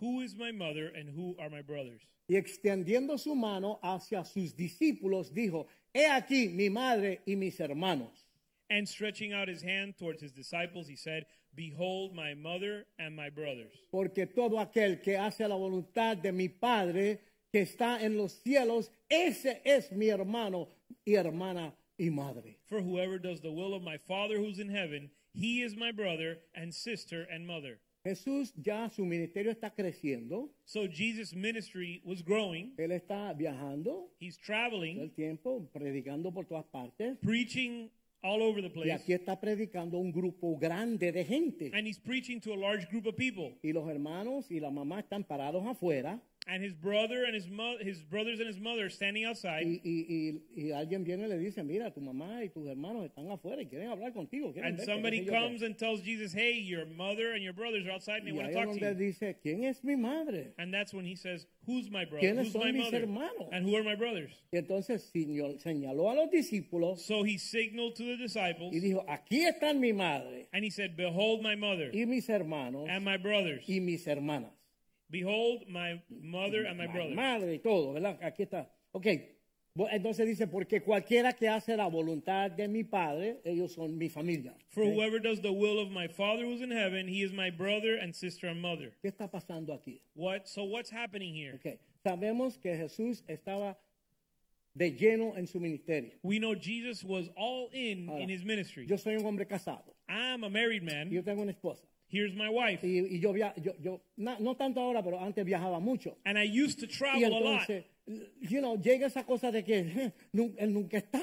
[SPEAKER 3] Who is my mother and who are my brothers?
[SPEAKER 2] Y extendiendo su mano hacia sus discípulos, dijo, he aquí mi madre y mis hermanos.
[SPEAKER 3] And stretching out his hand towards his disciples, he said, Behold, my mother and my brothers.
[SPEAKER 2] Porque todo aquel que hace la voluntad de mi Padre que está en los cielos, ese es mi hermano y hermana y madre.
[SPEAKER 3] For whoever does the will of my Father who's in heaven, he is my brother and sister and mother.
[SPEAKER 2] Jesús ya su ministerio está creciendo,
[SPEAKER 3] So Jesus' ministry was growing.
[SPEAKER 2] él está viajando
[SPEAKER 3] He's
[SPEAKER 2] todo el
[SPEAKER 3] traveling,
[SPEAKER 2] tiempo, predicando por todas partes.
[SPEAKER 3] preaching all over the
[SPEAKER 2] Y
[SPEAKER 3] place,
[SPEAKER 2] aquí está predicando un grupo grande de gente.
[SPEAKER 3] and he's preaching to a large group of people.
[SPEAKER 2] Y los hermanos y la mamá están parados afuera.
[SPEAKER 3] And his brother and his mo- his brothers and his mother are standing outside.
[SPEAKER 2] Y, y- y- y alguien viene y le dice, mira, tu mamá y tus hermanos están afuera y quieren hablar contigo. quieren
[SPEAKER 3] And
[SPEAKER 2] verte",
[SPEAKER 3] somebody
[SPEAKER 2] qué sé yo qué.
[SPEAKER 3] comes and tells Jesus, "Hey, your mother and your brothers are outside, and they
[SPEAKER 2] y
[SPEAKER 3] want
[SPEAKER 2] ahí
[SPEAKER 3] to
[SPEAKER 2] es
[SPEAKER 3] talk to
[SPEAKER 2] donde
[SPEAKER 3] you."
[SPEAKER 2] dice, ¿quién es mi madre?
[SPEAKER 3] And that's when he says, "Who's my brother?
[SPEAKER 2] ¿Quiénes
[SPEAKER 3] Who's
[SPEAKER 2] son
[SPEAKER 3] my
[SPEAKER 2] mis
[SPEAKER 3] mother?
[SPEAKER 2] hermanos?
[SPEAKER 3] And who are my brothers?"
[SPEAKER 2] Y entonces señal- señaló a los discípulos
[SPEAKER 3] So he signaled to the disciples,
[SPEAKER 2] y dijo, aquí están mi madre
[SPEAKER 3] and he said, "Behold my mother
[SPEAKER 2] y mis hermanos
[SPEAKER 3] and my brothers.
[SPEAKER 2] y mis hermanas.
[SPEAKER 3] Behold my mother and my
[SPEAKER 2] La
[SPEAKER 3] brothers."
[SPEAKER 2] madre y todo, ¿verdad? Aquí está. Ok. Bu- Entonces dice, porque cualquiera que hace la voluntad de mi padre, ellos son mi familia.
[SPEAKER 3] For whoever does the will of my Father who's in heaven, he is my brother and sister and mother.
[SPEAKER 2] ¿Qué está pasando aquí?
[SPEAKER 3] What? So what's happening here?
[SPEAKER 2] Ok. Sabemos que Jesús estaba de lleno en su ministerio.
[SPEAKER 3] We know Jesus was all in
[SPEAKER 2] Ahora,
[SPEAKER 3] in his ministry.
[SPEAKER 2] Yo soy un hombre casado.
[SPEAKER 3] I'm a married
[SPEAKER 2] y Yo
[SPEAKER 3] man.
[SPEAKER 2] tengo una esposa.
[SPEAKER 3] Here's my wife.
[SPEAKER 2] Y, y yo, via yo, yo na- no tanto ahora, pero antes viajaba mucho.
[SPEAKER 3] And I used to
[SPEAKER 2] Y
[SPEAKER 3] travel a lot.
[SPEAKER 2] entonces, you know, llega esa cosa de que nun- él nunca está.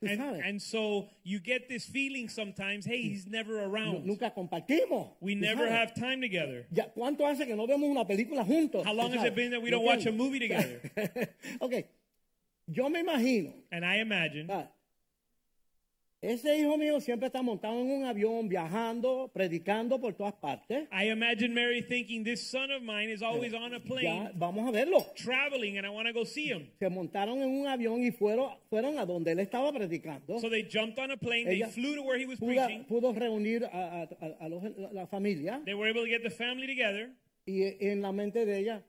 [SPEAKER 2] tú
[SPEAKER 3] And,
[SPEAKER 2] sabes.
[SPEAKER 3] and so you get this feeling sometimes, hey, he's never
[SPEAKER 2] Nu-
[SPEAKER 3] around.
[SPEAKER 2] nunca compartimos.
[SPEAKER 3] We
[SPEAKER 2] tú
[SPEAKER 3] never
[SPEAKER 2] sabes.
[SPEAKER 3] have time together.
[SPEAKER 2] Ya, ¿Cuánto hace que no vemos una película juntos?
[SPEAKER 3] How long has it been that we don't watch a movie together?
[SPEAKER 2] ok. Yo me imagino,
[SPEAKER 3] And I imagine
[SPEAKER 2] ¿sabes? ese hijo mío siempre está montado en un avión, viajando, predicando por todas partes.
[SPEAKER 3] I imagine Mary thinking this son of mine is always on a
[SPEAKER 2] Ya,
[SPEAKER 3] plane
[SPEAKER 2] vamos a verlo.
[SPEAKER 3] traveling and I want to go see him.
[SPEAKER 2] Se montaron en un avión y fueron, fueron a donde él estaba predicando.
[SPEAKER 3] So they jumped on a plane, they
[SPEAKER 2] Ella
[SPEAKER 3] flew to where he was
[SPEAKER 2] pudo,
[SPEAKER 3] preaching.
[SPEAKER 2] pudo reunir a, a- a- a los- la- la familia
[SPEAKER 3] They were able to get the family together
[SPEAKER 2] y en la mente de ella,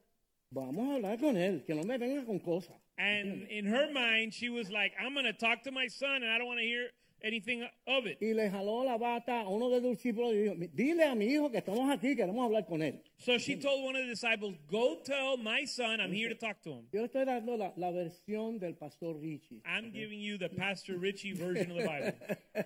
[SPEAKER 2] vamos a hablar con él, que no me venga con cosas.
[SPEAKER 3] and in her mind she was like, I'm going to talk to my son and I don't want to hear anything of it.
[SPEAKER 2] Y le jaló la bata a uno de los discípulos y dijo, dile a mi hijo que estamos aquí, queremos hablar con él.
[SPEAKER 3] So she told one of the disciples, Go tell my son I'm here to talk to him.
[SPEAKER 2] Yo le estoy dando la, la versión del pastor Richie.
[SPEAKER 3] I'm giving you the Pastor Richie version of the Bible.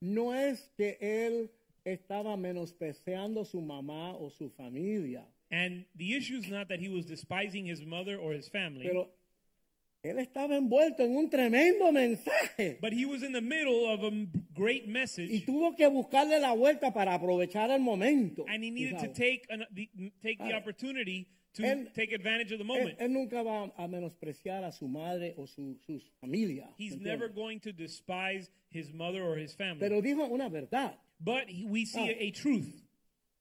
[SPEAKER 2] No es que él estaba menospreciando su mamá o su familia,
[SPEAKER 3] And the issue is not that he was despising his mother or his family,
[SPEAKER 2] pero él estaba envuelto en un tremendo mensaje.
[SPEAKER 3] but he was in the middle of a m- great
[SPEAKER 2] Y
[SPEAKER 3] message,
[SPEAKER 2] tuvo que buscarle la vuelta para aprovechar el momento.
[SPEAKER 3] and he
[SPEAKER 2] tú
[SPEAKER 3] needed to
[SPEAKER 2] sabes.
[SPEAKER 3] take an, the, m- take the opportunity to
[SPEAKER 2] Él-
[SPEAKER 3] take advantage of the
[SPEAKER 2] él,
[SPEAKER 3] moment.
[SPEAKER 2] él nunca va a menospreciar a su madre o su, sus familias.
[SPEAKER 3] He's
[SPEAKER 2] ¿entiendes?
[SPEAKER 3] never going to despise his mother or his
[SPEAKER 2] Pero
[SPEAKER 3] family.
[SPEAKER 2] dijo una verdad.
[SPEAKER 3] But he, we see
[SPEAKER 2] Ah.
[SPEAKER 3] a, a truth.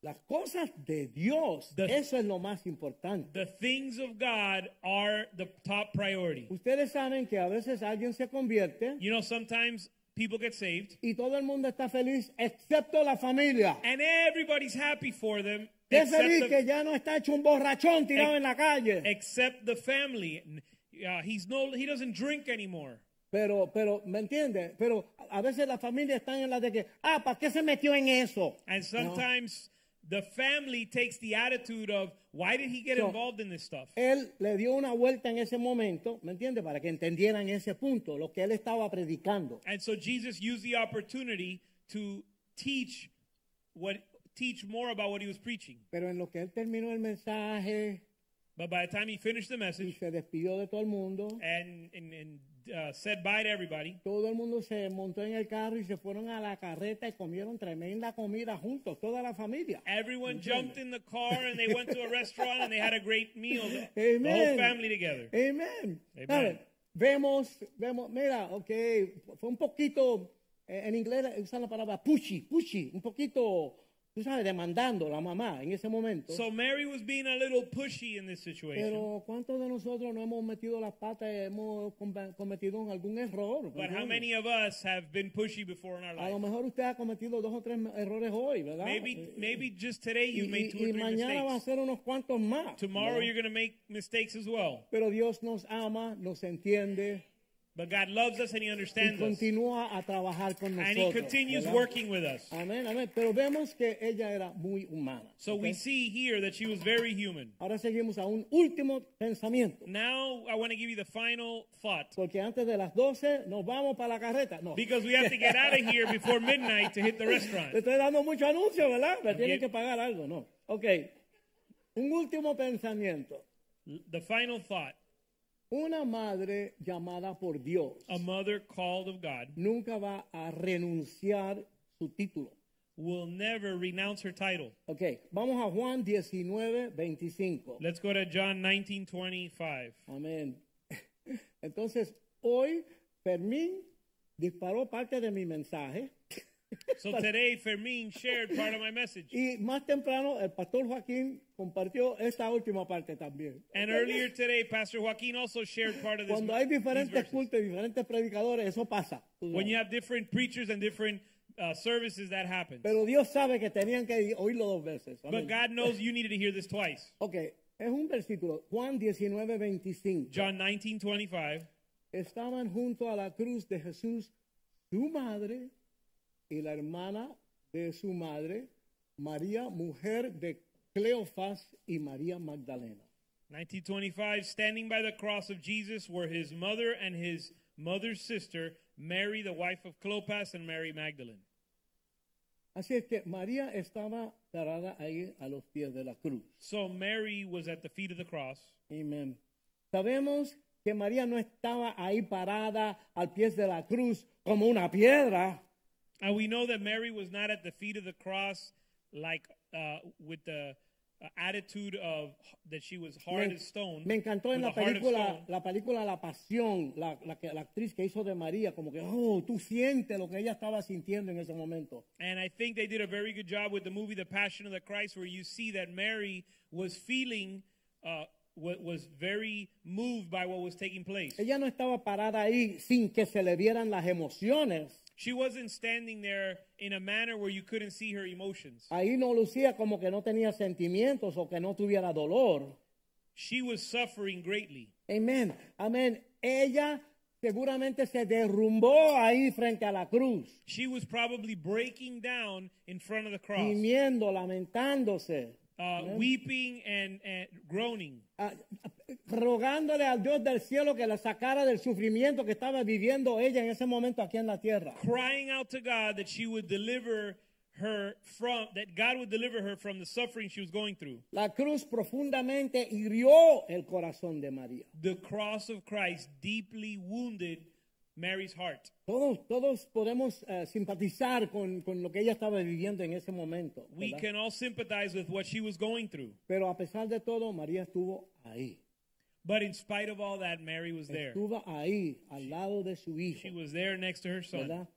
[SPEAKER 2] Las cosas de Dios,
[SPEAKER 3] The-
[SPEAKER 2] eso es lo más importante.
[SPEAKER 3] The things of God are the top priority.
[SPEAKER 2] Ustedes saben que a veces alguien se convierte
[SPEAKER 3] You know, sometimes people get saved,
[SPEAKER 2] y todo el mundo está feliz, excepto la familia.
[SPEAKER 3] and everybody's happy for them,
[SPEAKER 2] Qué
[SPEAKER 3] except
[SPEAKER 2] feliz
[SPEAKER 3] the-
[SPEAKER 2] que ya no está hecho un borrachón tirado en la calle.
[SPEAKER 3] except the family. N- Uh, he's no, he doesn't drink anymore.
[SPEAKER 2] Pero, pero, ¿me entiendes? Pero a veces la familia está en la de que, ah, ¿para qué se metió en eso?
[SPEAKER 3] And sometimes the family takes the attitude of, why did he get
[SPEAKER 2] So-
[SPEAKER 3] involved in this stuff?
[SPEAKER 2] Él le dio una vuelta en ese momento, ¿me entiendes? Para que entendieran ese punto, lo que él estaba predicando.
[SPEAKER 3] And so Jesus used the opportunity to teach what teach more about what he was preaching.
[SPEAKER 2] Pero en lo que él terminó el mensaje
[SPEAKER 3] But by the time he finished the
[SPEAKER 2] y
[SPEAKER 3] message
[SPEAKER 2] se despidió de todo el mundo,
[SPEAKER 3] and and, and uh, said bye to everybody,
[SPEAKER 2] todo el mundo se montó en el carro y se fueron a la carreta y comieron tremenda comida juntos, toda la familia.
[SPEAKER 3] everyone jumped in the car and they went to a restaurant and they had a great meal. The, the whole
[SPEAKER 2] Amen.
[SPEAKER 3] family together.
[SPEAKER 2] Amén.
[SPEAKER 3] Amen.
[SPEAKER 2] ¿Sabe? Vemos, vemos, mira, ok, fue un poquito, eh, en inglés usan la palabra pushy, pushy, un poquito, tú sabes, demandando la mamá en ese momento.
[SPEAKER 3] So Mary was being a little pushy in this situation.
[SPEAKER 2] Pero ¿cuántos de nosotros no hemos metido las patas, hemos com- cometido algún error?
[SPEAKER 3] But how
[SPEAKER 2] ¿Entiendes?
[SPEAKER 3] many of us have been pushy before in our
[SPEAKER 2] A lo
[SPEAKER 3] life?
[SPEAKER 2] mejor usted ha cometido dos o tres errores hoy, ¿verdad? Eh,
[SPEAKER 3] Maybe maybe just today
[SPEAKER 2] Oh, y,
[SPEAKER 3] you made two
[SPEAKER 2] y-
[SPEAKER 3] or
[SPEAKER 2] y
[SPEAKER 3] three
[SPEAKER 2] mañana va a
[SPEAKER 3] mistakes.
[SPEAKER 2] ser unos cuantos más.
[SPEAKER 3] Tomorrow you're going to make mistakes as well.
[SPEAKER 2] Pero Dios nos ama, nos entiende
[SPEAKER 3] But God loves us and He
[SPEAKER 2] y
[SPEAKER 3] understands us.
[SPEAKER 2] continúa a trabajar con
[SPEAKER 3] And He
[SPEAKER 2] nosotros.
[SPEAKER 3] continues
[SPEAKER 2] ¿verdad? Ah,
[SPEAKER 3] working with us.
[SPEAKER 2] Amén, amén. Pero vemos que ella era muy humana.
[SPEAKER 3] So
[SPEAKER 2] ¿ok?
[SPEAKER 3] we see here that she was very human.
[SPEAKER 2] Ahora seguimos a un último pensamiento.
[SPEAKER 3] Now I want to give you the final thought
[SPEAKER 2] Porque antes de las 12 nos vamos para la carreta. No.
[SPEAKER 3] because we have to get out of here before midnight to hit the restaurant.
[SPEAKER 2] Le estoy dando mucho anuncio, ¿verdad? Me tienen
[SPEAKER 3] bien.
[SPEAKER 2] que pagar algo, ¿no? Ok. Un último pensamiento.
[SPEAKER 3] The final thought
[SPEAKER 2] Una madre llamada por Dios
[SPEAKER 3] a mother called of God
[SPEAKER 2] nunca va a renunciar su título.
[SPEAKER 3] will never renounce her title.
[SPEAKER 2] Ok, vamos a Juan 19, 25.
[SPEAKER 3] Let's go to John 19:25.
[SPEAKER 2] Amén. Entonces, hoy Fermín disparó parte de mi mensaje
[SPEAKER 3] So today Fermin shared part of my message.
[SPEAKER 2] y más temprano el pastor Joaquín compartió esta última parte también.
[SPEAKER 3] And earlier today Pastor Joaquin also shared part of this.
[SPEAKER 2] Cuando hay
[SPEAKER 3] these
[SPEAKER 2] diferentes
[SPEAKER 3] verses.
[SPEAKER 2] cultos y diferentes predicadores, eso pasa. tú
[SPEAKER 3] When
[SPEAKER 2] sabes.
[SPEAKER 3] you have different preachers and different uh, services that happens.
[SPEAKER 2] Pero Dios sabe que tenían que oírlo dos veces. Amén.
[SPEAKER 3] But God knows you needed to hear this twice.
[SPEAKER 2] Ok, es un versículo, Juan 19, 25.
[SPEAKER 3] John 19:25.
[SPEAKER 2] estaban junto a la cruz de Jesús su madre y la hermana de su madre, María, mujer de Cleofas y María Magdalena.
[SPEAKER 3] 1925, standing by the cross of Jesus were his mother and his mother's sister, Mary, the wife of Clopas, and Mary Magdalene.
[SPEAKER 2] Así es que María estaba parada ahí a los pies de la cruz.
[SPEAKER 3] So Mary was at the feet of the cross.
[SPEAKER 2] Amén. Sabemos que María no estaba ahí parada al pie de la cruz como una piedra.
[SPEAKER 3] And we know that Mary was not at the feet of the cross like uh, with the uh, attitude of that she was hard
[SPEAKER 2] me,
[SPEAKER 3] as stone.
[SPEAKER 2] me encantó en
[SPEAKER 3] with
[SPEAKER 2] la
[SPEAKER 3] a heart of
[SPEAKER 2] película,
[SPEAKER 3] stone.
[SPEAKER 2] la película La Pasión, la, la que- la actriz que hizo de María, como que, oh, tú sientes lo que ella estaba sintiendo en ese momento.
[SPEAKER 3] And I think they did a very good job with the movie The Passion of the Christ, where you see that Mary was feeling, uh, wa- was very moved by what was taking place.
[SPEAKER 2] Ella no estaba parada ahí sin que se le vieran las emociones.
[SPEAKER 3] She wasn't standing there in a manner where you couldn't see her emotions.
[SPEAKER 2] Ahí no lucía como que no tenía sentimientos o que no tuviera dolor.
[SPEAKER 3] She was suffering greatly.
[SPEAKER 2] Amén, amén. Ella seguramente se derrumbó ahí frente a la cruz,
[SPEAKER 3] She was probably breaking down in front of the cross,
[SPEAKER 2] gimiendo, lamentándose.
[SPEAKER 3] uh, weeping and, and groaning,
[SPEAKER 2] a- a- rogándole al Dios del cielo que la sacara del sufrimiento que estaba viviendo ella en ese momento aquí en la tierra.
[SPEAKER 3] crying out to God that she would deliver her from, that God would deliver her from the suffering she was going through.
[SPEAKER 2] La cruz profundamente hirió el corazón de María.
[SPEAKER 3] The cross of Christ deeply wounded Mary's heart.
[SPEAKER 2] Todos, todos podemos eh, simpatizar con, con lo que ella estaba viviendo en ese momento.
[SPEAKER 3] We
[SPEAKER 2] ¿verdad?
[SPEAKER 3] can all sympathize with what she was going through.
[SPEAKER 2] Pero a pesar de todo, María estuvo ahí.
[SPEAKER 3] But in spite of all that, Mary was there.
[SPEAKER 2] Estuvo ahí, al lado de su hijo.
[SPEAKER 3] She was there next to her son.
[SPEAKER 2] ¿verdad?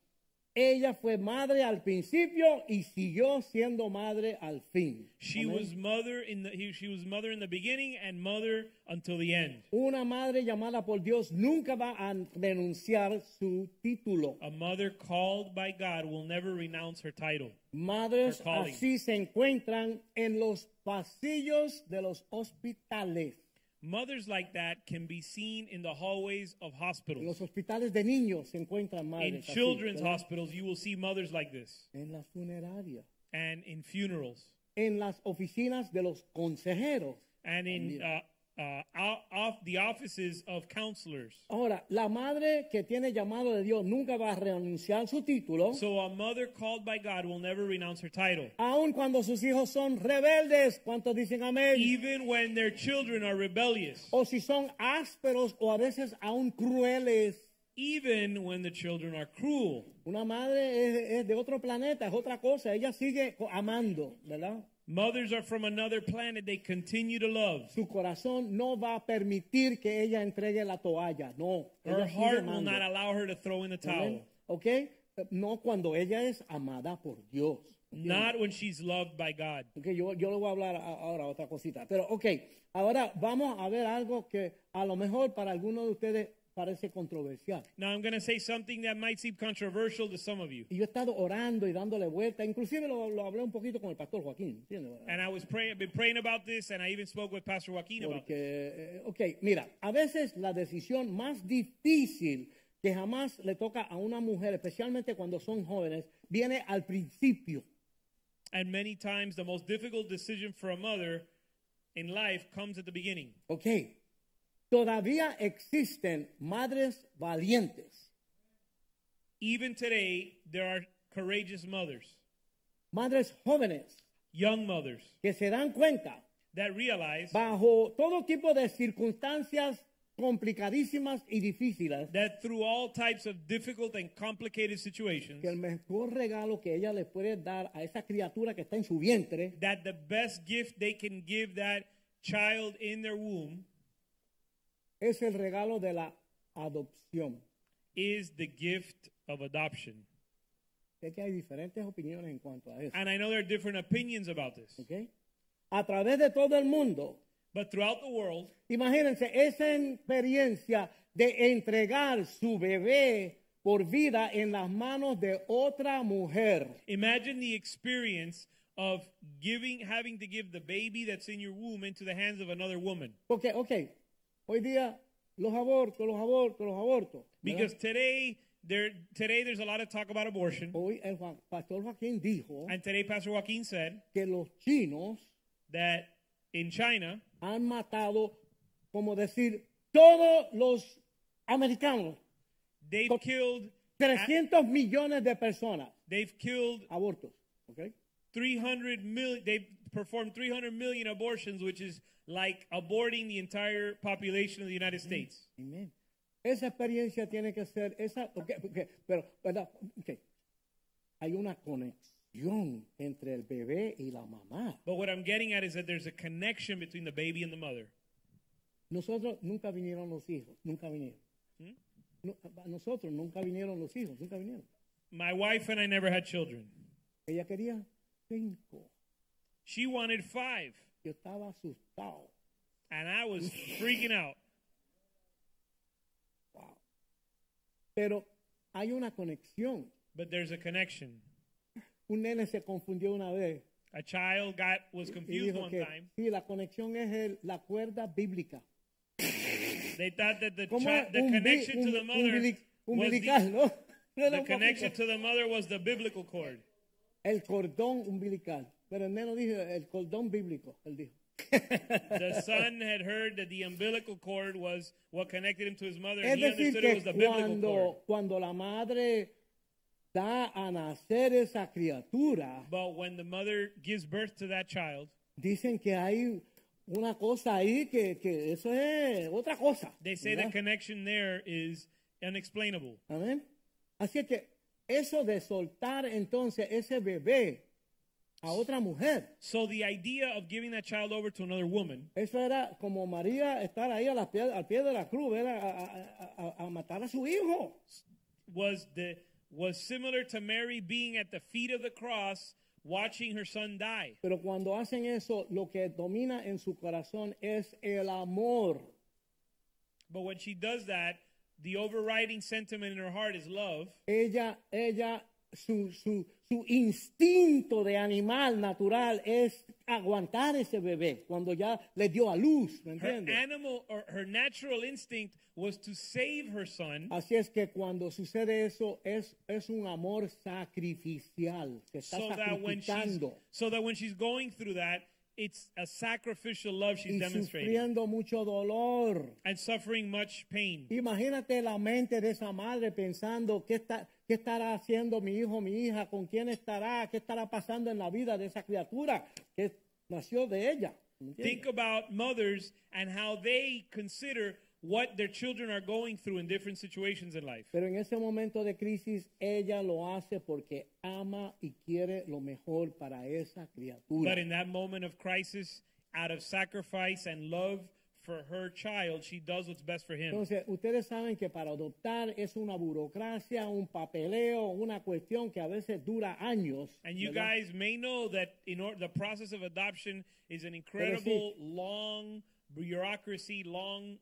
[SPEAKER 2] Ella fue madre al principio y siguió siendo madre al fin.
[SPEAKER 3] She
[SPEAKER 2] Amén.
[SPEAKER 3] was mother in the he- she was mother in the beginning and mother until the end.
[SPEAKER 2] Una madre llamada por Dios nunca va a renunciar su título.
[SPEAKER 3] A mother called by God will never renounce her title.
[SPEAKER 2] Madres
[SPEAKER 3] Her calling.
[SPEAKER 2] así se encuentran en los pasillos de los hospitales,
[SPEAKER 3] Mothers like that can be seen in the hallways of
[SPEAKER 2] en
[SPEAKER 3] hospitals.
[SPEAKER 2] los hospitales de niños se encuentran madres.
[SPEAKER 3] In
[SPEAKER 2] así,
[SPEAKER 3] children's
[SPEAKER 2] ¿verdad?
[SPEAKER 3] hospitals, you will see mothers like this
[SPEAKER 2] en las funerarias,
[SPEAKER 3] and in funerals
[SPEAKER 2] en las oficinas de los consejeros.
[SPEAKER 3] and in uh, uh, out, off the offices of counselors.
[SPEAKER 2] Ahora, la madre que tiene llamado de Dios nunca va a renunciar su título,
[SPEAKER 3] So a mother called by God will never renounce her title.
[SPEAKER 2] aun cuando sus hijos son rebeldes. ¿Cuántos dicen amén?
[SPEAKER 3] Even when their children are rebellious,
[SPEAKER 2] o si son ásperos o a veces aún crueles.
[SPEAKER 3] even when the children are cruel.
[SPEAKER 2] Una madre es, es de otro planeta, es otra cosa. Ella sigue co- amando, ¿verdad?
[SPEAKER 3] Mothers are from another planet. They continue to love.
[SPEAKER 2] Su corazón no va a permitir que ella entregue la toalla. No.
[SPEAKER 3] Her
[SPEAKER 2] ella sigue
[SPEAKER 3] heart will
[SPEAKER 2] amando.
[SPEAKER 3] not allow her to throw in the
[SPEAKER 2] Amén.
[SPEAKER 3] towel.
[SPEAKER 2] ¿Ok? No cuando ella es amada por Dios.
[SPEAKER 3] Not when she's loved by God.
[SPEAKER 2] Ok, yo, yo le voy a hablar a- ahora otra cosita. Pero, ok, ahora vamos a ver algo que a lo mejor para algunos de ustedes parece controversial.
[SPEAKER 3] Now I'm going to say something that might seem controversial to some of you.
[SPEAKER 2] Y yo he estado orando y dándole vuelta. Inclusive lo, lo hablé un poquito con el pastor Joaquín. ¿entiendes?
[SPEAKER 3] And I was praying, been praying about this, and I even spoke with Pastor Joaquin about
[SPEAKER 2] Porque,
[SPEAKER 3] this.
[SPEAKER 2] eh, ok, mira, a veces la decisión más difícil que jamás le toca a una mujer, especialmente cuando son jóvenes, viene al principio.
[SPEAKER 3] And many times, the most difficult decision for a mother in life comes at the beginning.
[SPEAKER 2] Ok, todavía existen madres valientes,
[SPEAKER 3] Even today, there are courageous mothers,
[SPEAKER 2] madres jóvenes,
[SPEAKER 3] young mothers,
[SPEAKER 2] que se dan cuenta,
[SPEAKER 3] that realize
[SPEAKER 2] bajo todo tipo de circunstancias complicadísimas y difíciles,
[SPEAKER 3] that through all types of difficult and complicated situations,
[SPEAKER 2] que el mejor regalo que ella le puede dar a esa criatura que está en su vientre
[SPEAKER 3] that the best gift they can give that child in their womb
[SPEAKER 2] es el regalo de la adopción.
[SPEAKER 3] is the gift of adoption.
[SPEAKER 2] Sé que hay diferentes opiniones en cuanto a eso.
[SPEAKER 3] And I know there are different opinions about this,
[SPEAKER 2] ¿ok? A través de todo el mundo.
[SPEAKER 3] but throughout the world,
[SPEAKER 2] Imagínense esa experiencia de entregar su bebé por vida en las manos de otra mujer.
[SPEAKER 3] imagine the experience of giving, having to give the baby that's in your womb into the hands of another woman.
[SPEAKER 2] Porque, ok, hoy día los abortos, los abortos, los abortos. ¿verdad?
[SPEAKER 3] Because today, there, today there's a lot of talk about abortion,
[SPEAKER 2] Hoy el Juan- pastor Joaquín dijo
[SPEAKER 3] and today Pastor Joaquin said
[SPEAKER 2] que los chinos
[SPEAKER 3] that in China,
[SPEAKER 2] han matado, como decir, todos los americanos,
[SPEAKER 3] they've
[SPEAKER 2] Co-
[SPEAKER 3] killed
[SPEAKER 2] 300 millones de personas,
[SPEAKER 3] they've killed
[SPEAKER 2] abortos. ¿ok?
[SPEAKER 3] 300 million they've performed 300 million abortions which is like aborting the entire population of the United States
[SPEAKER 2] Amén. Esa experiencia tiene que ser, esa, porque- porque- pero, ¿verdad? Ok. Hay una conexión entre el bebé y la mamá.
[SPEAKER 3] but what i'm getting at is that there's a connection between the baby and the mother
[SPEAKER 2] Nosotros nunca vinieron los hijos, nunca vinieron. No, a nosotros nunca vinieron los hijos, nunca vinieron.
[SPEAKER 3] my wife and i never had children
[SPEAKER 2] Ella quería cinco.
[SPEAKER 3] she wanted 5
[SPEAKER 2] Yo estaba asustado.
[SPEAKER 3] and i was freaking out
[SPEAKER 2] Wow. Pero hay una conexión.
[SPEAKER 3] but there's a connection
[SPEAKER 2] Un nene se confundió una vez
[SPEAKER 3] a child got was
[SPEAKER 2] y
[SPEAKER 3] confused
[SPEAKER 2] dijo
[SPEAKER 3] one
[SPEAKER 2] que
[SPEAKER 3] time
[SPEAKER 2] sí, la conexión es el- la cuerda bíblica.
[SPEAKER 3] they thought that the
[SPEAKER 2] ¿Cómo
[SPEAKER 3] chi-
[SPEAKER 2] es?
[SPEAKER 3] the
[SPEAKER 2] Umbi-
[SPEAKER 3] connection to
[SPEAKER 2] um-
[SPEAKER 3] the mother
[SPEAKER 2] umbili-
[SPEAKER 3] was
[SPEAKER 2] umbilical,
[SPEAKER 3] the,
[SPEAKER 2] ¿no? No era
[SPEAKER 3] the
[SPEAKER 2] un poquito.
[SPEAKER 3] connection to the mother was the biblical cord
[SPEAKER 2] el cordón umbilical. Pero el nene dijo el cordón bíblico, él dijo.
[SPEAKER 3] the son had heard that the umbilical cord was what connected him to his mother,
[SPEAKER 2] Es
[SPEAKER 3] and he
[SPEAKER 2] decir,
[SPEAKER 3] understood it was the
[SPEAKER 2] que
[SPEAKER 3] biblical cord.
[SPEAKER 2] cuando, cuando la madre da a nacer esa criatura,
[SPEAKER 3] But when the mother gives birth to that child,
[SPEAKER 2] dicen que hay una cosa ahí que, que eso es otra cosa.
[SPEAKER 3] they say the
[SPEAKER 2] ¿verdad?
[SPEAKER 3] connection there is unexplainable.
[SPEAKER 2] Amén. Así es que eso de soltar entonces ese bebé a otra mujer,
[SPEAKER 3] So the idea of giving that child over to another woman,
[SPEAKER 2] eso era como María estar ahí a la pie- al pie de la cruz, era a, a- a- a matar a su hijo.
[SPEAKER 3] was the was similar to Mary being at the feet of the cross watching her son die.
[SPEAKER 2] Pero cuando hacen eso, lo que domina en su corazón es el amor.
[SPEAKER 3] But when she does that, the overriding sentiment in her heart is love.
[SPEAKER 2] Ella, ella, su, su, su instinto de animal natural es aguantar ese bebé cuando ya le dio a luz, ¿me
[SPEAKER 3] Her
[SPEAKER 2] entiendes?
[SPEAKER 3] animal or her natural instinct was to save her son.
[SPEAKER 2] Así es que cuando sucede eso es, es un amor sacrificial, se está
[SPEAKER 3] so that when she's
[SPEAKER 2] sacrificando
[SPEAKER 3] so that when she's going through that, it's a sacrificial love she's
[SPEAKER 2] y
[SPEAKER 3] demonstrating
[SPEAKER 2] sufriendo mucho dolor.
[SPEAKER 3] and suffering much pain.
[SPEAKER 2] Imagínate la mente de esa madre pensando qué está qué estará haciendo mi hijo, mi hija, con quién estará, qué estará pasando en la vida de esa criatura que nació de ella. ¿me entiendes?
[SPEAKER 3] Think about mothers and how they consider what their children are going through in different situations in life.
[SPEAKER 2] Pero en ese momento de crisis, ella lo hace porque ama y quiere lo mejor para esa criatura.
[SPEAKER 3] But in that moment of crisis, out of sacrifice and love for her child, she does what's best for him.
[SPEAKER 2] Entonces, ustedes saben que para adoptar es una burocracia, un papeleo, una cuestión que a veces dura años.
[SPEAKER 3] And you
[SPEAKER 2] ¿verdad?
[SPEAKER 3] guys may know that in or- the process of adoption is an incredible, long bureaucracy, long,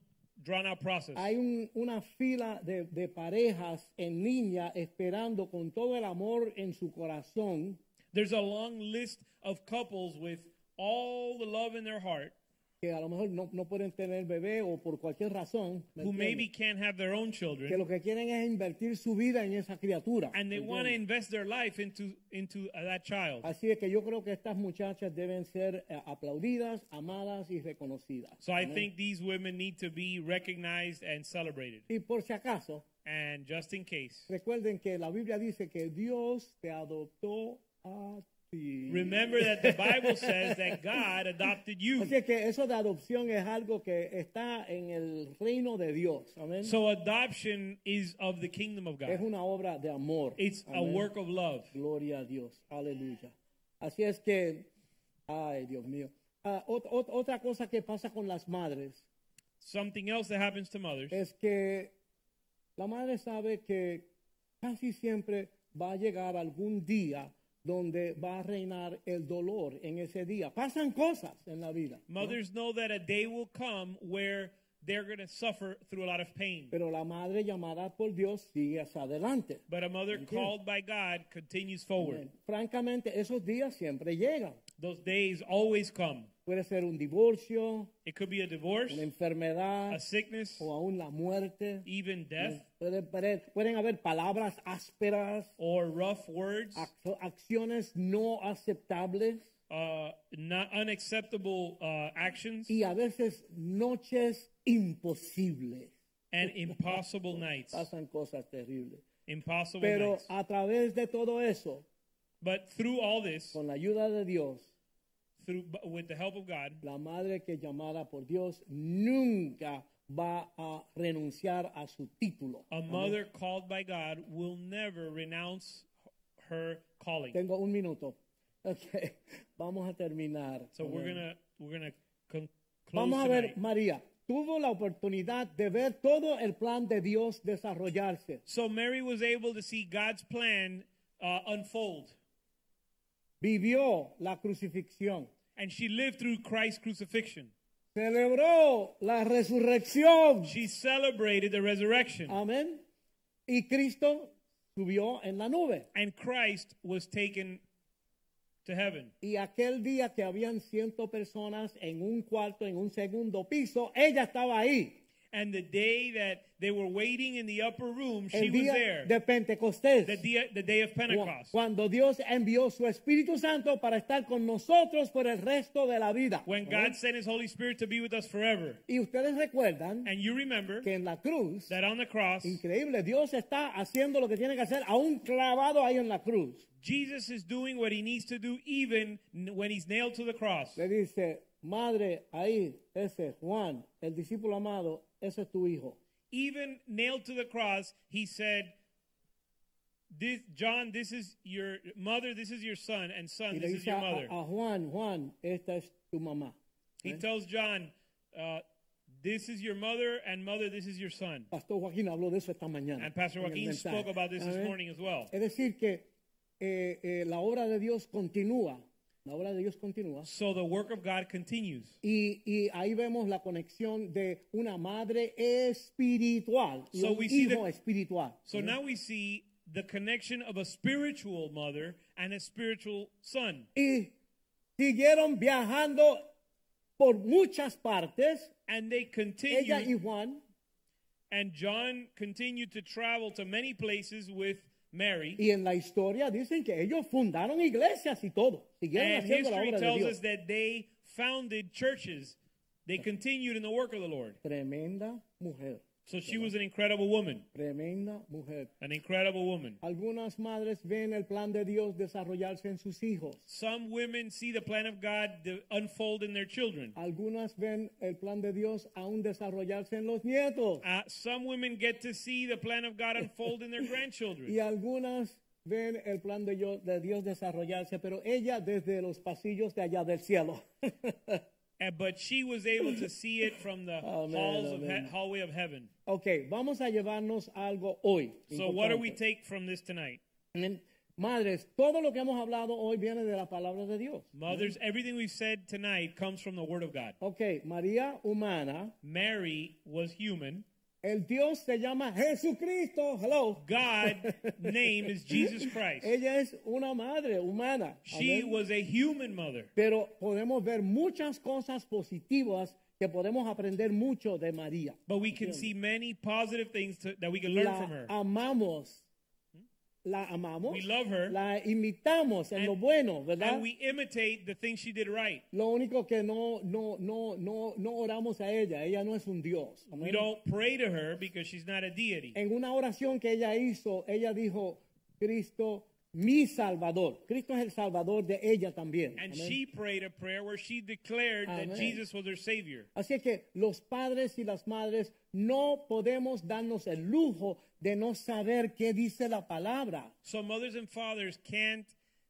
[SPEAKER 3] drawn-out process.
[SPEAKER 2] Hay un- una fila de, de parejas en línea esperando con todo el amor en su corazón
[SPEAKER 3] There's a long list of couples with all the love in their heart
[SPEAKER 2] que a lo mejor no, no pueden tener bebé o por cualquier razón. ¿me
[SPEAKER 3] who
[SPEAKER 2] entiendes?
[SPEAKER 3] maybe can't have their own
[SPEAKER 2] que
[SPEAKER 3] children,
[SPEAKER 2] lo que quieren es invertir su vida en esa criatura.
[SPEAKER 3] and they
[SPEAKER 2] ¿me
[SPEAKER 3] want to
[SPEAKER 2] entiendes?
[SPEAKER 3] invest their life into into uh, that child.
[SPEAKER 2] Así es que yo creo que estas muchachas deben ser eh, aplaudidas, amadas y reconocidas.
[SPEAKER 3] So I
[SPEAKER 2] Amén.
[SPEAKER 3] think these women need to be recognized and celebrated.
[SPEAKER 2] y por si acaso,
[SPEAKER 3] And just in case,
[SPEAKER 2] recuerden que la Biblia dice que Dios te adoptó a ti.
[SPEAKER 3] remember that the Bible says that God adopted you.
[SPEAKER 2] Así es que eso de adopción es algo que está en el reino de Dios. Amén.
[SPEAKER 3] So adoption is of the kingdom of
[SPEAKER 2] es
[SPEAKER 3] God.
[SPEAKER 2] una obra de amor.
[SPEAKER 3] It's a
[SPEAKER 2] Amén.
[SPEAKER 3] work of love.
[SPEAKER 2] Gloria a Dios. Aleluya. Así es que, ay, Dios mío. Ah, ot- ot- otra cosa que pasa con las madres
[SPEAKER 3] Something else that happens to mothers
[SPEAKER 2] es que la madre sabe que casi siempre va a llegar algún día donde va a reinar el dolor en ese día. Pasan cosas en la vida. ¿no?
[SPEAKER 3] Mothers know that a day will come where they're going to suffer through a lot of pain.
[SPEAKER 2] Pero la madre llamada por Dios sigue hacia adelante. Eh,
[SPEAKER 3] But a mother called by God continues forward.
[SPEAKER 2] Francamente, esos días siempre llegan.
[SPEAKER 3] Those days always come.
[SPEAKER 2] Puede ser un divorcio,
[SPEAKER 3] It could be a divorce,
[SPEAKER 2] una
[SPEAKER 3] a
[SPEAKER 2] enfermedad
[SPEAKER 3] sickness,
[SPEAKER 2] o aún la muerte.
[SPEAKER 3] even death,
[SPEAKER 2] Puede- puede- pueden haber palabras ásperas,
[SPEAKER 3] or rough words,
[SPEAKER 2] ac- acciones no aceptables
[SPEAKER 3] uh, not unacceptable uh, actions,
[SPEAKER 2] y a veces noches imposibles.
[SPEAKER 3] and impossible nights.
[SPEAKER 2] Pasan cosas terribles.
[SPEAKER 3] Impossible
[SPEAKER 2] Pero
[SPEAKER 3] nights.
[SPEAKER 2] a través de todo eso,
[SPEAKER 3] But through all this,
[SPEAKER 2] con la ayuda de Dios,
[SPEAKER 3] through with the help of God,
[SPEAKER 2] la madre que llamada por Dios nunca va a renunciar a su título.
[SPEAKER 3] a mother called by God will never renounce her calling.
[SPEAKER 2] Tengo un minuto. Okay. Vamos a terminar.
[SPEAKER 3] So we're gonna we're gonna con- close
[SPEAKER 2] Vamos a ver,
[SPEAKER 3] tonight.
[SPEAKER 2] María, tuvo la oportunidad de ver todo el plan de Dios desarrollarse.
[SPEAKER 3] So Mary was able to see God's plan uh, unfold,
[SPEAKER 2] Vivió la crucifixión.
[SPEAKER 3] and she lived through Christ's crucifixion.
[SPEAKER 2] Celebró la resurrección.
[SPEAKER 3] She celebrated the resurrection,
[SPEAKER 2] Amén. Y Cristo subió en la nube.
[SPEAKER 3] and Christ was taken to heaven.
[SPEAKER 2] Y aquel día que habían ciento personas en un cuarto, en un segundo piso, ella estaba ahí.
[SPEAKER 3] And the day that they were waiting in the upper room, she
[SPEAKER 2] El
[SPEAKER 3] was
[SPEAKER 2] día
[SPEAKER 3] there.
[SPEAKER 2] de Pentecostés.
[SPEAKER 3] the, dia, the day of
[SPEAKER 2] Cu-
[SPEAKER 3] Pentecost,
[SPEAKER 2] Cuando Dios envió su Espíritu Santo para estar con nosotros por el resto de la vida.
[SPEAKER 3] when
[SPEAKER 2] Amén.
[SPEAKER 3] God sent His Holy Spirit to be with us forever.
[SPEAKER 2] Y ustedes recuerdan
[SPEAKER 3] And you remember
[SPEAKER 2] que en la cruz,
[SPEAKER 3] that on the cross,
[SPEAKER 2] increíble, Dios está haciendo lo que tiene que hacer, aún clavado ahí en la cruz.
[SPEAKER 3] Jesus is doing what He needs to do, even n- when He's nailed to the cross.
[SPEAKER 2] Le dice, madre, ahí, ese Juan, el discípulo amado, ese es tu hijo.
[SPEAKER 3] even nailed to the cross, he said, this, John, this is your mother, this is your son, and son,
[SPEAKER 2] Y le
[SPEAKER 3] this is
[SPEAKER 2] dice
[SPEAKER 3] your
[SPEAKER 2] a,
[SPEAKER 3] mother.
[SPEAKER 2] a ¿eh? Juan, Juan, esta es tu mamá.
[SPEAKER 3] He tells John, uh, this is your mother, and mother, this is your son.
[SPEAKER 2] Pastor Joaquín habló de eso esta mañana.
[SPEAKER 3] And Pastor
[SPEAKER 2] en el
[SPEAKER 3] Joaquin
[SPEAKER 2] mensaje.
[SPEAKER 3] spoke about this
[SPEAKER 2] Amén.
[SPEAKER 3] this morning as well.
[SPEAKER 2] Es decir, que eh, eh, la obra de Dios continúa. La obra de Dios continúa.
[SPEAKER 3] So the work of God continues.
[SPEAKER 2] Y, y ahí vemos la conexión de una madre espiritual y
[SPEAKER 3] So
[SPEAKER 2] un
[SPEAKER 3] we see
[SPEAKER 2] hijo
[SPEAKER 3] the-
[SPEAKER 2] espiritual. ¿Eh?
[SPEAKER 3] So now we see the connection of a spiritual mother and a spiritual son.
[SPEAKER 2] y siguieron viajando por muchas partes.
[SPEAKER 3] And they
[SPEAKER 2] Ella y
[SPEAKER 3] continue,
[SPEAKER 2] Juan.
[SPEAKER 3] and John continued to travel to many places with Mary.
[SPEAKER 2] Y en la historia dicen que ellos fundaron iglesias y todo. Siguieron
[SPEAKER 3] And
[SPEAKER 2] haciendo la
[SPEAKER 3] history
[SPEAKER 2] obra de
[SPEAKER 3] tells
[SPEAKER 2] Dios.
[SPEAKER 3] us that they founded churches. They continued in the work of the Lord.
[SPEAKER 2] Tremenda mujer.
[SPEAKER 3] So she was an incredible woman,
[SPEAKER 2] Tremenda mujer.
[SPEAKER 3] an incredible woman.
[SPEAKER 2] Algunas madres ven el plan de Dios desarrollarse en sus hijos.
[SPEAKER 3] Some women see the plan of God de- unfold in their children.
[SPEAKER 2] Uh, Algunas ven el plan de Dios aún desarrollarse en los nietos.
[SPEAKER 3] Uh, some women get to see the plan of God unfold in their grandchildren.
[SPEAKER 2] Y algunas ven el plan de Dios, de Dios desarrollarse, pero ella desde los pasillos de allá del cielo.
[SPEAKER 3] Uh, but she was able to see it from the
[SPEAKER 2] Amen,
[SPEAKER 3] halls of
[SPEAKER 2] amen.
[SPEAKER 3] he- hallway of heaven.
[SPEAKER 2] ok, vamos a llevarnos algo hoy.
[SPEAKER 3] So what do we
[SPEAKER 2] importante.
[SPEAKER 3] take from this tonight?
[SPEAKER 2] Amén. Madres, todo lo que hemos hablado hoy viene de la palabra de Dios.
[SPEAKER 3] Mothers, everything we've said tonight comes from the word of God.
[SPEAKER 2] Ok, María humana,
[SPEAKER 3] Mary was human.
[SPEAKER 2] el Dios se llama Jesucristo. Hello.
[SPEAKER 3] God name is Jesus Christ.
[SPEAKER 2] Ella es una madre humana.
[SPEAKER 3] She
[SPEAKER 2] Amén.
[SPEAKER 3] was a human mother.
[SPEAKER 2] Pero podemos ver muchas cosas positivas que podemos aprender mucho de María.
[SPEAKER 3] But we can see many positive things to, that we can learn from her.
[SPEAKER 2] La amamos. La amamos.
[SPEAKER 3] We love her.
[SPEAKER 2] La imitamos en
[SPEAKER 3] And-
[SPEAKER 2] lo bueno, ¿verdad?
[SPEAKER 3] And we imitate the things she did right.
[SPEAKER 2] lo único que no, no, no, no, no oramos a ella. Ella no es un Dios.
[SPEAKER 3] We
[SPEAKER 2] Amén.
[SPEAKER 3] don't pray to her because she's not a deity.
[SPEAKER 2] En una oración que ella hizo, ella dijo, Cristo, mi Salvador. Cristo es el Salvador de ella también.
[SPEAKER 3] And
[SPEAKER 2] Amén.
[SPEAKER 3] she prayed a prayer where she declared that
[SPEAKER 2] Amén.
[SPEAKER 3] Jesus was her Savior.
[SPEAKER 2] Así es que los padres y las madres no podemos darnos el lujo de no saber qué dice la palabra.
[SPEAKER 3] So mothers and fathers can't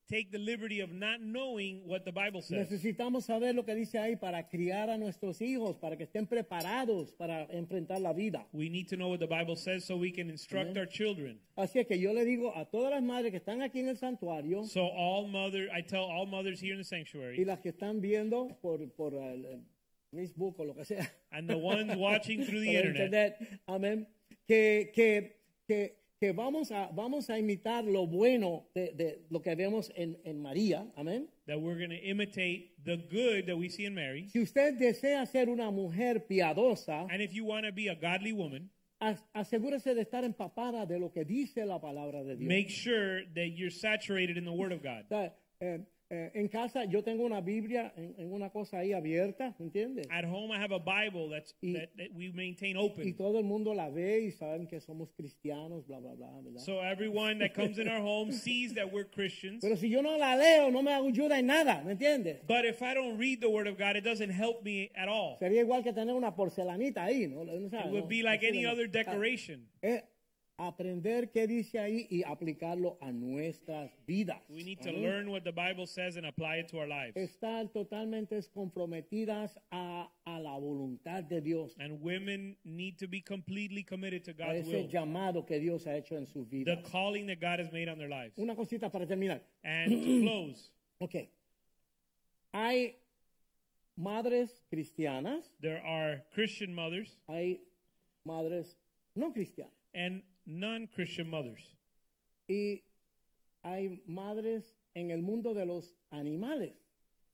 [SPEAKER 3] take the liberty of not knowing what the Bible says.
[SPEAKER 2] Necesitamos saber lo que dice ahí para criar a nuestros hijos, para que estén preparados para enfrentar la vida.
[SPEAKER 3] We need to know what the Bible says so we can instruct our children.
[SPEAKER 2] Así es que yo le digo a todas las madres que están aquí en el santuario
[SPEAKER 3] So all mother, I tell all mothers here in the
[SPEAKER 2] y
[SPEAKER 3] sanctuary
[SPEAKER 2] las que están viendo por, por el- el Facebook o lo que sea.
[SPEAKER 3] and the ones watching through the
[SPEAKER 2] por el
[SPEAKER 3] internet
[SPEAKER 2] internet, amén, que, que, que, que vamos, a, vamos a imitar lo bueno de, de lo que vemos en, en María, amén.
[SPEAKER 3] that we're going to imitate the good that we see in Mary.
[SPEAKER 2] Si usted desea ser una mujer piadosa,
[SPEAKER 3] And if you want to be a godly woman,
[SPEAKER 2] as- asegúrese de estar empapada de lo que dice la palabra de Dios.
[SPEAKER 3] make sure that you're saturated in the Word of God.
[SPEAKER 2] O sea, eh, eh, en casa yo tengo una Biblia en, en una cosa ahí abierta, ¿me ¿entiendes?
[SPEAKER 3] At home, I have a Bible that's,
[SPEAKER 2] Y-
[SPEAKER 3] that, that we maintain
[SPEAKER 2] Y
[SPEAKER 3] open.
[SPEAKER 2] todo el mundo la ve y saben que somos cristianos, bla, bla, bla, ¿verdad?
[SPEAKER 3] So everyone that comes in our home sees that we're Christians.
[SPEAKER 2] Pero si yo no la leo, no me ayuda en nada, ¿me entiendes?
[SPEAKER 3] But if I don't read the Word of God, it doesn't help me at all.
[SPEAKER 2] Sería igual que tener una porcelanita ahí, ¿no? No sabe, no,
[SPEAKER 3] It would be like
[SPEAKER 2] así
[SPEAKER 3] any
[SPEAKER 2] no.
[SPEAKER 3] other decoration.
[SPEAKER 2] Es aprender qué dice ahí y aplicarlo a nuestras vidas.
[SPEAKER 3] We need to
[SPEAKER 2] Amén.
[SPEAKER 3] learn what the Bible says and apply it to our lives.
[SPEAKER 2] Estar totalmente comprometidas a, a la voluntad de Dios,
[SPEAKER 3] And women need to be completely committed to
[SPEAKER 2] a
[SPEAKER 3] God's
[SPEAKER 2] ese
[SPEAKER 3] will,
[SPEAKER 2] llamado que Dios ha hecho en sus
[SPEAKER 3] the
[SPEAKER 2] vidas.
[SPEAKER 3] calling that God has made on their lives.
[SPEAKER 2] Una cosita para terminar.
[SPEAKER 3] And to close,
[SPEAKER 2] Ok. Hay madres cristianas,
[SPEAKER 3] there are Christian mothers
[SPEAKER 2] hay madres no cristianas.
[SPEAKER 3] and non Christian mothers.
[SPEAKER 2] Y hay madres en el mundo de los animales.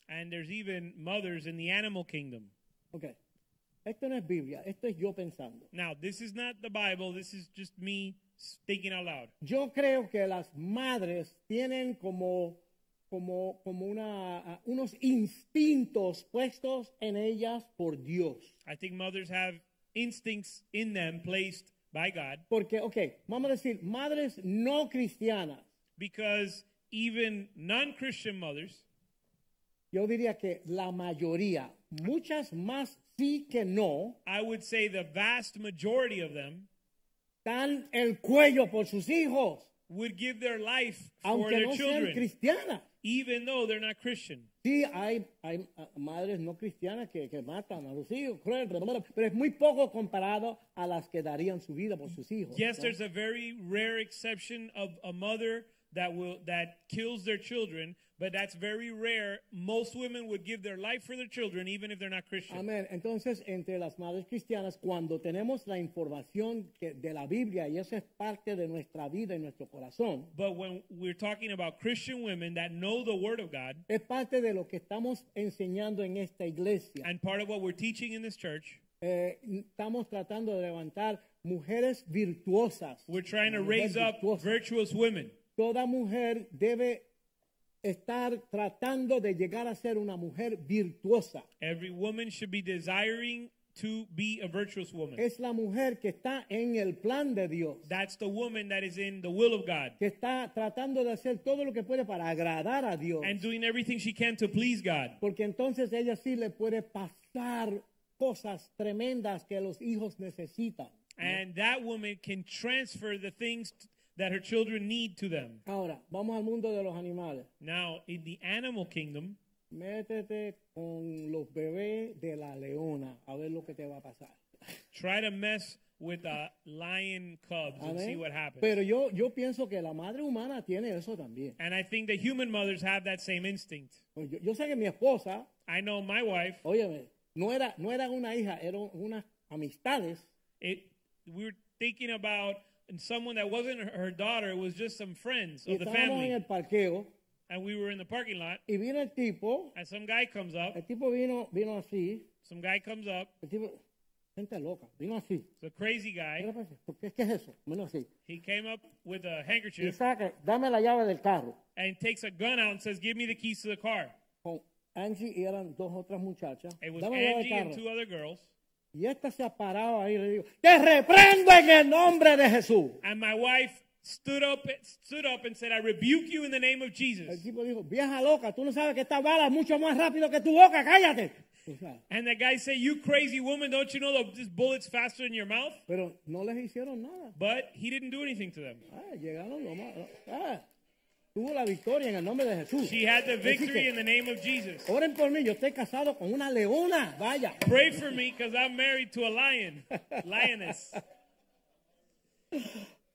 [SPEAKER 3] And there's even mothers in the animal kingdom.
[SPEAKER 2] Ok. Esto no es Biblia, esto es yo pensando.
[SPEAKER 3] Now, this is not the Bible, this is just me thinking out loud.
[SPEAKER 2] Yo creo que las madres tienen como, como, como una, a- unos instintos puestos en ellas por Dios.
[SPEAKER 3] I think mothers have instincts in them placed by God
[SPEAKER 2] Porque, ok, vamos a decir, madres no cristianas.
[SPEAKER 3] because even non Christian mothers,
[SPEAKER 2] Yo diría que la mayoría, muchas más sí que no,
[SPEAKER 3] I would say the vast majority of them,
[SPEAKER 2] dan el cuello por sus hijos,
[SPEAKER 3] would give their life for
[SPEAKER 2] aunque
[SPEAKER 3] their
[SPEAKER 2] no sean
[SPEAKER 3] children,
[SPEAKER 2] cristianas.
[SPEAKER 3] even though they're not Christian.
[SPEAKER 2] Sí, hay, hay ah, madres no cristianas que, que matan a los hijos, cruel, bla, bla, bla, pero es muy poco comparado a las que darían su vida por sus hijos.
[SPEAKER 3] Yes,
[SPEAKER 2] ¿no?
[SPEAKER 3] there's a very rare exception of a mother that will that kills their children, but that's very rare. Most women would give their life for their children, even if they're not Christian.
[SPEAKER 2] Amén. Entonces, entre las madres cristianas, cuando tenemos la información que- de la Biblia, y eso es parte de nuestra vida y nuestro corazón,
[SPEAKER 3] But when we're talking about Christian women that know the Word of God
[SPEAKER 2] es parte de lo que estamos enseñando en esta iglesia.
[SPEAKER 3] and part of what we're teaching in this church,
[SPEAKER 2] Eh, estamos tratando de levantar mujeres virtuosas.
[SPEAKER 3] we're trying to
[SPEAKER 2] Mujeres
[SPEAKER 3] raise up
[SPEAKER 2] virtuosas.
[SPEAKER 3] virtuous women.
[SPEAKER 2] Toda mujer debe estar tratando de llegar a ser una mujer virtuosa.
[SPEAKER 3] Every woman should be desiring to be a virtuous woman.
[SPEAKER 2] Es la mujer que está en el plan de Dios,
[SPEAKER 3] That's the woman that is in the will of God
[SPEAKER 2] que está tratando de hacer todo lo que puede para agradar a Dios.
[SPEAKER 3] and doing everything she can to please God.
[SPEAKER 2] Porque entonces ella sí le puede pasar cosas tremendas que los hijos necesitan.
[SPEAKER 3] And that woman can transfer the things t- that her children need to them.
[SPEAKER 2] Ahora, vamos al mundo de los animales.
[SPEAKER 3] Now, in the animal kingdom,
[SPEAKER 2] Métete con los bebés de la leona a ver lo que te va a pasar.
[SPEAKER 3] try to mess with uh, lion cubs and
[SPEAKER 2] Amén.
[SPEAKER 3] see what happens.
[SPEAKER 2] Pero yo, yo pienso que la madre humana tiene eso también.
[SPEAKER 3] and I think that human mothers have that same instinct.
[SPEAKER 2] Pues Yo, yo sé que mi esposa,
[SPEAKER 3] I know my wife,
[SPEAKER 2] óyeme, no era, no era una hija, eran unas amistades
[SPEAKER 3] it, we were thinking about someone that wasn't her, her daughter, it was just some friends
[SPEAKER 2] Y
[SPEAKER 3] of the
[SPEAKER 2] estábamos en
[SPEAKER 3] family.
[SPEAKER 2] el parqueo
[SPEAKER 3] And we were in the parking lot,
[SPEAKER 2] y vino el tipo,
[SPEAKER 3] and some guy comes up.
[SPEAKER 2] el tipo vino, vino así,
[SPEAKER 3] Some guy comes up,
[SPEAKER 2] el tipo, gente loca, vino así.
[SPEAKER 3] the crazy guy.
[SPEAKER 2] Mira, pues, ¿Por qué, qué es eso? Vino así.
[SPEAKER 3] He came up with a
[SPEAKER 2] Y
[SPEAKER 3] handkerchief
[SPEAKER 2] saca, dame la llave del carro.
[SPEAKER 3] and takes a gun out and says, "Give me the keys to the car."
[SPEAKER 2] Con Angie y eran dos otras muchachas.
[SPEAKER 3] It was
[SPEAKER 2] Dame la llave del
[SPEAKER 3] Angie and
[SPEAKER 2] carro.
[SPEAKER 3] two other girls.
[SPEAKER 2] Y esta se ha parado ahí y le digo, te reprendo en el nombre de Jesús.
[SPEAKER 3] And my wife stood up, stood up and said, "I rebuke you in the name of
[SPEAKER 2] El
[SPEAKER 3] Jesus."
[SPEAKER 2] tipo dijo, vieja loca, tú no sabes que esta bala es mucho más rápido que tu boca, cállate. O sea,
[SPEAKER 3] And the guy said, "You crazy woman! Don't you know that this bullet's faster than your mouth?"
[SPEAKER 2] pero no les hicieron nada.
[SPEAKER 3] But he didn't do anything to them.
[SPEAKER 2] Ah, llegaron lo más. ah, tuvo la victoria en el nombre de Jesús.
[SPEAKER 3] She had the
[SPEAKER 2] Así que,
[SPEAKER 3] victory in the name of Jesus.
[SPEAKER 2] Oren por mí, yo estoy casado con una leona, vaya.
[SPEAKER 3] Pray for me because I'm married to a lion, lioness.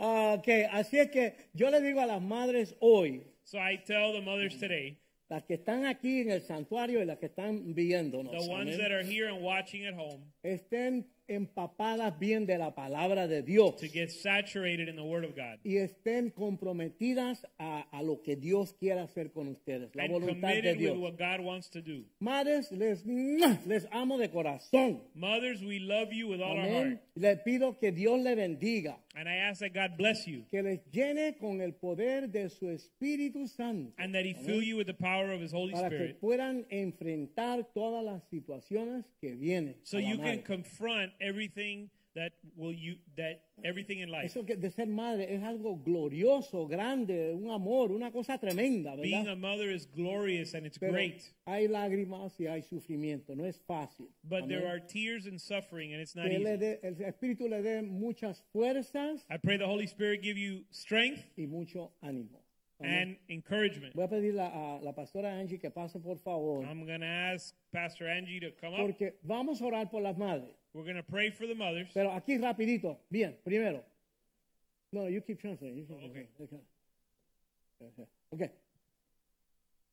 [SPEAKER 2] Ah, ok, así es que yo le digo a las madres hoy,
[SPEAKER 3] So I tell the mothers today,
[SPEAKER 2] las que están aquí en el santuario y las que están viéndonos,
[SPEAKER 3] the ones
[SPEAKER 2] amén,
[SPEAKER 3] that are here and watching at home,
[SPEAKER 2] estén empapadas bien de la palabra de Dios
[SPEAKER 3] to get saturated in the Word of God
[SPEAKER 2] y estén comprometidas a, a lo que Dios quiera hacer con ustedes, la
[SPEAKER 3] and
[SPEAKER 2] voluntad de
[SPEAKER 3] committed with
[SPEAKER 2] Dios.
[SPEAKER 3] what God wants to do.
[SPEAKER 2] Madres, les, les amo de corazón.
[SPEAKER 3] Mothers, we love you with all our heart.
[SPEAKER 2] Amén. Le pido que Dios le bendiga,
[SPEAKER 3] And I ask that God bless you
[SPEAKER 2] que les llene con el poder de su Espíritu Santo
[SPEAKER 3] and that He fill you with the power of His Holy
[SPEAKER 2] para que
[SPEAKER 3] Spirit
[SPEAKER 2] puedan enfrentar todas las situaciones que vienen.
[SPEAKER 3] so
[SPEAKER 2] a la
[SPEAKER 3] you can
[SPEAKER 2] madre.
[SPEAKER 3] confront everything that will you that everything in life.
[SPEAKER 2] Eso que de ser madre es algo glorioso, grande, un amor, una cosa tremenda,
[SPEAKER 3] Being a
[SPEAKER 2] ¿verdad?
[SPEAKER 3] mother is glorious and it's
[SPEAKER 2] Pero
[SPEAKER 3] great,
[SPEAKER 2] hay lágrimas y hay sufrimiento, no es fácil.
[SPEAKER 3] but there
[SPEAKER 2] Amén.
[SPEAKER 3] are tears and suffering and it's not
[SPEAKER 2] Que le
[SPEAKER 3] easy.
[SPEAKER 2] dé- el Espíritu le dé muchas fuerzas
[SPEAKER 3] I pray the Holy Spirit give you strength
[SPEAKER 2] y mucho ánimo. Amén.
[SPEAKER 3] and encouragement.
[SPEAKER 2] Voy a pedirle a, a la pastora Angie que pase por favor,
[SPEAKER 3] I'm going to ask Pastor Angie to come up.
[SPEAKER 2] porque vamos a orar por las madres.
[SPEAKER 3] We're going to pray for the mothers.
[SPEAKER 2] Pero aquí rapidito, bien, primero. No, no, you keep translating. you keep
[SPEAKER 3] Okay.
[SPEAKER 2] translating. Okay. Okay.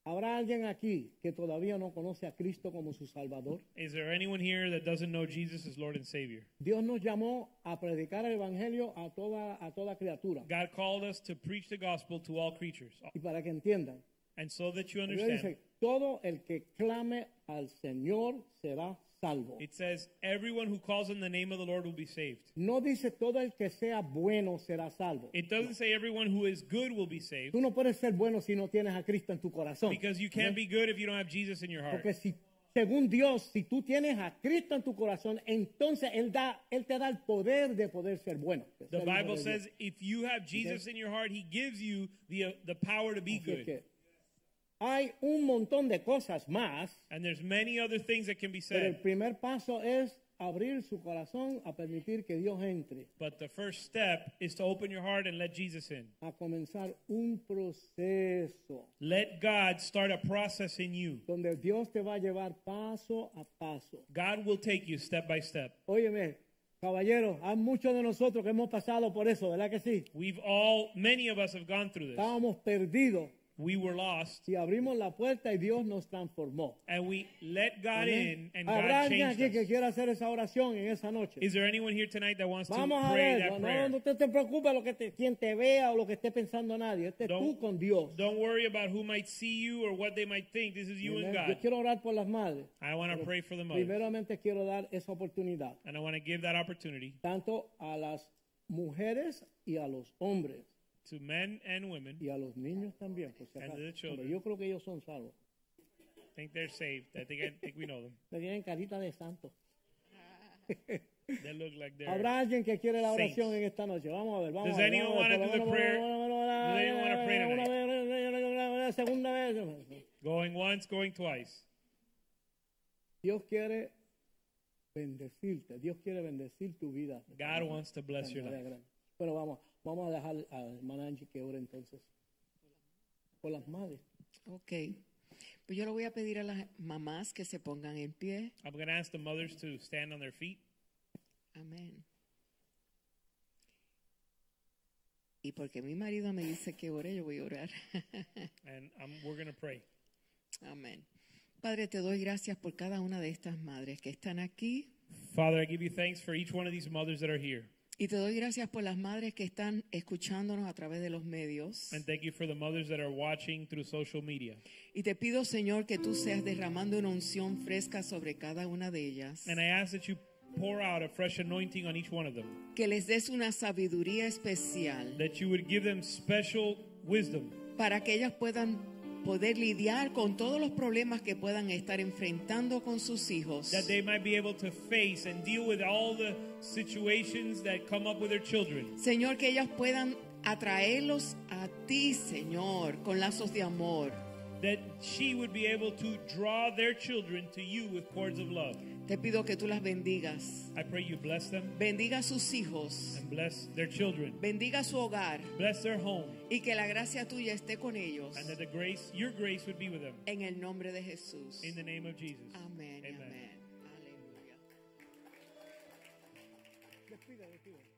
[SPEAKER 2] ¿Habrá alguien aquí que todavía no conoce a Cristo como su Salvador?
[SPEAKER 3] Is there anyone here that doesn't know Jesus is Lord and Savior?
[SPEAKER 2] Dios nos llamó a predicar el Evangelio a toda, a toda criatura.
[SPEAKER 3] God called us to preach the gospel to all creatures.
[SPEAKER 2] Y para que entiendan,
[SPEAKER 3] And so that you
[SPEAKER 2] la Biblia
[SPEAKER 3] understand,
[SPEAKER 2] dice, todo el que clame al Señor será salvo.
[SPEAKER 3] it says, everyone who calls on the name of the Lord will be saved.
[SPEAKER 2] No dice todo el que sea bueno será salvo.
[SPEAKER 3] It doesn't say everyone who is good will be saved
[SPEAKER 2] Tú no puedes ser bueno si no tienes a Cristo en tu corazón.
[SPEAKER 3] because you can't be good if you don't have Jesus in your heart.
[SPEAKER 2] Porque si, según Dios, si tú tienes a Cristo en tu corazón, entonces Él, da, él te da el poder de poder ser bueno. de
[SPEAKER 3] The
[SPEAKER 2] ser hijo de
[SPEAKER 3] Bible
[SPEAKER 2] Dios.
[SPEAKER 3] says if you have Jesus in your heart, he gives you the, uh, the power to be
[SPEAKER 2] Así es
[SPEAKER 3] good.
[SPEAKER 2] que hay un montón de cosas más,
[SPEAKER 3] And there's many other things that can be
[SPEAKER 2] pero el
[SPEAKER 3] said.
[SPEAKER 2] primer paso es abrir su corazón a permitir que Dios entre,
[SPEAKER 3] But the first step is to open your heart and let Jesus in.
[SPEAKER 2] a comenzar un proceso
[SPEAKER 3] Let God start a process in you.
[SPEAKER 2] donde Dios te va a llevar paso a paso.
[SPEAKER 3] God will take you step by step.
[SPEAKER 2] Óyeme, caballero, hay muchos de nosotros que hemos pasado por eso, ¿verdad que sí?
[SPEAKER 3] We've all, many of us have gone through this.
[SPEAKER 2] Estábamos perdidos.
[SPEAKER 3] We were lost
[SPEAKER 2] Si abrimos la puerta y Dios nos transformó.
[SPEAKER 3] and we let God
[SPEAKER 2] Amén.
[SPEAKER 3] in and
[SPEAKER 2] Habrá
[SPEAKER 3] God
[SPEAKER 2] alguien
[SPEAKER 3] changed
[SPEAKER 2] aquí que
[SPEAKER 3] us.
[SPEAKER 2] quiera hacer esa oración en esa noche.
[SPEAKER 3] Is there anyone here tonight that wants to
[SPEAKER 2] Vamos a
[SPEAKER 3] pray
[SPEAKER 2] ver,
[SPEAKER 3] that
[SPEAKER 2] no,
[SPEAKER 3] prayer?
[SPEAKER 2] no te, te preocupes lo que te, quien te vea o lo que esté pensando nadie. Este es tú con Dios.
[SPEAKER 3] don't worry about who might see you or what they might think. This is you
[SPEAKER 2] Amén.
[SPEAKER 3] and
[SPEAKER 2] Yo
[SPEAKER 3] God.
[SPEAKER 2] quiero orar por las madres.
[SPEAKER 3] I want to pray for the mothers.
[SPEAKER 2] Primeramente quiero dar esa oportunidad,
[SPEAKER 3] And I want to give that opportunity
[SPEAKER 2] tanto a las mujeres y a los hombres
[SPEAKER 3] to men and women.
[SPEAKER 2] y a los niños también. por si
[SPEAKER 3] And
[SPEAKER 2] acaso.
[SPEAKER 3] the children.
[SPEAKER 2] Hombre, yo creo que ellos son salvos.
[SPEAKER 3] I think they're saved. I think I think we know them.
[SPEAKER 2] Le tienen carita de santo.
[SPEAKER 3] They look like they're.
[SPEAKER 2] Habrá alguien que quiere la
[SPEAKER 3] Saints.
[SPEAKER 2] oración en esta noche. Vamos a ver, vamos
[SPEAKER 3] Does
[SPEAKER 2] a ver.
[SPEAKER 3] anyone
[SPEAKER 2] vamos a ver,
[SPEAKER 3] wanna do the
[SPEAKER 2] vamos a ver,
[SPEAKER 3] prayer?
[SPEAKER 2] vamos a ver, vamos a
[SPEAKER 3] Does anyone wanna pray
[SPEAKER 2] ver, vamos a
[SPEAKER 3] tonight?
[SPEAKER 2] ver, vamos a ver, Segunda vez.
[SPEAKER 3] Going once, going twice.
[SPEAKER 2] Dios quiere bendecirte. Dios quiere bendecir tu vida.
[SPEAKER 3] God wants to bless your life.
[SPEAKER 2] Pero vamos, vamos a dejar a la hermana Angie que ore entonces. Por las madres.
[SPEAKER 1] Ok. Pues yo le voy a pedir a las mamás que se pongan en pie.
[SPEAKER 3] I'm going to ask the mothers to stand on their feet.
[SPEAKER 1] Amén. Y porque mi marido me dice que ore, yo voy a orar.
[SPEAKER 3] and i we're going to pray.
[SPEAKER 1] Amén. Padre, te doy gracias por cada una de estas madres que están aquí
[SPEAKER 3] Father, I give you thanks for each one of these mothers that are here.
[SPEAKER 1] y te doy gracias por las madres que están escuchándonos a través de los medios.
[SPEAKER 3] And thank you for the mothers that are watching through social media.
[SPEAKER 1] Y te pido, Señor, que tú seas derramando una unción fresca sobre cada una de ellas.
[SPEAKER 3] And I ask that you pour out a fresh anointing on each one of them,
[SPEAKER 1] Que les des una sabiduría especial
[SPEAKER 3] that you would give them special wisdom
[SPEAKER 1] para que ellas puedan poder lidiar con todos los problemas que puedan estar enfrentando con sus hijos.
[SPEAKER 3] that they might be able to face and deal with all the situations that come up with their children.
[SPEAKER 1] Señor, que ellas puedan atraerlos a ti, Señor, con lazos de amor.
[SPEAKER 3] That she would be able to draw their children to you with cords of love.
[SPEAKER 1] Te pido que tú las bendigas.
[SPEAKER 3] I pray you bless them
[SPEAKER 1] Bendiga a sus hijos.
[SPEAKER 3] and bless their children.
[SPEAKER 1] Bendiga su hogar.
[SPEAKER 3] Bless their home
[SPEAKER 1] Y que la gracia tuya esté con ellos.
[SPEAKER 3] and that the grace, your grace would be with them.
[SPEAKER 1] En el nombre de Jesús.
[SPEAKER 3] In the name of Jesus.
[SPEAKER 1] Amén. y
[SPEAKER 3] Amen.
[SPEAKER 1] Amén. Aleluya.
[SPEAKER 2] Despide, despide.